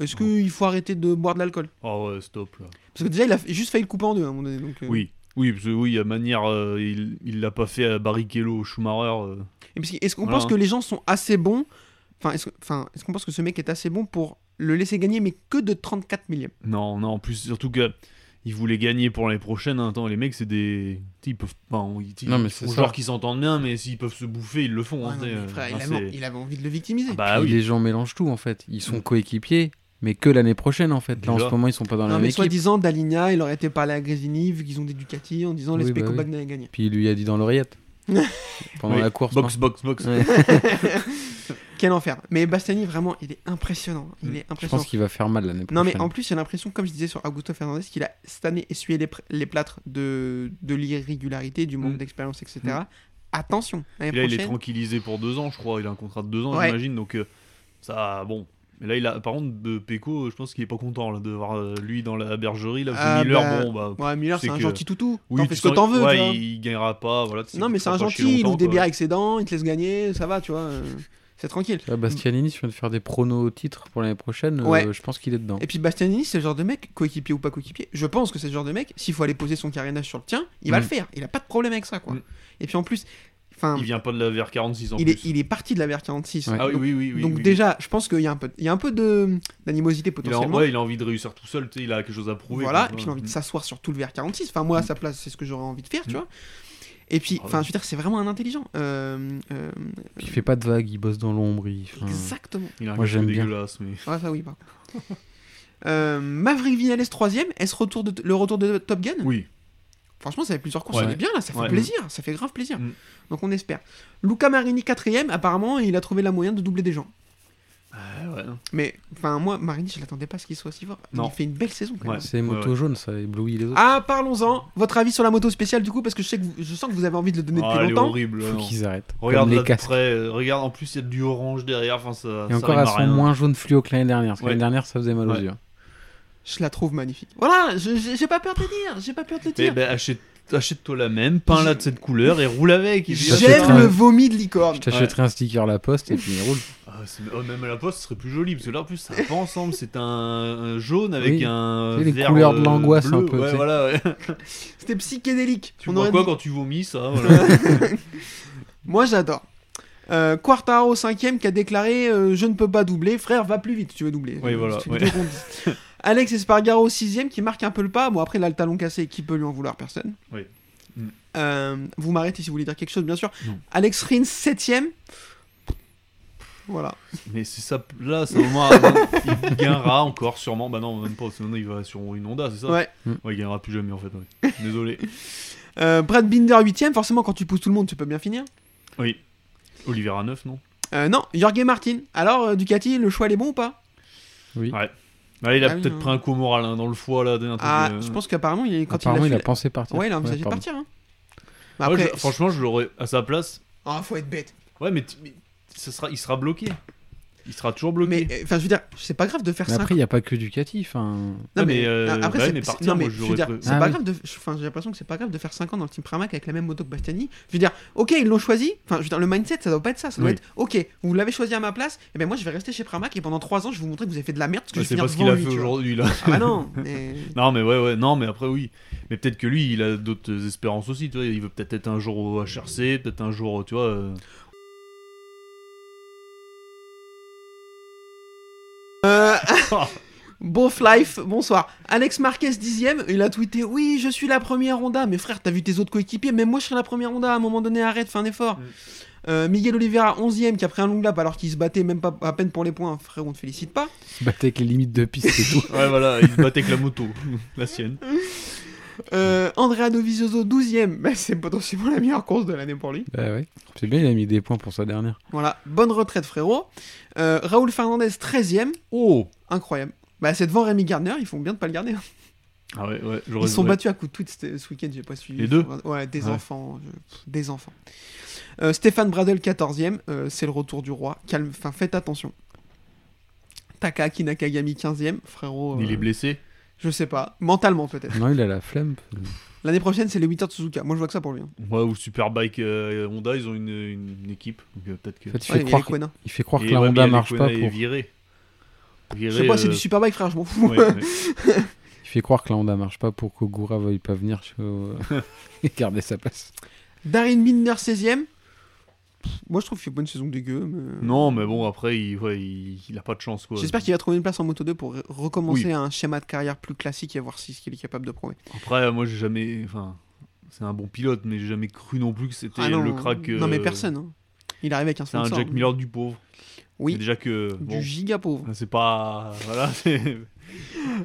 Speaker 2: Est-ce qu'il faut arrêter de boire de l'alcool
Speaker 4: Oh ouais, stop là.
Speaker 2: Parce que déjà, il a juste failli le couper en deux à un moment donné. donc, euh,
Speaker 4: Oui. Oui, parce que oui, à manière, euh, il il l'a pas fait à Barrichello, Schumacher. euh.
Speaker 2: Et parce que- Est-ce qu'on
Speaker 4: Voilà,
Speaker 2: pense
Speaker 4: hein.
Speaker 2: que les gens sont assez bons Enfin, est-ce enfin, est-ce qu'on pense que ce mec est assez bon pour le laisser gagner, mais que de 34 millièmes
Speaker 4: Non, non, en plus, surtout que. Ils voulaient gagner pour l'année prochaine. hein. Attends, les mecs, c'est des. tu sais, Ils peuvent pas. on- Ils,
Speaker 3: Non, mais
Speaker 4: ils
Speaker 3: c'est
Speaker 4: font
Speaker 3: ça.
Speaker 4: genre qu'ils s'entendent bien, mais s'ils peuvent se bouffer, ils le font.
Speaker 2: Ouais,
Speaker 4: hein,
Speaker 2: non, Ah
Speaker 4: tu sais,
Speaker 2: mais
Speaker 4: euh,
Speaker 2: frère, il,
Speaker 4: enfin,
Speaker 2: avait,
Speaker 4: c'est-
Speaker 2: il avait envie de le victimiser.
Speaker 4: Bah
Speaker 3: Puis
Speaker 4: oui.
Speaker 3: Les gens mélangent tout, en fait. Ils sont coéquipiers, mais que l'année prochaine, en fait. Là, en
Speaker 4: Déjà.
Speaker 3: ce moment, ils sont pas dans la
Speaker 2: non,
Speaker 3: même
Speaker 2: mais
Speaker 3: équipe.
Speaker 2: soi-disant, Daligna, il aurait été parlé à Grésini, vu qu'ils ont des Ducati, en disant
Speaker 3: Oui,
Speaker 2: laisse
Speaker 3: bah
Speaker 2: Pecco
Speaker 3: oui.
Speaker 2: Bagnaia gagner.
Speaker 3: Puis il lui a dit
Speaker 2: <laughs>
Speaker 3: dans l'oreillette. Pendant
Speaker 4: Oui.
Speaker 3: la course.
Speaker 4: Box, box, box.
Speaker 3: Ouais.
Speaker 2: Quel enfer. Mais Bastiani, vraiment, il est impressionnant. Il est
Speaker 3: Mm. Je
Speaker 2: impressionnant.
Speaker 3: pense qu'il va faire mal l'année prochaine.
Speaker 2: Non, mais en plus, j'ai l'impression, comme je disais sur Augusto Fernandez, qu'il a cette année essuyé les, pr- les plâtres de, de l'irrégularité, du manque
Speaker 4: Mm.
Speaker 2: d'expérience, etc. Attention, l'année
Speaker 4: Puis là, il est
Speaker 2: prochaine.
Speaker 4: tranquillisé pour deux ans, je crois. Il a un contrat de deux ans,
Speaker 2: Ouais.
Speaker 4: j'imagine. Donc, euh, ça, bon. Mais là, il a, par contre, de Peko, je pense qu'il est pas content là, de voir euh, lui dans la bergerie. Là, parce que
Speaker 2: Ah,
Speaker 4: Miller,
Speaker 2: bah,
Speaker 4: bon, bah.
Speaker 2: Ouais, Miller,
Speaker 4: C'est
Speaker 2: c'est un
Speaker 4: que-
Speaker 2: gentil toutou.
Speaker 4: Oui,
Speaker 2: t'en
Speaker 4: tu
Speaker 2: fais ce que
Speaker 4: sens-
Speaker 2: t'en veux. tu
Speaker 4: Ouais,
Speaker 2: vois.
Speaker 4: il, il gagnera pas. Voilà, tu sais,
Speaker 2: Non,
Speaker 4: il
Speaker 2: mais c'est un
Speaker 4: fera pas chier
Speaker 2: gentil, il
Speaker 4: longtemps,
Speaker 2: ouvre des
Speaker 4: quoi.
Speaker 2: bières avec ses dents, il te laisse gagner, ça va, tu vois. euh, C'est tranquille.
Speaker 3: Tu vois, Bastianini, si on vient de faire des pronos au titre pour l'année prochaine, euh,
Speaker 2: Ouais.
Speaker 3: je pense qu'il est dedans.
Speaker 2: Et puis Bastianini, c'est le genre de mec, coéquipier ou pas coéquipier, je pense que c'est le genre de mec, s'il faut aller poser son carénage sur le tien, il va
Speaker 3: Mm.
Speaker 2: le faire. Il a pas de problème avec ça, quoi.
Speaker 4: Mm.
Speaker 2: Et puis en plus, enfin,
Speaker 4: Il
Speaker 2: il,
Speaker 4: vient pas de la VR46 en
Speaker 2: est,
Speaker 4: plus.
Speaker 2: il est parti de la VR46.
Speaker 3: Ouais.
Speaker 4: Ah oui,
Speaker 2: donc
Speaker 4: oui, oui. oui,
Speaker 2: donc
Speaker 4: oui.
Speaker 2: déjà, je pense qu'il y a un peu, il y a un peu de d'animosité
Speaker 4: Il a,
Speaker 2: potentiellement.
Speaker 4: ouais, il a envie de réussir tout seul, tu sais, il a quelque chose à prouver.
Speaker 2: voilà,
Speaker 4: quoi.
Speaker 2: et puis il a envie de s'asseoir sur tout le VR46. Enfin, moi, à sa place, c'est ce que j'aurais envie de faire, tu
Speaker 4: Mm.
Speaker 2: vois. Et puis,
Speaker 4: Ah ouais.
Speaker 2: enfin, je veux dire, c'est vraiment un intelligent. Euh, euh,
Speaker 3: Puis il fait pas de vagues, il bosse dans l'ombre. il- enfin,
Speaker 2: Exactement.
Speaker 4: Il a un
Speaker 3: Moi,
Speaker 4: cachet
Speaker 3: j'aime bien.
Speaker 4: dégueulasse,
Speaker 2: <laughs>
Speaker 4: mais.
Speaker 2: Ah, ça oui, par contre. Euh, Maverick Vinales 3 est-ce retour de- le retour de Top Gun
Speaker 4: Oui.
Speaker 2: Franchement, ça fait plusieurs courses,
Speaker 4: Ouais.
Speaker 2: on est bien là, ça fait
Speaker 4: Ouais.
Speaker 2: plaisir, ça fait grave plaisir.
Speaker 4: Mm.
Speaker 2: Donc on espère. Luca Marini 4ème, apparemment, il a trouvé la moyen de doubler des gens.
Speaker 4: Ah, ouais.
Speaker 2: Mais enfin, moi, Marini, je l'attendais pas à ce qu'il soit si fort.
Speaker 4: Non.
Speaker 2: Il fait une belle saison quand même.
Speaker 4: Ouais.
Speaker 3: C'est moto jaune, ça éblouit les autres.
Speaker 2: Ah, parlons-en. Votre avis sur la moto spéciale du coup, parce que je sais que vous- je sens que vous avez envie de le donner
Speaker 4: Ah,
Speaker 2: depuis
Speaker 4: elle est
Speaker 2: longtemps.
Speaker 4: horrible.
Speaker 3: Faut
Speaker 4: non.
Speaker 3: qu'ils arrêtent.
Speaker 4: Regarde
Speaker 3: Comme les
Speaker 4: là de
Speaker 3: casques.
Speaker 4: près, euh, regarde, en plus, il y a du orange derrière. Enfin, ça.
Speaker 3: Et
Speaker 4: ça
Speaker 3: encore,
Speaker 4: rime
Speaker 3: elles
Speaker 4: à
Speaker 3: sont
Speaker 4: rien.
Speaker 3: moins jaunes fluo que l'année dernière. Parce que
Speaker 4: Ouais.
Speaker 3: l'année dernière, ça faisait mal aux
Speaker 4: Ouais.
Speaker 3: yeux.
Speaker 2: Je la trouve magnifique. Voilà, je- je- j'ai pas peur de le dire, j'ai pas peur de le
Speaker 4: Eh
Speaker 2: dire.
Speaker 4: ben, achète, achète-toi la même, peins-la de cette couleur et roule avec. et puis-
Speaker 3: t'achèterai
Speaker 2: J'aime le
Speaker 3: un-
Speaker 2: vomi de licorne.
Speaker 3: Je t'achèterai un sticker La Poste et puis il roule.
Speaker 4: Ah, c'est- oh, même à la poste, ce serait plus joli parce que là, en plus, ça va pas ensemble. C'est un, un jaune avec
Speaker 3: Oui.
Speaker 4: un.
Speaker 3: Tu sais, les
Speaker 4: vert,
Speaker 3: couleurs de
Speaker 4: euh,
Speaker 3: l'angoisse, un
Speaker 4: bleu.
Speaker 3: peu, tu
Speaker 4: Ouais,
Speaker 3: sais.
Speaker 2: <laughs>
Speaker 4: voilà. ouais.
Speaker 2: C'était psychédélique.
Speaker 4: Tu
Speaker 2: On
Speaker 4: vois
Speaker 2: aurait
Speaker 4: quoi
Speaker 2: dit-
Speaker 4: quand tu vomis, ça voilà.
Speaker 3: <laughs>
Speaker 2: Moi j'adore. Euh, Quartaro 5ème qui a déclaré euh, Je ne peux pas doubler, frère, va plus vite si tu veux doubler.
Speaker 4: Oui,
Speaker 2: Euh,
Speaker 4: voilà,
Speaker 2: ça fait
Speaker 4: ouais.
Speaker 2: deux qu'on dit.
Speaker 4: <laughs>
Speaker 2: Alex Espargaro 6ème qui marque un peu le pas. Bon, après, là, le talon cassé, qui peut lui en vouloir Personne.
Speaker 4: Oui. Mm.
Speaker 2: Euh, vous m'arrêtez si vous voulez dire quelque chose, bien sûr.
Speaker 4: Non.
Speaker 2: Alex Rins 7ème. Voilà.
Speaker 4: Mais c'est ça, là, c'est au moment. avant- il gagnera encore, sûrement. Bah non, même pas. Sinon, il va sur une Honda, c'est ça
Speaker 2: Ouais.
Speaker 4: il gagnera plus jamais en fait. ouais. Désolé.
Speaker 2: Euh, Brad Binder 8ème, forcément quand tu pousses tout le monde, tu peux bien finir.
Speaker 4: Oui. Olivera 9, non
Speaker 2: Euh, non, Jorge Martin. Alors, euh, Ducati, le choix, il est bon ou pas
Speaker 3: Oui.
Speaker 4: Ouais. Bah, il a
Speaker 2: Ah oui,
Speaker 4: peut-être
Speaker 2: non.
Speaker 4: pris un coup moral hein, dans le foie là. d'un truc,
Speaker 2: Ah,
Speaker 4: euh,
Speaker 2: je pense qu'apparemment, il, est- quand
Speaker 3: Apparemment, il
Speaker 2: il
Speaker 3: a,
Speaker 2: a fait la-
Speaker 3: pensé partir.
Speaker 2: Ouais, il a envisagé de
Speaker 3: pardon.
Speaker 2: partir. Hein.
Speaker 4: Ah ouais,
Speaker 2: Après,
Speaker 4: je- franchement, je l'aurais à sa place.
Speaker 2: Ah, faut être bête.
Speaker 4: Ouais, mais, tu- mais ça sera, il sera bloqué. Il sera toujours bloqué.
Speaker 2: Mais, euh, enfin, je veux dire, c'est pas grave de faire
Speaker 3: Mais
Speaker 2: ça.
Speaker 3: après, il n'y a pas que Ducati. Enfin,
Speaker 2: Non,
Speaker 4: Ouais,
Speaker 2: mais,
Speaker 4: mais, euh,
Speaker 2: ah, après,
Speaker 4: ouais,
Speaker 2: c'est-
Speaker 4: mais
Speaker 2: c'est-
Speaker 4: partir,
Speaker 2: non, mais
Speaker 4: moi, je
Speaker 2: je veux
Speaker 4: l'aurais
Speaker 2: dire,
Speaker 4: trouvé.
Speaker 2: c'est
Speaker 3: Ah,
Speaker 2: pas
Speaker 3: oui.
Speaker 2: grave de. je- Enfin, j'ai l'impression que c'est pas grave de faire 5 ans dans le Team Pramac avec la même moto que Bastiani. Je veux dire, ok, ils l'ont choisi. Enfin, je veux dire, le mindset, ça doit pas être ça. Ça doit
Speaker 3: Oui.
Speaker 2: être, ok, vous l'avez choisi à ma place. Et ben moi, je vais rester chez Pramac et pendant 3 ans, je vais vous montrer que vous avez fait de la merde parce que
Speaker 4: Ouais,
Speaker 2: je vais
Speaker 4: c'est
Speaker 2: finir
Speaker 4: pas ce qu'il
Speaker 2: devant
Speaker 4: a
Speaker 2: lui,
Speaker 4: fait
Speaker 2: tu vois.
Speaker 4: aujourd'hui là.
Speaker 2: Ah bah
Speaker 4: <laughs>
Speaker 2: non. mais-
Speaker 4: Non mais ouais ouais non mais après oui mais peut-être que lui il a d'autres espérances aussi tu vois il veut peut-être être un jour au HRC peut-être un jour tu vois euh,
Speaker 2: Euh, Beauf Life, bonsoir. Alex Marquez, dixième, il a tweeté Oui, je suis la première Honda. Mais frère, t'as vu tes autres coéquipiers Même moi, je serai la première Honda. À un moment donné, arrête, fais un effort.
Speaker 4: Mm.
Speaker 2: Euh, Miguel Oliveira, onzième, qui a pris un long lap alors qu'il se battait même pas à peine pour les points. Frère, on te félicite pas.
Speaker 3: il <laughs> se battait Bah, avec les limites de piste et
Speaker 4: <laughs>
Speaker 3: tout.
Speaker 4: ouais voilà il se battait avec la moto <laughs> la sienne
Speaker 2: Euh, Andrea Dovizioso, <laughs> 12ème. Bah, c'est potentiellement la meilleure course de l'année pour lui.
Speaker 3: bah ouais. C'est bien, il a mis des points pour sa dernière.
Speaker 2: Voilà, bonne retraite, frérot. Euh, Raoul Fernandez, 13ème.
Speaker 4: oh
Speaker 2: Incroyable. Bah, c'est devant Rémi Gardner, ils font bien de pas le garder. hein.
Speaker 4: ah ouais ouais
Speaker 2: Ils
Speaker 4: j'aurais
Speaker 2: se sont
Speaker 4: ouais.
Speaker 2: battus à coups de tweets c'était- ce week-end, j'ai pas suivi.
Speaker 4: Les deux
Speaker 2: Ouais, des
Speaker 4: Ouais.
Speaker 2: enfants. je- pff, Des enfants. Euh, Stéphane Bradel, 14ème. Euh, c'est le retour du roi. Calme, enfin, faites attention. Takaki Nakagami, 15ème. Frérot.
Speaker 4: il
Speaker 2: euh,
Speaker 4: est blessé
Speaker 2: Je sais pas. Mentalement, peut-être.
Speaker 4: <laughs>
Speaker 3: Non, il a la flemme.
Speaker 2: L'année prochaine, c'est les 8 heures de Suzuka. Moi, je vois que ça pour lui. hein.
Speaker 4: ouais ou Superbike euh, Honda ils ont une, une- une équipe donc euh, peut-être que
Speaker 3: En fait, il
Speaker 2: Ouais, il
Speaker 3: fait
Speaker 2: y a
Speaker 3: croire,
Speaker 2: les Quena.
Speaker 3: il fait croire
Speaker 4: Et
Speaker 3: que la
Speaker 4: ouais, mais
Speaker 3: Honda
Speaker 4: Yannick
Speaker 3: marche
Speaker 4: Wena
Speaker 3: pas
Speaker 4: est
Speaker 3: pour.
Speaker 4: viré viré
Speaker 2: Je sais pas, c'est
Speaker 4: euh,
Speaker 2: du superbike, frère, je m'en fous.
Speaker 4: ouais, ouais.
Speaker 3: Il fait croire que la Honda marche pas pour que Goura veuille pas venir chez- et <laughs> garder sa place.
Speaker 2: Darin Binder 16ème. Moi je trouve qu'il fait bonne saison dégueu. Mais...
Speaker 4: <laughs>
Speaker 2: euh,
Speaker 4: non mais bon après il, ouais, il, il a pas de chance quoi
Speaker 2: J'espère qu'il va trouver une place en Moto 2 pour re- recommencer
Speaker 4: Oui.
Speaker 2: un schéma de carrière plus classique et voir si ce qu'il est capable de prouver.
Speaker 4: après moi j'ai jamais enfin c'est un bon pilote mais j'ai jamais cru non plus que c'était
Speaker 2: Ah non,
Speaker 4: le crack euh,
Speaker 2: non mais personne. hein. Il arrive avec un
Speaker 4: c'est un
Speaker 2: sponsor.
Speaker 4: Jack
Speaker 2: mais-
Speaker 4: Miller du pauvre
Speaker 2: Oui,
Speaker 4: Mais déjà que. Bon,
Speaker 2: du giga pauvre.
Speaker 4: c'est pas. Voilà. <laughs> c'est-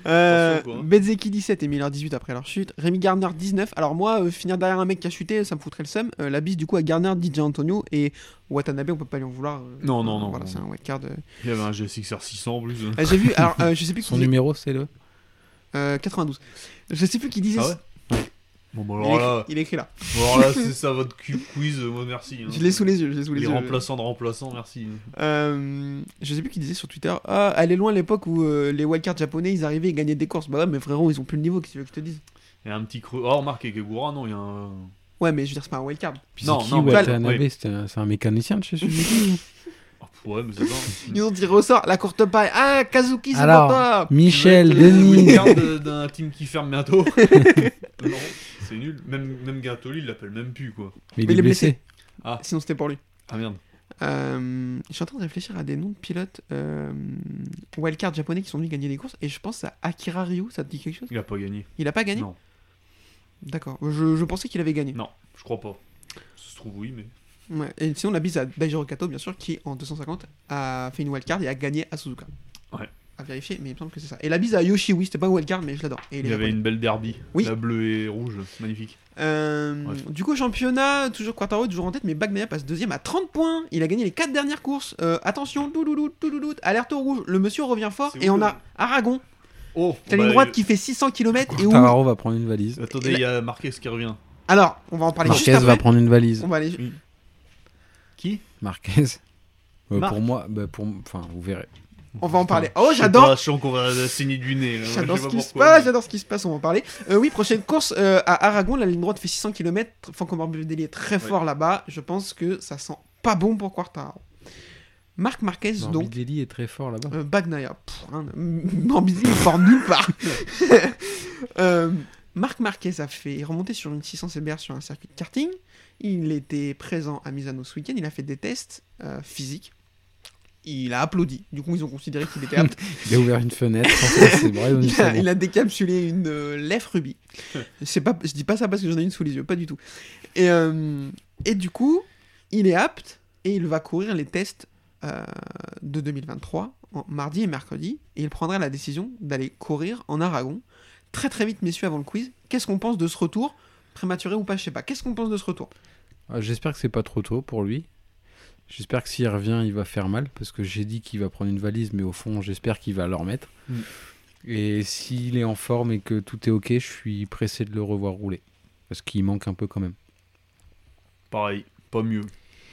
Speaker 2: Euh,
Speaker 4: quoi, hein.
Speaker 2: Bezeki 17 et Miller 18 après leur chute. Rémi Gardner 19. Alors moi, euh, finir derrière un mec qui a chuté, ça me foutrait le seum. Euh, la bise du coup à Gardner, DJ Antonio et Watanabe, on peut pas lui en vouloir. euh,
Speaker 4: Non, non, non,
Speaker 2: Voilà,
Speaker 4: non.
Speaker 2: c'est un wildcard. euh.
Speaker 4: Il y avait un GSXR 600 en plus. hein.
Speaker 2: Ah, J'ai vu, alors euh, je sais plus qui
Speaker 3: Son
Speaker 4: hum-
Speaker 2: disait-
Speaker 3: numéro, c'est le.
Speaker 2: euh, 92. Je sais plus qui disait
Speaker 4: Ah
Speaker 2: ça.
Speaker 4: ouais Bon, bah,
Speaker 2: Il
Speaker 4: alors
Speaker 2: écrit-
Speaker 4: là,
Speaker 2: il écrit là.
Speaker 4: bon, alors là c'est ça votre cul quiz. euh, Moi, merci. hein.
Speaker 2: Je l'ai sous les yeux, je l'ai sous les,
Speaker 4: Les
Speaker 2: yeux.
Speaker 4: remplaçants de remplaçants, merci.
Speaker 2: Euh, je sais plus qui disait sur Twitter. Ah, elle est loin l'époque où euh, les wildcards japonais ils arrivaient et gagnaient des courses. Bah ouais, mais frérot, ils ont plus le niveau, qu'est-ce que tu veux que je te dise
Speaker 4: Il y a un petit creux. Ah, remarque, Kegura, non, il y a un.
Speaker 2: Ouais, mais je veux dire, c'est pas un wildcard.
Speaker 3: Puis
Speaker 4: Non,
Speaker 3: c'est qui
Speaker 4: non, mais-
Speaker 3: Watanabe
Speaker 4: ouais.
Speaker 3: C'était un- C'est un mécanicien de chez Suzuki.
Speaker 4: Ah, ouais, mais c'est
Speaker 2: <laughs>
Speaker 4: pas.
Speaker 2: Ils ont dit ressort la courte paille. Ah, Kazuki, Mm. c'est
Speaker 3: Alors,
Speaker 2: pour toi
Speaker 3: Michel,
Speaker 4: Vous êtes le
Speaker 3: Denis.
Speaker 4: wingard de- euh, d'un team qui
Speaker 2: <laughs>
Speaker 4: ferme bientôt. non, c'est nul. Même, même Gattoli, il l'appelle même plus, quoi.
Speaker 3: Mais il
Speaker 2: Mais
Speaker 3: est blessé.
Speaker 2: Sinon, c'était pour lui.
Speaker 4: Ah merde.
Speaker 2: Euh, je suis en train de réfléchir à des noms de pilotes euh, wildcard japonais qui sont venus gagner des courses. Et je pense à Akira Ryu, ça te dit quelque chose
Speaker 4: Il a pas gagné.
Speaker 2: Il a pas gagné
Speaker 4: Non,
Speaker 2: D'accord, je, je pensais qu'il avait gagné.
Speaker 4: non, je crois pas. Ça se trouve, oui, mais.
Speaker 2: Ouais, Et sinon, la bise à Daijiro Kato, bien sûr, qui en 250 a fait une wildcard et a gagné à Suzuka.
Speaker 4: Ouais.
Speaker 2: À vérifier, mais il me semble que c'est ça. Et la bise à Yoshi, oui, c'était pas une wildcard, mais je l'adore. Et il
Speaker 4: Il
Speaker 2: est
Speaker 4: y avait
Speaker 2: japonais.
Speaker 4: une belle derby.
Speaker 2: Oui.
Speaker 4: La bleue et rouge, magnifique.
Speaker 2: Euh,
Speaker 4: Bref.
Speaker 2: Du coup, championnat, toujours Quartaro, toujours en tête, mais Bagnaia passe deuxième à 30 points. Il a gagné les 4 dernières courses. Euh, attention, douloulou, douloulou, alerte au rouge. Le monsieur revient fort.
Speaker 4: C'est
Speaker 2: Et
Speaker 4: où
Speaker 2: on
Speaker 4: le-
Speaker 2: a Aragon,
Speaker 4: Oh
Speaker 2: t'as une droite qui fait 600 km et où.
Speaker 3: Tararo va prendre une valise.
Speaker 4: Attendez, il y a Marquez qui revient.
Speaker 2: Alors, on va en parler
Speaker 3: Marquez
Speaker 2: juste
Speaker 3: va
Speaker 2: après.
Speaker 3: prendre une valise.
Speaker 2: On va aller.
Speaker 4: Qui
Speaker 3: Marquez. Euh,
Speaker 4: Marc.
Speaker 3: pour moi, bah, pour... enfin, vous verrez.
Speaker 2: On va en parler. Oh,
Speaker 4: Je sais
Speaker 2: j'adore
Speaker 4: pas, Je sens qu'on va saigner du nez. là.
Speaker 2: J'adore
Speaker 4: Je
Speaker 2: ce
Speaker 4: sais
Speaker 2: qui se
Speaker 4: pourquoi,
Speaker 2: passe,
Speaker 4: mais-
Speaker 2: j'adore ce qui se passe, on va en parler. Euh, oui, prochaine course euh, à Aragon, la ligne droite fait 600 km, Franco Morbidelli est très fort là-bas, je pense que ça sent pas bon pour Quartaro. Marc Marquez donc,
Speaker 3: Morbidelli est très fort là-bas.
Speaker 2: euh, Bagnaia, pff, <laughs> rien de- Morbidelli est fort nulle part. Euh, Marc Marquez a fait, est remonté sur une 600 CBR sur un circuit de karting, il était présent à Misano ce week-end, il a fait des tests euh, physiques. Il a applaudi. Du coup, ils ont considéré qu'il était apte.
Speaker 3: Il a ouvert une fenêtre. franchement, c'est
Speaker 2: <laughs>
Speaker 3: vrai,
Speaker 2: Il a, il
Speaker 3: honnêtement.
Speaker 2: a décapsulé une euh, lèvre
Speaker 4: <laughs>
Speaker 2: rubis. C'est pas, je dis pas ça parce que j'en ai une sous les yeux, pas du tout. Et, euh, et du coup, il est apte et il va courir les tests euh, de 2023, en, mardi et mercredi, et il prendra la décision d'aller courir en Aragon. Très très vite, messieurs, avant le quiz, qu'est-ce qu'on pense de ce retour Prématuré ou pas, je sais pas. Qu'est-ce qu'on pense de ce retour
Speaker 3: Ah, J'espère que c'est pas trop tôt pour lui. J'espère que s'il revient, il va faire mal parce que j'ai dit qu'il va prendre une valise, mais au fond, j'espère qu'il va le remettre.
Speaker 4: Mm.
Speaker 3: Et s'il est en forme et que tout est ok, je suis pressé de le revoir rouler parce qu'il manque un peu quand même.
Speaker 4: Pareil, pas mieux.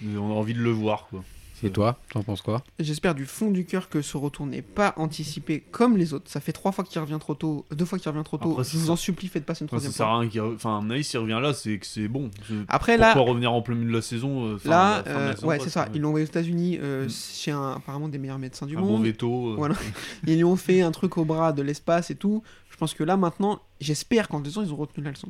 Speaker 4: Mais On a envie de le voir, quoi.
Speaker 3: Et toi, t'en penses quoi
Speaker 2: J'espère du fond du cœur que ce retour n'est pas anticipé comme les autres. Ça fait trois fois qu'il revient trop tôt, deux fois qu'il revient trop tôt.
Speaker 4: Après,
Speaker 2: je
Speaker 4: c'est
Speaker 2: vous
Speaker 4: ça.
Speaker 2: en supplie, faites passer une
Speaker 4: Après, ça
Speaker 2: troisième
Speaker 4: sert
Speaker 2: fois.
Speaker 4: à rien qu'il. re- Enfin, à mon avis, s'il revient là, c'est que c'est bon. C'est-
Speaker 2: Après là,
Speaker 4: Pourquoi revenir en plein milieu de la saison euh, enfin,
Speaker 2: là,
Speaker 4: la fin de la
Speaker 2: euh,
Speaker 4: saison
Speaker 2: ouais, c'est
Speaker 4: passe,
Speaker 2: ça. Ils l'ont envoyé aux États-Unis euh,
Speaker 4: Mm.
Speaker 2: chez un, apparemment des meilleurs médecins du
Speaker 4: un bon
Speaker 2: monde.
Speaker 4: veto. euh,
Speaker 2: Voilà. Ils lui ont fait un truc au bras de l'espace et tout. Je pense que là maintenant, j'espère qu'en deux ans ils ont retenu la leçon.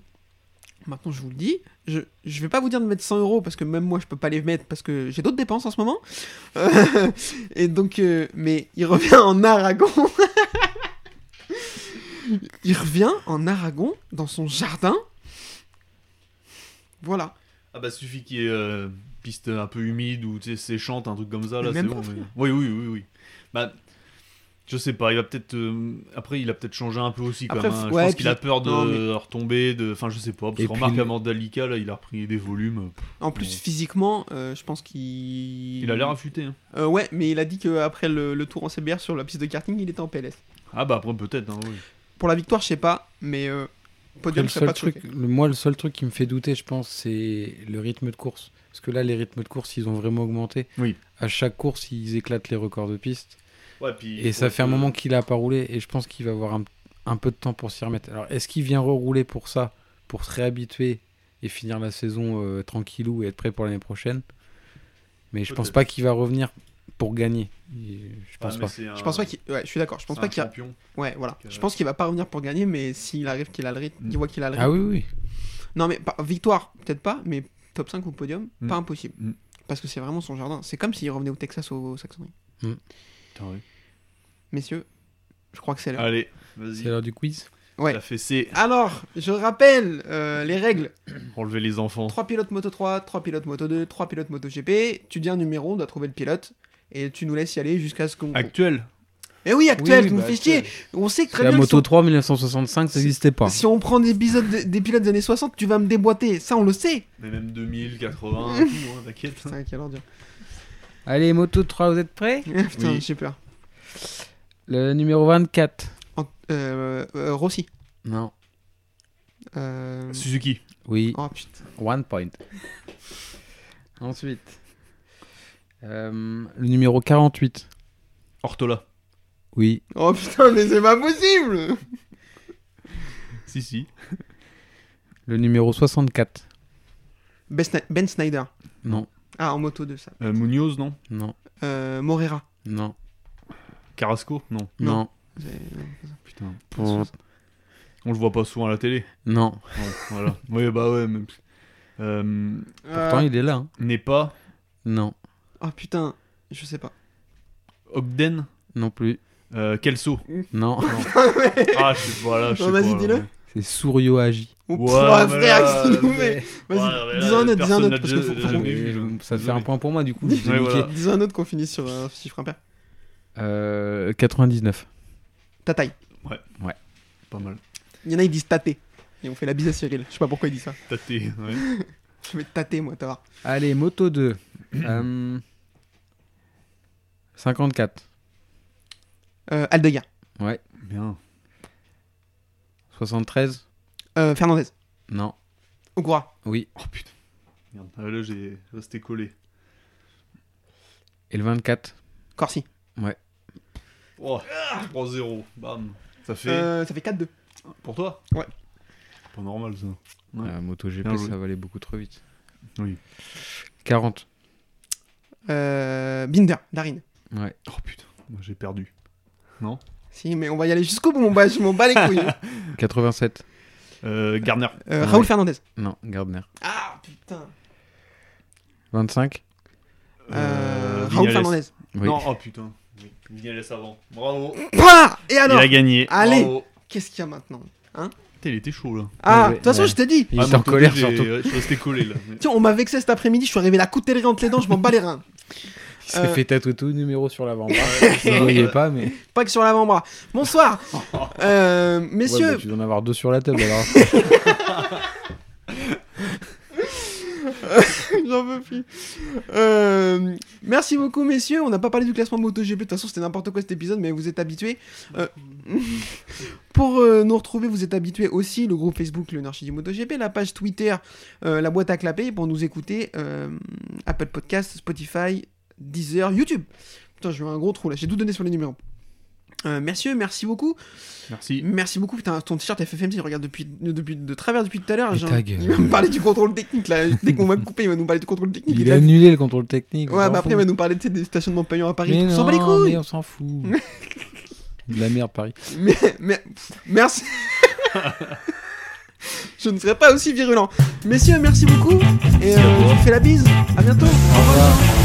Speaker 2: Maintenant, je vous le dis, je, je vais pas vous dire de mettre 100 euros parce que même moi je peux pas les mettre parce que j'ai d'autres dépenses en ce moment. <laughs> Euh, et donc, euh, mais il revient en Aragon. <laughs> il revient en Aragon dans son jardin. Voilà.
Speaker 4: Ah bah suffit qu'il y ait euh, piste un peu humide ou tu sais, séchante, un truc comme ça,
Speaker 2: Mais
Speaker 4: là, c'est
Speaker 2: même
Speaker 4: bon.
Speaker 2: pas,
Speaker 4: mais- Oui, oui, oui, oui. Bah, je sais pas, il va peut-être... euh, Après, il a peut-être changé un peu aussi, quand
Speaker 2: Après,
Speaker 4: même. hein. Je
Speaker 2: ouais,
Speaker 4: pense
Speaker 2: puis-
Speaker 4: qu'il a peur de
Speaker 2: non, mais-
Speaker 4: retomber, de... Enfin, je sais pas, parce
Speaker 3: Et
Speaker 4: que remarque,
Speaker 3: puis-
Speaker 4: à Mandalika, là, il a repris des volumes. Pff,
Speaker 2: En plus,
Speaker 4: Bon.
Speaker 2: physiquement, euh, je pense qu'il.
Speaker 4: Il a l'air affûté, hein.
Speaker 2: Euh, ouais, mais il a dit qu'après le, le tour en CBR sur la piste de karting, il était en PLS.
Speaker 4: Ah bah après, peut-être, hein, oui.
Speaker 2: Pour la victoire, je sais pas, mais euh,
Speaker 3: Après,
Speaker 2: podium,
Speaker 3: le
Speaker 2: je serais
Speaker 3: seul
Speaker 2: pas truc.
Speaker 3: truc, le- moi, le seul truc qui me fait douter, je pense, c'est le rythme de course. Parce que là, les rythmes de course, ils ont vraiment augmenté.
Speaker 4: Oui.
Speaker 3: À chaque course, ils éclatent les records de piste.
Speaker 4: Ouais, puis,
Speaker 3: Et ça fait un moment qu'il a pas roulé. Et je pense qu'il va avoir un, un peu de temps pour s'y remettre. Alors, est-ce qu'il vient rerouler pour ça, pour se réhabituer et finir la saison euh, tranquillou et être prêt pour l'année prochaine Mais je pense
Speaker 4: Peut-être.
Speaker 3: pas qu'il va revenir pour gagner. Et Je
Speaker 4: Ah,
Speaker 3: pense pas.
Speaker 2: Je pense pas qu'il. Ouais, je suis d'accord. Je pense pas qu'il. a-
Speaker 4: champion.
Speaker 2: Ouais, voilà.
Speaker 4: Euh,
Speaker 2: Je pense qu'il va pas revenir pour gagner, mais s'il arrive qu'il a le rythme,
Speaker 4: Mm.
Speaker 2: il voit qu'il a le rythme.
Speaker 3: Ah oui, oui.
Speaker 2: Non, mais pas- victoire, peut-être pas, mais top 5 ou podium,
Speaker 4: Mm.
Speaker 2: pas impossible.
Speaker 4: Mm.
Speaker 2: Parce que c'est vraiment son jardin. C'est comme s'il revenait au Texas au, au Saxonry.
Speaker 4: Putain, ouais.
Speaker 2: Messieurs, je crois que c'est là.
Speaker 4: Allez,
Speaker 3: C'est
Speaker 4: vas-y.
Speaker 3: l'heure du quiz.
Speaker 2: Ouais.
Speaker 4: La fessée,
Speaker 2: Alors, je rappelle euh, les règles.
Speaker 4: enlever les enfants.
Speaker 2: 3 pilotes Moto 3, 3 pilotes Moto 2, 3 pilotes Moto GP. Tu dis un numéro, on doit trouver le pilote. Et tu nous laisses y aller jusqu'à ce qu'on.
Speaker 4: Actuel
Speaker 2: Eh oui, actuel,
Speaker 3: Oui,
Speaker 2: tu nous
Speaker 3: bah,
Speaker 2: fais chier. On sait que très
Speaker 3: La
Speaker 2: bien que si
Speaker 3: Moto 3 1965, ça n'existait pas.
Speaker 2: on- si on prend des, épisodes de- des pilotes des années 60, tu vas me déboîter. Ça, on le
Speaker 3: <laughs>
Speaker 2: sait.
Speaker 4: Mais même 2000, 80, tout, hein, t'inquiète.
Speaker 2: Putain, quelle ordure.
Speaker 3: Allez, Moto 3, vous êtes prêts
Speaker 2: <laughs> Putain,
Speaker 4: Oui.
Speaker 2: j'ai peur.
Speaker 3: Le numéro 24.
Speaker 2: En- euh, euh, Rossi.
Speaker 3: Non.
Speaker 2: Euh,
Speaker 4: Suzuki.
Speaker 3: Oui,
Speaker 2: Oh putain.
Speaker 3: one point. Ensuite. Euh, le numéro 48.
Speaker 4: Ortola.
Speaker 3: Oui.
Speaker 2: Oh putain, mais c'est pas possible.
Speaker 4: Si, si.
Speaker 3: Le numéro 64.
Speaker 2: Ben, Sni- Ben Snyder.
Speaker 3: Non,
Speaker 2: Ah, en moto 2, ça.
Speaker 4: Euh, Munoz, non
Speaker 3: non,
Speaker 2: Euh, Morera.
Speaker 3: non,
Speaker 4: Carrasco Non.
Speaker 3: non,
Speaker 2: Non. C'est- Euh,
Speaker 4: Putain.
Speaker 3: pour-
Speaker 4: On le voit pas souvent à la télé.
Speaker 3: non.
Speaker 4: Ouais, voilà. Oui, bah ouais. Mais... Euh,
Speaker 3: Pourtant,
Speaker 2: Euh,
Speaker 3: il est là. hein.
Speaker 4: Nepa,
Speaker 3: Non,
Speaker 2: Oh putain, je sais pas.
Speaker 4: Ogden,
Speaker 3: non plus.
Speaker 4: euh, Kelso.
Speaker 3: Non,
Speaker 4: Ah, je sais pas, là, je sais
Speaker 2: Non,
Speaker 4: pas.
Speaker 2: vas-y,
Speaker 4: là.
Speaker 2: dis-le.
Speaker 3: c'est Sourio Agi.
Speaker 2: Oh,
Speaker 4: Ouais,
Speaker 2: putain,
Speaker 4: mais
Speaker 2: frère,
Speaker 4: là,
Speaker 2: qu'est-ce qu'il nous
Speaker 4: mais-
Speaker 2: met Vas-y,
Speaker 4: mais
Speaker 2: dis
Speaker 4: là,
Speaker 2: un autre, dis un
Speaker 4: personne
Speaker 2: autre,
Speaker 4: n'a
Speaker 2: parce
Speaker 4: déjà-
Speaker 2: que faut-
Speaker 4: déjà
Speaker 2: faut-
Speaker 4: jamais vu,
Speaker 3: Mais
Speaker 4: je-
Speaker 3: Ça fait
Speaker 4: désolé.
Speaker 3: un point pour moi, du coup. je l'ai
Speaker 4: Ouais,
Speaker 3: niqué.
Speaker 4: voilà.
Speaker 2: Dis un autre qu'on finisse sur un chiffre impair.
Speaker 3: Euh, 99.
Speaker 2: Ta taille.
Speaker 4: Pas mal.
Speaker 2: Il y en a, ils disent tâter. Et on fait la bise à Cyril. Je sais pas pourquoi il dit ça.
Speaker 4: Tâté, ouais.
Speaker 2: Je vais te tâter, moi, t'as voir.
Speaker 3: Allez, Moto <clears throat> 2. Euh, 54.
Speaker 2: Euh, Aldeguer.
Speaker 3: Ouais.
Speaker 4: Bien.
Speaker 3: 73.
Speaker 2: Euh, Fernandez.
Speaker 3: Non,
Speaker 2: Ogura.
Speaker 3: oui.
Speaker 4: Oh putain. Merde. Ah, là, j'ai resté collé.
Speaker 3: Et le 24.
Speaker 2: Corsi.
Speaker 4: Oh, 3-0. Bam. Ça fait.
Speaker 2: Euh, ça fait 4-2.
Speaker 4: Pour toi
Speaker 2: ouais.
Speaker 4: Pas normal, ça. Ouais.
Speaker 3: La Euh, Moto GP,
Speaker 4: Bien joué.
Speaker 3: ça va aller beaucoup trop vite.
Speaker 4: Oui.
Speaker 3: 40.
Speaker 2: Euh, Binder. Darin.
Speaker 3: Ouais.
Speaker 4: Oh putain. Moi, j'ai perdu.
Speaker 2: Si, mais on va y aller jusqu'au bout, mon bas. Je m'en bats les couilles. hein.
Speaker 3: 87.
Speaker 4: Euh, Garner.
Speaker 2: Euh,
Speaker 3: Ouais.
Speaker 2: Raoul Fernandez.
Speaker 3: Non, Gardner.
Speaker 2: Ah, putain.
Speaker 3: 25.
Speaker 2: Euh,
Speaker 4: Vignales.
Speaker 2: Raoul Fernandez.
Speaker 3: Oui.
Speaker 4: Non, oh putain. Oui, Vignales avant. Bravo.
Speaker 2: Pouah Et alors
Speaker 4: il a gagné.
Speaker 2: Allez.
Speaker 4: Bravo.
Speaker 2: Qu'est-ce qu'il y a maintenant
Speaker 4: Putain, il était chaud là.
Speaker 2: Ah,
Speaker 3: Ouais,
Speaker 2: de toute façon,
Speaker 3: ouais.
Speaker 2: je t'ai dit.
Speaker 3: Il
Speaker 4: Ah,
Speaker 3: est en
Speaker 4: mon
Speaker 3: colère
Speaker 4: côté, j'ai-
Speaker 3: surtout.
Speaker 4: ouais, Je suis resté collé là. mais-
Speaker 2: Tiens, on m'a vexé cet après-midi. Je suis arrivé la coutellerie entre les dents. Je m'en bats les reins.
Speaker 3: Il s'est
Speaker 2: Euh.
Speaker 3: fait tatouer tout le numéro sur
Speaker 2: <laughs>
Speaker 3: l'avant-bras. Vous ne voyez pas, mais.
Speaker 2: Pas que sur l'avant-bras. Bonsoir. Euh,
Speaker 3: Ouais,
Speaker 2: messieurs,
Speaker 3: bah, tu dois en avoir deux sur la table alors.
Speaker 2: <laughs> J'en veux plus. Euh, merci beaucoup, messieurs. On n'a pas parlé du classement MotoGP. De toute façon, c'était n'importe quoi cet épisode, mais vous êtes habitués. Euh, <laughs> pour euh, nous retrouver, vous êtes habitués aussi le groupe Facebook, le Narchi du MotoGP, la page Twitter, euh, la boîte à clapper pour nous écouter euh, Apple Podcast, Spotify, Deezer, YouTube. Putain, j'ai eu un gros trou là. J'ai tout donné sur les numéros. Euh, messieurs, merci beaucoup.
Speaker 4: Merci.
Speaker 2: Merci beaucoup. Putain, ton t-shirt FFMC, je regarde depuis, depuis, de travers depuis tout à l'heure.
Speaker 3: Mais
Speaker 2: j'ai
Speaker 3: ta
Speaker 2: un-
Speaker 3: gueule.
Speaker 2: Il va me parler du contrôle technique là. Dès qu'on va me couper, <laughs> il va nous parler du contrôle technique. Et
Speaker 3: Il a
Speaker 2: de la-
Speaker 3: annulé le contrôle technique.
Speaker 2: Ouais,
Speaker 3: on
Speaker 2: bah
Speaker 3: s'en
Speaker 2: après, il va
Speaker 3: fout.
Speaker 2: nous parler tu sais, des stationnements payants à Paris.
Speaker 3: Mais
Speaker 2: on s'en bat les
Speaker 3: non,
Speaker 2: couilles
Speaker 3: mais on s'en fout. De la merde, Paris.
Speaker 2: <laughs> Mais, mais- merci. <laughs> je ne serai pas aussi virulent. Messieurs, merci beaucoup. Et euh, je vous fais la bise. À bientôt. Au revoir.